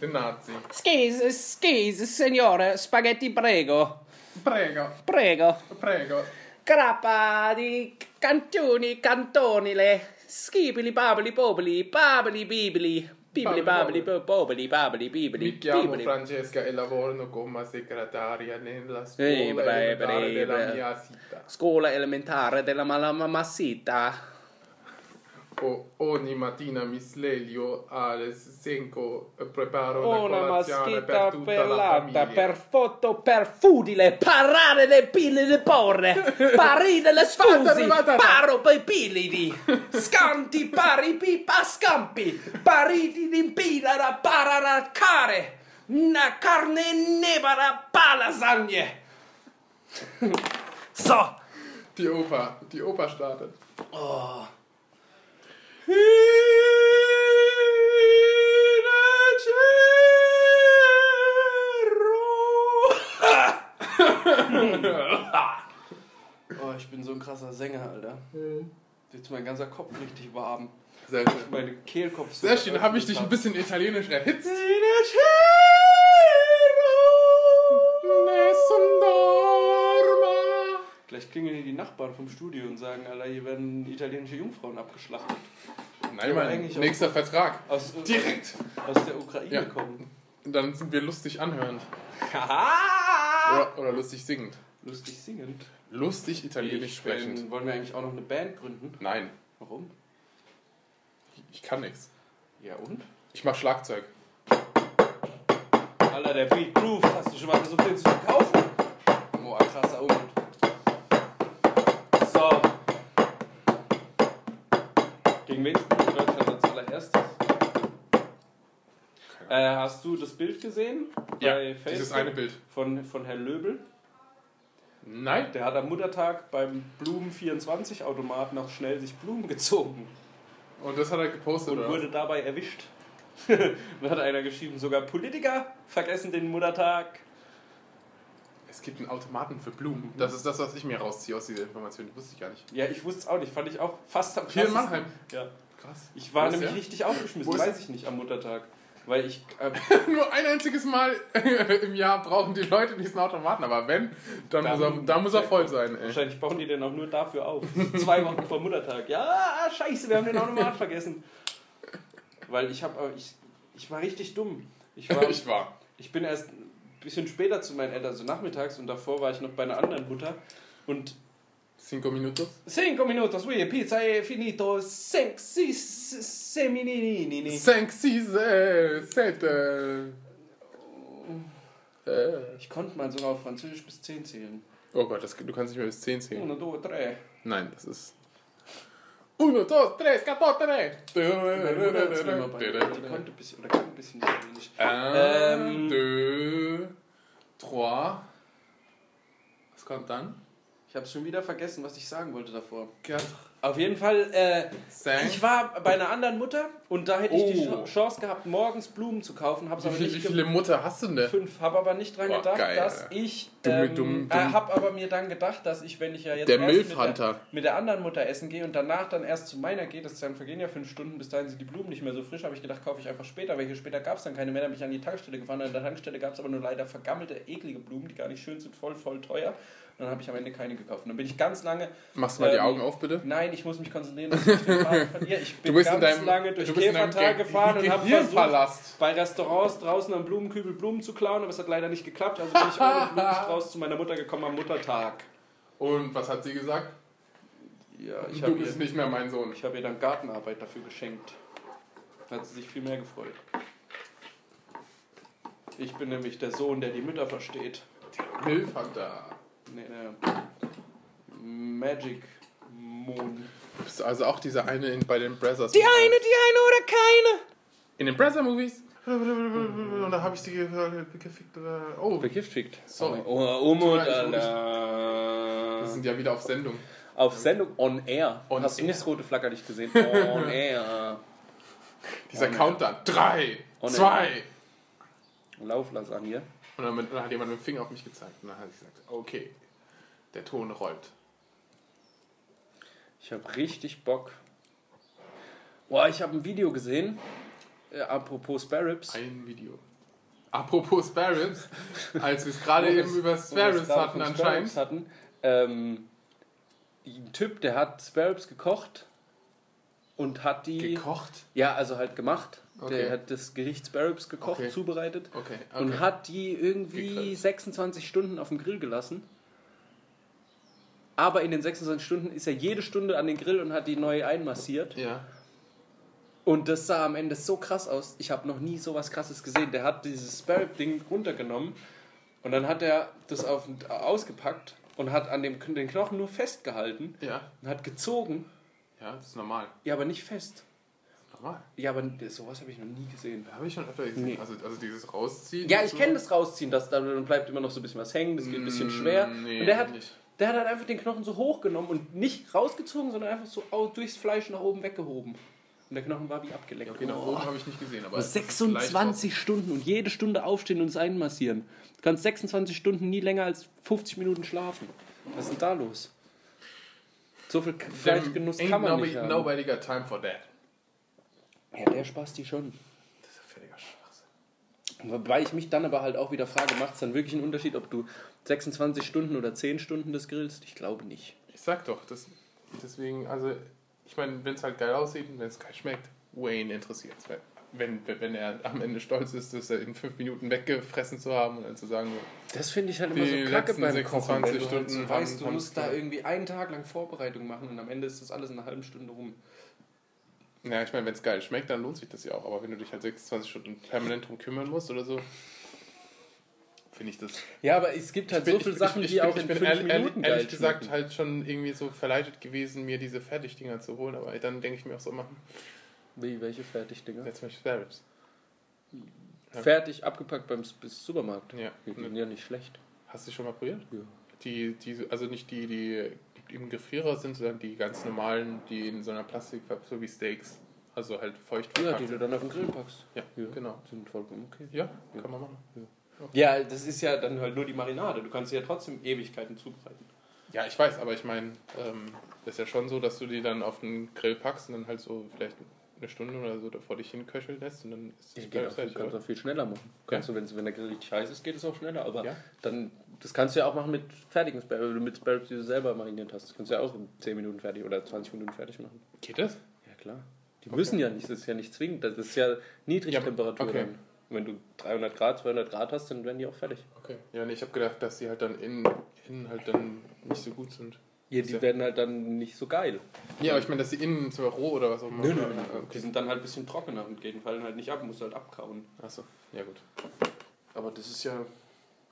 Speaker 2: Den Nazi.
Speaker 1: Scusi, scusi, signore, spaghetti prego.
Speaker 2: Prego,
Speaker 1: Prego.
Speaker 2: prego.
Speaker 1: Grappa di cantoni, cantonile, schipili, babili, popoli, babili, bibili, bibili, babili, po- popoli, babili, bibili,
Speaker 2: Mi chiamo
Speaker 1: bibili.
Speaker 2: Francesca e lavoro come segretaria nella scuola
Speaker 1: Ehi, bre-
Speaker 2: elementare
Speaker 1: bre-
Speaker 2: della
Speaker 1: bre-
Speaker 2: mia città.
Speaker 1: Scuola elementare della mala mammasita.
Speaker 2: O- ogni mattina mi sveglio alle 5 e preparo
Speaker 1: Una
Speaker 2: la colazione
Speaker 1: maschita
Speaker 2: per tutta la
Speaker 1: pelata,
Speaker 2: famiglia.
Speaker 1: per foto, per fudile, parare le pile di porre, parire le scusi,
Speaker 2: Fatemi, fatemi.
Speaker 1: paro per pilidi, scanti, pari pipa, scampi, pariti di pila, parara care, na carne nebara, palasagne. So.
Speaker 2: Die Oper, die Oper startet.
Speaker 5: Oh, ich bin so ein krasser Sänger, Alter. Jetzt mein ganzer Kopf richtig überabend.
Speaker 2: Sehr schön.
Speaker 5: Meine Kehlkopf.
Speaker 2: Sehr schön, habe ich dich ein bisschen italienisch erhitzt. Ne Nessun dorma.
Speaker 5: Gleich klingeln hier die Nachbarn vom Studio und sagen, Alter, hier werden italienische Jungfrauen abgeschlachtet.
Speaker 2: Nein, Mann,
Speaker 5: eigentlich auch-
Speaker 2: nächster Vertrag.
Speaker 5: Aus,
Speaker 2: Direkt.
Speaker 5: aus der Ukraine
Speaker 2: Ja.
Speaker 5: kommen.
Speaker 2: Dann sind wir lustig anhörend.
Speaker 5: Haha!
Speaker 1: Ah.
Speaker 2: Oder, oder lustig singend.
Speaker 5: Lustig singend.
Speaker 2: Lustig italienisch
Speaker 5: Ich bin-
Speaker 2: sprechend.
Speaker 5: Wollen wir eigentlich auch noch eine Band gründen?
Speaker 2: Nein,
Speaker 5: Warum?
Speaker 2: ich kann nichts.
Speaker 5: Ja und?
Speaker 2: Ich mach Schlagzeug.
Speaker 5: Alter, der Beat Groove, hast du schon mal versucht, den zu verkaufen? Boah, krasser Umut. So. Gegen wen spielt Deutschland als allererstes? Äh, hast du das Bild gesehen? Bei Facebook
Speaker 2: Dieses eine Bild.
Speaker 5: Von, von Herrn Löbel.
Speaker 2: Nein.
Speaker 5: Der hat am Muttertag beim Blumen-24-Automat noch schnell sich Blumen gezogen
Speaker 2: Und das hat er gepostet,
Speaker 5: und
Speaker 2: oder?
Speaker 5: wurde dabei erwischt. Dann hat einer geschrieben, sogar Politiker vergessen den Muttertag.
Speaker 2: Es gibt einen Automaten für Blumen.
Speaker 5: Mhm.
Speaker 2: Das ist das, was ich mir rausziehe aus dieser Information. Die wusste ich gar nicht.
Speaker 5: Ja, ich wusste es auch nicht. Fand ich auch fast am
Speaker 2: Hier in
Speaker 5: krassesten.
Speaker 2: Mannheim.
Speaker 5: Ja.
Speaker 2: Krass.
Speaker 5: Ich war
Speaker 2: Wo ist
Speaker 5: nämlich
Speaker 2: der?
Speaker 5: richtig aufgeschmissen,
Speaker 2: Wo ist
Speaker 5: weiß ich nicht, am Muttertag. Weil ich. Äh,
Speaker 2: Nur ein einziges Mal im Jahr brauchen die Leute diesen Automaten. Aber wenn, dann,
Speaker 5: Dann-
Speaker 2: muss, er, dann muss er voll sein. Ey.
Speaker 5: wahrscheinlich bauen die den auch nur dafür auf. Zwei Wochen vor Muttertag. Ja, scheiße, wir haben den Automat vergessen. Weil ich habe. Ich, ich war richtig dumm. Ich, war,
Speaker 2: Ich war.
Speaker 5: ich bin erst ein bisschen später zu meinen Eltern, so nachmittags, und davor war ich noch bei einer anderen Mutter. Und
Speaker 2: Cinco minutos.
Speaker 5: Cinco minutos, oui, pizza è finito, sexy, seminini.
Speaker 2: Sexy, äh, sette. Äh.
Speaker 5: Ich konnte mal sogar auf Französisch bis 10 zählen.
Speaker 2: Oh Gott, das, du kannst nicht mehr bis 10 zählen.
Speaker 5: Uno, due, tre.
Speaker 2: Nein, das ist. Uno, dos, tres, catorre.
Speaker 5: Meine Mutter hat's mir mal beigebracht. Die konnte ein bisschen, oder kann ein bisschen Italienisch. Ähm,
Speaker 2: Un, deux, trois. Was kommt dann?
Speaker 5: Ich habe schon wieder vergessen, was ich sagen wollte davor.
Speaker 2: Quatre,
Speaker 5: Auf jeden Fall, äh, ich
Speaker 2: cinq.
Speaker 5: war bei einer anderen Mutter und da hätte ich die
Speaker 2: Oh.
Speaker 5: Ch- Chance gehabt, morgens Blumen zu kaufen. Hab's
Speaker 2: Wie,
Speaker 5: aber
Speaker 2: viel, wie
Speaker 5: nicht
Speaker 2: viele
Speaker 5: ge-
Speaker 2: Mutter hast du denn?
Speaker 5: fünf, habe aber nicht dran
Speaker 2: Boah,
Speaker 5: gedacht,
Speaker 2: geil,
Speaker 5: dass
Speaker 2: Alter.
Speaker 5: ich
Speaker 2: Dumm,
Speaker 5: ähm,
Speaker 2: dumm,
Speaker 5: äh,
Speaker 2: dumm.
Speaker 5: habe aber mir dann gedacht, dass ich, wenn ich ja jetzt
Speaker 2: Der
Speaker 5: erst mit, der,
Speaker 2: Milfhunter.
Speaker 5: mit der anderen Mutter essen gehe und danach dann erst zu meiner gehe, das dann vergehen ja fünf Stunden, bis dahin sind die Blumen nicht mehr so frisch, habe ich gedacht, kaufe ich einfach später, welche später gab es dann keine mehr, dann bin ich an die Tankstelle gefahren, an der Tankstelle gab es aber nur leider vergammelte, eklige Blumen, die gar nicht schön sind, voll, voll teuer und dann habe ich am Ende keine gekauft und dann bin ich ganz lange,
Speaker 2: Machst du mal die
Speaker 5: ähm,
Speaker 2: Augen auf, bitte?
Speaker 5: nein, ich muss mich konzentrieren, dass ich nicht den Faden verliere. ich bin
Speaker 2: Du bist
Speaker 5: ganz
Speaker 2: in deinem,
Speaker 5: lange durch
Speaker 2: du bist in deinem
Speaker 5: Käfertal
Speaker 2: Ge-
Speaker 5: gefahren und habe versucht,
Speaker 2: Gehirnpalast.
Speaker 5: bei Restaurants draußen am Blumenkübel Blumen zu klauen, aber es hat leider nicht geklappt. Also bin ich ohne Blumenstrauß zu meiner Mutter gekommen am Muttertag.
Speaker 2: Und was hat sie gesagt?
Speaker 5: Ja, ich
Speaker 2: Du
Speaker 5: habe
Speaker 2: bist
Speaker 5: ihr,
Speaker 2: nicht mehr mein Sohn.
Speaker 5: ich hab ihr dann Gartenarbeit dafür geschenkt. Da hat sie sich viel mehr gefreut. Ich bin nämlich der Sohn, der die Mütter versteht.
Speaker 2: Milfhunter.
Speaker 5: Nee, nee. Magic Moon.
Speaker 2: Du bist also auch dieser eine in, bei den Brothers.
Speaker 5: eine oder keine?
Speaker 2: In den Brother Movies. Und da habe ich sie ge- gefickt. oder- Oh,
Speaker 1: Vergift fickt.
Speaker 2: Sorry.
Speaker 1: Oh, Umut,
Speaker 2: Tut mir leid, ich-
Speaker 1: Alter.
Speaker 2: wir sind ja wieder auf Sendung.
Speaker 1: Auf Sendung On Air.
Speaker 2: On
Speaker 1: Hast
Speaker 2: Air.
Speaker 1: du das rote Flacker nicht gesehen? On Air.
Speaker 2: Dieser
Speaker 1: Oh, ne.
Speaker 2: Countdown. Drei,
Speaker 1: Oh, ne.
Speaker 2: zwei.
Speaker 1: Lauflasagne.
Speaker 2: Und dann, mit- dann hat jemand mit dem Finger auf mich gezeigt. Und dann hat ich gesagt, okay, der Ton rollt.
Speaker 1: Ich habe richtig Bock. Boah, ich habe ein Video gesehen. Äh, apropos Spare Ribs.
Speaker 2: Ein Video. Apropos Spare Ribs, als wir es gerade eben über Spare Ribs hatten anscheinend.
Speaker 1: Hatten, ähm, ein Typ, der hat Spare Ribs gekocht und hat die...
Speaker 2: Gekocht?
Speaker 1: Ja, also halt gemacht.
Speaker 2: Okay.
Speaker 1: Der hat das Gericht Spare Ribs gekocht,
Speaker 2: Okay.
Speaker 1: zubereitet.
Speaker 2: Okay, okay.
Speaker 1: Und hat die irgendwie
Speaker 2: Gegrillt.
Speaker 1: 26 Stunden auf dem Grill gelassen. Aber in den 26 Stunden ist er jede Stunde an den Grill und hat die neu einmassiert.
Speaker 2: ja.
Speaker 1: Und das sah am Ende so krass aus. Ich habe noch nie sowas krasses gesehen. Der hat dieses Sparrow-Ding runtergenommen und dann hat er das auf, ausgepackt und hat an dem, den Knochen nur festgehalten
Speaker 2: ja,
Speaker 1: und hat gezogen.
Speaker 2: ja, das ist normal.
Speaker 1: Ja, aber nicht fest.
Speaker 2: Normal.
Speaker 1: Ja, aber sowas habe ich noch nie gesehen.
Speaker 2: Da habe ich schon öfter gesehen.
Speaker 1: Nee.
Speaker 2: Also, also dieses Rausziehen.
Speaker 1: Ja,
Speaker 2: und
Speaker 1: ich
Speaker 2: so.
Speaker 1: kenne das Rausziehen, dass da dann bleibt immer noch so ein bisschen was hängen, das geht ein
Speaker 5: Hm,
Speaker 1: bisschen
Speaker 2: Mm,
Speaker 1: schwer.
Speaker 2: nee,
Speaker 1: und der hat,
Speaker 2: nicht.
Speaker 1: der hat halt einfach den Knochen so hochgenommen und nicht rausgezogen, sondern einfach so au- durchs Fleisch nach oben weggehoben. Und der Knochen war wie abgeleckt.
Speaker 2: Ja, okay, nach
Speaker 1: Oh.
Speaker 2: oben habe ich nicht gesehen. Aber es ist leicht
Speaker 1: 26 Stunden und jede Stunde aufstehen und es einmassieren. Du kannst 26 Stunden nie länger als 50 Minuten schlafen. Was ist denn da los? So viel K-
Speaker 2: raus.
Speaker 1: Fleischgenuss
Speaker 2: Ain't
Speaker 1: kann man
Speaker 2: nobody,
Speaker 1: nicht haben.
Speaker 2: nobody got time for that.
Speaker 1: Ja, der spaßt die schon.
Speaker 2: Das ist ja völliger Schwachsinn.
Speaker 1: Wobei ich mich dann aber halt auch wieder frage, macht es dann wirklich einen Unterschied, ob du 26 Stunden oder 10 Stunden das grillst? Ich glaube nicht.
Speaker 2: Ich sag doch, das, deswegen, also, ich meine, wenn es halt geil aussieht und wenn es geil schmeckt, Wayne interessiert es. wenn, wenn er am Ende stolz ist, das in fünf Minuten weggefressen zu haben und dann zu sagen,
Speaker 1: Das finde ich halt
Speaker 2: die
Speaker 1: immer so kacke
Speaker 2: letzten
Speaker 1: beim Kochen. Wenn
Speaker 2: 26
Speaker 1: du halt
Speaker 2: Stunden
Speaker 1: so weißt,
Speaker 2: haben-
Speaker 1: du
Speaker 2: haben-
Speaker 1: musst da irgendwie einen Tag lang Vorbereitung machen und am Ende ist das alles in einer halben Stunde rum.
Speaker 2: ja, ich meine, wenn es geil schmeckt, dann lohnt sich das ja auch. Aber wenn du dich halt 26 Stunden permanent drum kümmern musst oder so, finde ich das.
Speaker 1: Ja, aber es gibt halt
Speaker 2: bin-
Speaker 1: so viele Sachen, die auch in fünf
Speaker 2: ehrlich-
Speaker 1: Minuten
Speaker 2: ehrlich,
Speaker 1: geil
Speaker 2: ehrlich gesagt
Speaker 1: schmecken.
Speaker 2: halt schon irgendwie so verleitet gewesen, mir diese Fertigdinger zu holen. Aber dann denke ich mir auch so, machen
Speaker 1: Wie, welche Fertigdinger?
Speaker 2: jetzt mal Sparrows. Ja.
Speaker 1: Fertig abgepackt beim S- bis Supermarkt.
Speaker 2: Ja.
Speaker 1: Die sind ja nicht schlecht.
Speaker 2: Hast du die schon mal probiert?
Speaker 1: Ja.
Speaker 2: Die, die, also nicht die, die im Gefrierer sind, sondern die ganz normalen, die in so einer Plastik, so wie Steaks, also halt feucht
Speaker 1: Ja,
Speaker 2: verpackt
Speaker 1: die du dann auf den Grill packst.
Speaker 2: Ja, genau.
Speaker 1: Sind vollkommen okay.
Speaker 2: Ja, kann man machen.
Speaker 1: Ja, das ist ja dann halt nur die Marinade. Du kannst sie ja trotzdem Ewigkeiten zubereiten.
Speaker 2: Ja, ich weiß, aber ich meine, ähm, das ist ja schon so, dass du die dann auf den Grill packst und dann halt so vielleicht eine Stunde oder so davor dich hinköcheln lässt und dann ist
Speaker 1: Das geht auch, du
Speaker 2: fertig,
Speaker 1: kannst
Speaker 2: oder?
Speaker 1: auch viel schneller machen. Kannst du, wenn's, wenn der Grill richtig heiß ist, geht es auch schneller. Aber
Speaker 2: Ja.
Speaker 1: dann, das kannst du ja auch machen mit fertigen Spare, wenn du mit Spare, die du selber mariniert hast. Das kannst du ja auch in 10 Minuten fertig oder 20 Minuten fertig machen.
Speaker 2: Geht das?
Speaker 1: Ja, klar. Die müssen ja nicht, das ist ja nicht zwingend. Das ist ja Niedrigtemperatur.
Speaker 2: Ja, okay.
Speaker 1: dann. Wenn du 300 Grad, 200 Grad hast, dann werden die auch fertig.
Speaker 2: Okay. Ja, nee, ich habe gedacht, dass die halt dann innen, innen halt dann nicht so gut sind.
Speaker 1: Ja,
Speaker 2: Ist
Speaker 1: die
Speaker 2: ja-
Speaker 1: werden halt dann nicht so geil.
Speaker 2: Ja, aber ich meine, dass die innen zwar roh oder was auch immer.
Speaker 1: Die sind dann halt ein bisschen trockener und gehen fallen halt nicht ab, musst halt abkauen.
Speaker 2: Achso, ja gut.
Speaker 1: Aber das ist ja,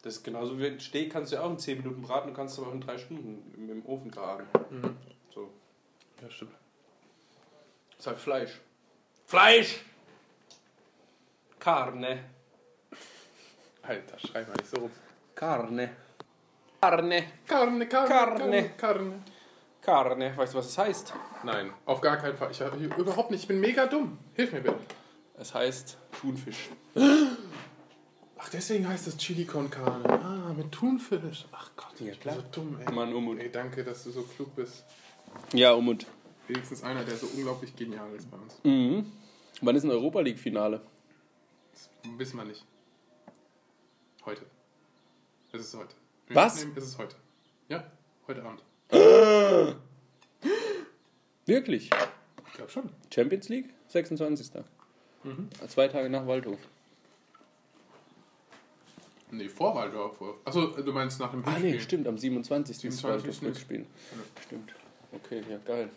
Speaker 1: das ist genauso wie ein Steak kannst du ja auch in 10 Minuten braten, du kannst aber auch in 3 Stunden im, im Ofen braten. So.
Speaker 2: Ja, stimmt.
Speaker 1: Ist halt Fleisch. Fleisch! Carne.
Speaker 2: Alter, schrei mal nicht so rum.
Speaker 1: Carne. Carne.
Speaker 2: Karne, Karne, Karne.
Speaker 1: Karne.
Speaker 2: Karne.
Speaker 1: Carne. Weißt du, was es heißt?
Speaker 2: Nein, auf gar keinen Fall. Ich habe überhaupt nicht. Ich bin mega dumm. Hilf mir bitte.
Speaker 1: Es heißt Thunfisch.
Speaker 2: Ach, deswegen heißt das Chili con Carne. Ah, mit Thunfisch. Ach Gott, ich bin so dumm, ey.
Speaker 1: Mann, oh Umut.
Speaker 2: Ey, danke, dass du so klug bist.
Speaker 1: Ja, Umut.
Speaker 2: Wenigstens einer, der so unglaublich genial ist bei uns.
Speaker 1: Mhm. Wann ist ein Europa League-Finale?
Speaker 2: Das wissen wir nicht. Heute. Es ist heute. Wir
Speaker 1: Was?
Speaker 2: aufnehmen, Es ist heute. Ja, heute Abend.
Speaker 1: Wirklich?
Speaker 2: Ich glaube schon.
Speaker 1: Champions League? 26. Zwei Tage nach Waldhof.
Speaker 2: Nee, vor Waldorf. Achso, du meinst nach dem
Speaker 1: Ah, nee,
Speaker 2: Hinspiel.
Speaker 1: stimmt, am 27. 27. Waldhof
Speaker 2: 27.
Speaker 1: Rückspiel. Stimmt. Okay, ja, geil.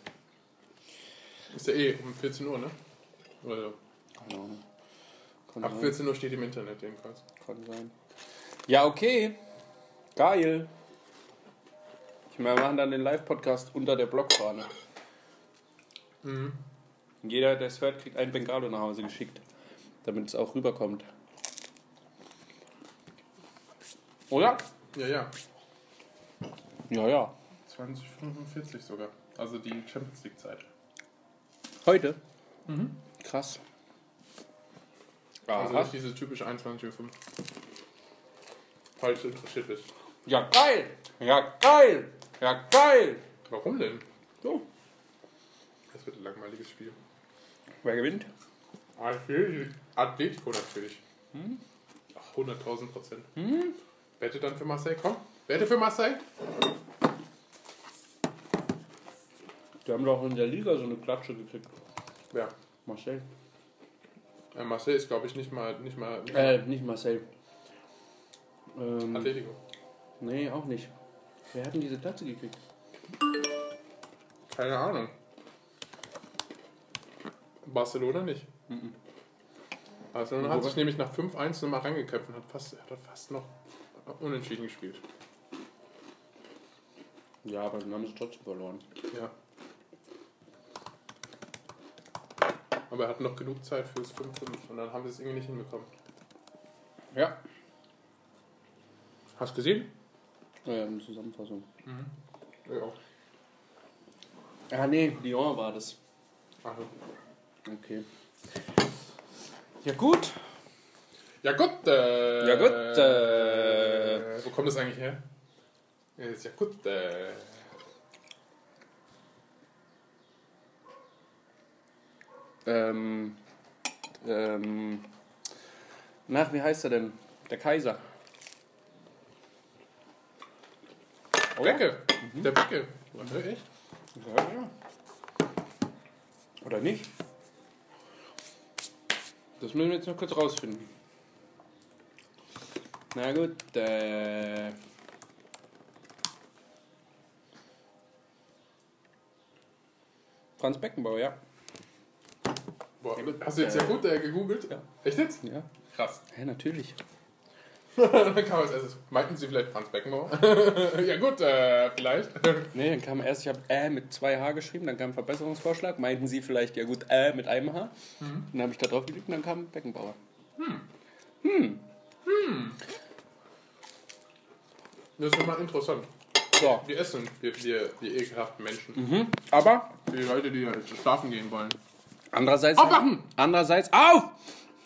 Speaker 2: Ist ja eh um 14 Uhr, ne? Oder so.
Speaker 1: Keine Ahnung. Kann
Speaker 2: Ab
Speaker 1: sein.
Speaker 2: 14 Uhr steht im Internet jedenfalls.
Speaker 1: Kann sein. Ja, okay. Geil. Ich meine, wir machen dann den Live-Podcast unter der Blockfahne.
Speaker 2: Mhm.
Speaker 1: Und Jeder, der es hört, kriegt ein Bengalo nach Hause geschickt, damit es auch rüberkommt. Oder?
Speaker 2: Ja, ja.
Speaker 1: Ja, ja.
Speaker 2: 2045 sogar. Also die Champions League Zeit.
Speaker 1: Heute? Mhm. Krass.
Speaker 2: Also
Speaker 1: Aha.
Speaker 2: nicht diese typische 21.05 Uhr. Falls du interessiert bist.
Speaker 1: Ja, geil! Ja, geil! Ja, geil!
Speaker 2: Warum denn?
Speaker 1: So.
Speaker 2: Das wird ein langweiliges Spiel.
Speaker 1: Wer gewinnt?
Speaker 2: Atletico natürlich. Hm? Ach, 100.000 Prozent. Wette dann für Marseille, komm. Wette für Marseille?
Speaker 1: Die haben doch in der Liga so eine Klatsche gekriegt.
Speaker 2: Ja.
Speaker 1: Marcel.
Speaker 2: Äh, Marseille ist, glaube ich, nicht mal. Nicht mal
Speaker 1: Äh, nicht Marcel. Ähm,
Speaker 2: Atletico.
Speaker 1: nee, auch nicht. Wer hat denn diese Klatsche gekriegt?
Speaker 2: Keine Ahnung. Barcelona nicht.
Speaker 1: Mhm.
Speaker 2: Barcelona hat sich nämlich nach 5-1 nochmal reingeköpft und hat fast, hat fast noch unentschieden gespielt.
Speaker 1: Ja, aber dann haben sie trotzdem verloren.
Speaker 2: Ja. Aber er hat noch genug Zeit fürs 5-5 und dann haben sie es irgendwie nicht hinbekommen.
Speaker 1: Ja.
Speaker 2: Hast du gesehen?
Speaker 1: Ähm, Zusammenfassung.
Speaker 2: Ja. auch.
Speaker 1: Ah, nee, Lyon war das.
Speaker 2: Ach so.
Speaker 1: Okay. Ja, gut.
Speaker 2: Ja gut. Äh,
Speaker 1: Ja, gut, äh.
Speaker 2: wo kommt das eigentlich her? Ja, ist ja gut. Äh.
Speaker 1: Ähm, ähm, nach, wie heißt er denn? Der Kaiser.
Speaker 2: Becke. Der Becke. Warte, echt?
Speaker 1: Ja, ja. Oder nicht? Das müssen wir jetzt noch kurz rausfinden. Na gut, äh. Franz Beckenbauer, ja.
Speaker 2: Boah,
Speaker 1: Ja, gut.
Speaker 2: hast du jetzt ja gut äh, gegoogelt?
Speaker 1: Ja.
Speaker 2: Echt jetzt?
Speaker 1: Ja,
Speaker 2: Krass.
Speaker 1: ja natürlich.
Speaker 2: Dann kam als erstes, also, meinten Sie vielleicht Franz Beckenbauer? ja gut, äh, vielleicht.
Speaker 1: Nee, dann kam erst, ich habe äh mit zwei H geschrieben, dann kam Verbesserungsvorschlag. Meinten Sie vielleicht, ja gut, äh mit einem H?
Speaker 2: Mhm.
Speaker 1: Dann habe ich da drauf geklickt und dann kam Beckenbauer.
Speaker 2: Das ist schon mal interessant.
Speaker 1: So, Mhm.
Speaker 2: Wir essen, wir, wir, die ekelhaften Menschen.
Speaker 1: aber
Speaker 2: Die Leute, die halt schlafen gehen wollen.
Speaker 1: andererseits.
Speaker 2: Aufwachen!
Speaker 1: Andererseits, auf!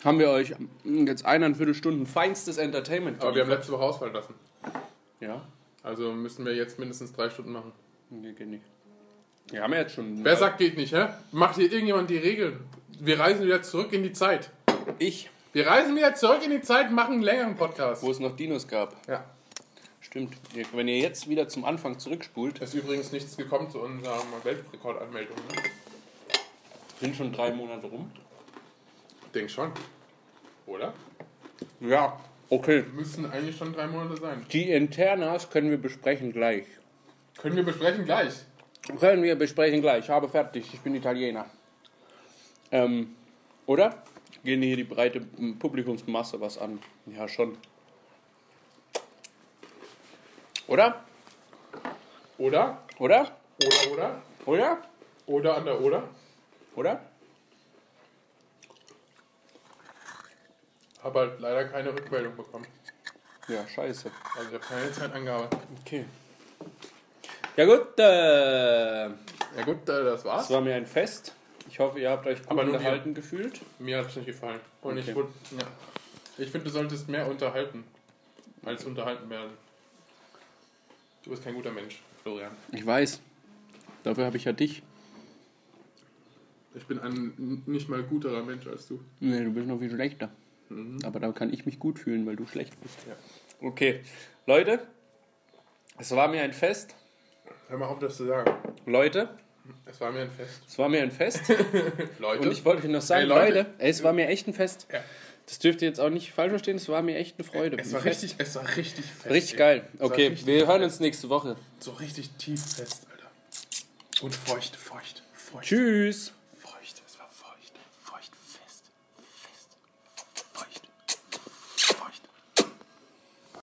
Speaker 1: Haben wir euch jetzt eineinviertel Stunden feinstes Entertainment.
Speaker 2: Aber wir haben letzte Woche ausfallen lassen.
Speaker 1: Ja,
Speaker 2: Also müssen wir jetzt mindestens drei Stunden machen.
Speaker 1: nee, geht nicht. Wir haben ja jetzt schon.
Speaker 2: Wer sagt, geht nicht, hä? Macht hier irgendjemand die Regeln? Wir reisen wieder zurück in die Zeit.
Speaker 1: Ich,
Speaker 2: Wir reisen wieder zurück in die Zeit, machen einen längeren Podcast.
Speaker 1: wo es noch Dinos gab.
Speaker 2: Ja.
Speaker 1: Stimmt. Ihr- Wenn ihr jetzt wieder zum Anfang zurückspult,
Speaker 2: Es ist übrigens nichts gekommen zu unserer Weltrekordanmeldung. Ne?
Speaker 1: sind schon drei Monate rum.
Speaker 2: Denk schon. Oder?
Speaker 1: Ja, okay.
Speaker 2: Müssen eigentlich schon drei Monate sein.
Speaker 1: Die Internas können wir besprechen gleich.
Speaker 2: Können wir besprechen gleich.
Speaker 1: Können wir besprechen gleich. Ich habe fertig. Ich bin Italiener. Ähm, oder? Gehen hier die breite m, Publikumsmasse was an? Ja, schon. Oder?
Speaker 2: Oder?
Speaker 1: Oder?
Speaker 2: Oder, oder?
Speaker 1: Oder?
Speaker 2: Oder an der Oder?
Speaker 1: Oder?
Speaker 2: Hab halt leider keine Rückmeldung bekommen.
Speaker 1: Ja, scheiße.
Speaker 2: Also ich habe keine Zeitangabe.
Speaker 1: Okay. Ja gut, äh,
Speaker 2: Ja gut, äh, das war's.
Speaker 1: es war mir ein Fest. Ich hoffe, ihr habt euch gut
Speaker 2: Aber nur
Speaker 1: unterhalten gefühlt.
Speaker 2: Mir hat es nicht gefallen. Und ich
Speaker 1: Okay.
Speaker 2: wurde. Ja. Ich finde, du solltest mehr unterhalten, als unterhalten werden. Du bist kein guter Mensch, Florian.
Speaker 1: Ich weiß. Dafür habe ich ja dich.
Speaker 2: Ich bin ein nicht mal guterer Mensch als du.
Speaker 1: Nee, du bist noch viel schlechter. Aber da kann ich mich gut fühlen, weil du schlecht bist. Okay, Leute, es war mir ein Fest.
Speaker 2: Hör mal auf, das zu sagen.
Speaker 1: Leute,
Speaker 2: Es war mir ein Fest.
Speaker 1: es war mir ein Fest.
Speaker 2: Leute.
Speaker 1: Und ich wollte euch noch sagen,
Speaker 2: Hey, Leute.
Speaker 1: Leute, ey, es war mir echt ein Fest.
Speaker 2: Ja.
Speaker 1: Das dürft ihr jetzt auch nicht falsch verstehen, es war mir echt eine Freude.
Speaker 2: es war
Speaker 1: Ein Fest.
Speaker 2: richtig, es war richtig fest.
Speaker 1: Richtig
Speaker 2: ey.
Speaker 1: geil.
Speaker 2: Es war
Speaker 1: Okay,
Speaker 2: richtig
Speaker 1: wir hören
Speaker 2: fest.
Speaker 1: uns nächste Woche.
Speaker 2: So richtig tief fest, Alter. Und feucht, feucht, feucht.
Speaker 1: Tschüss.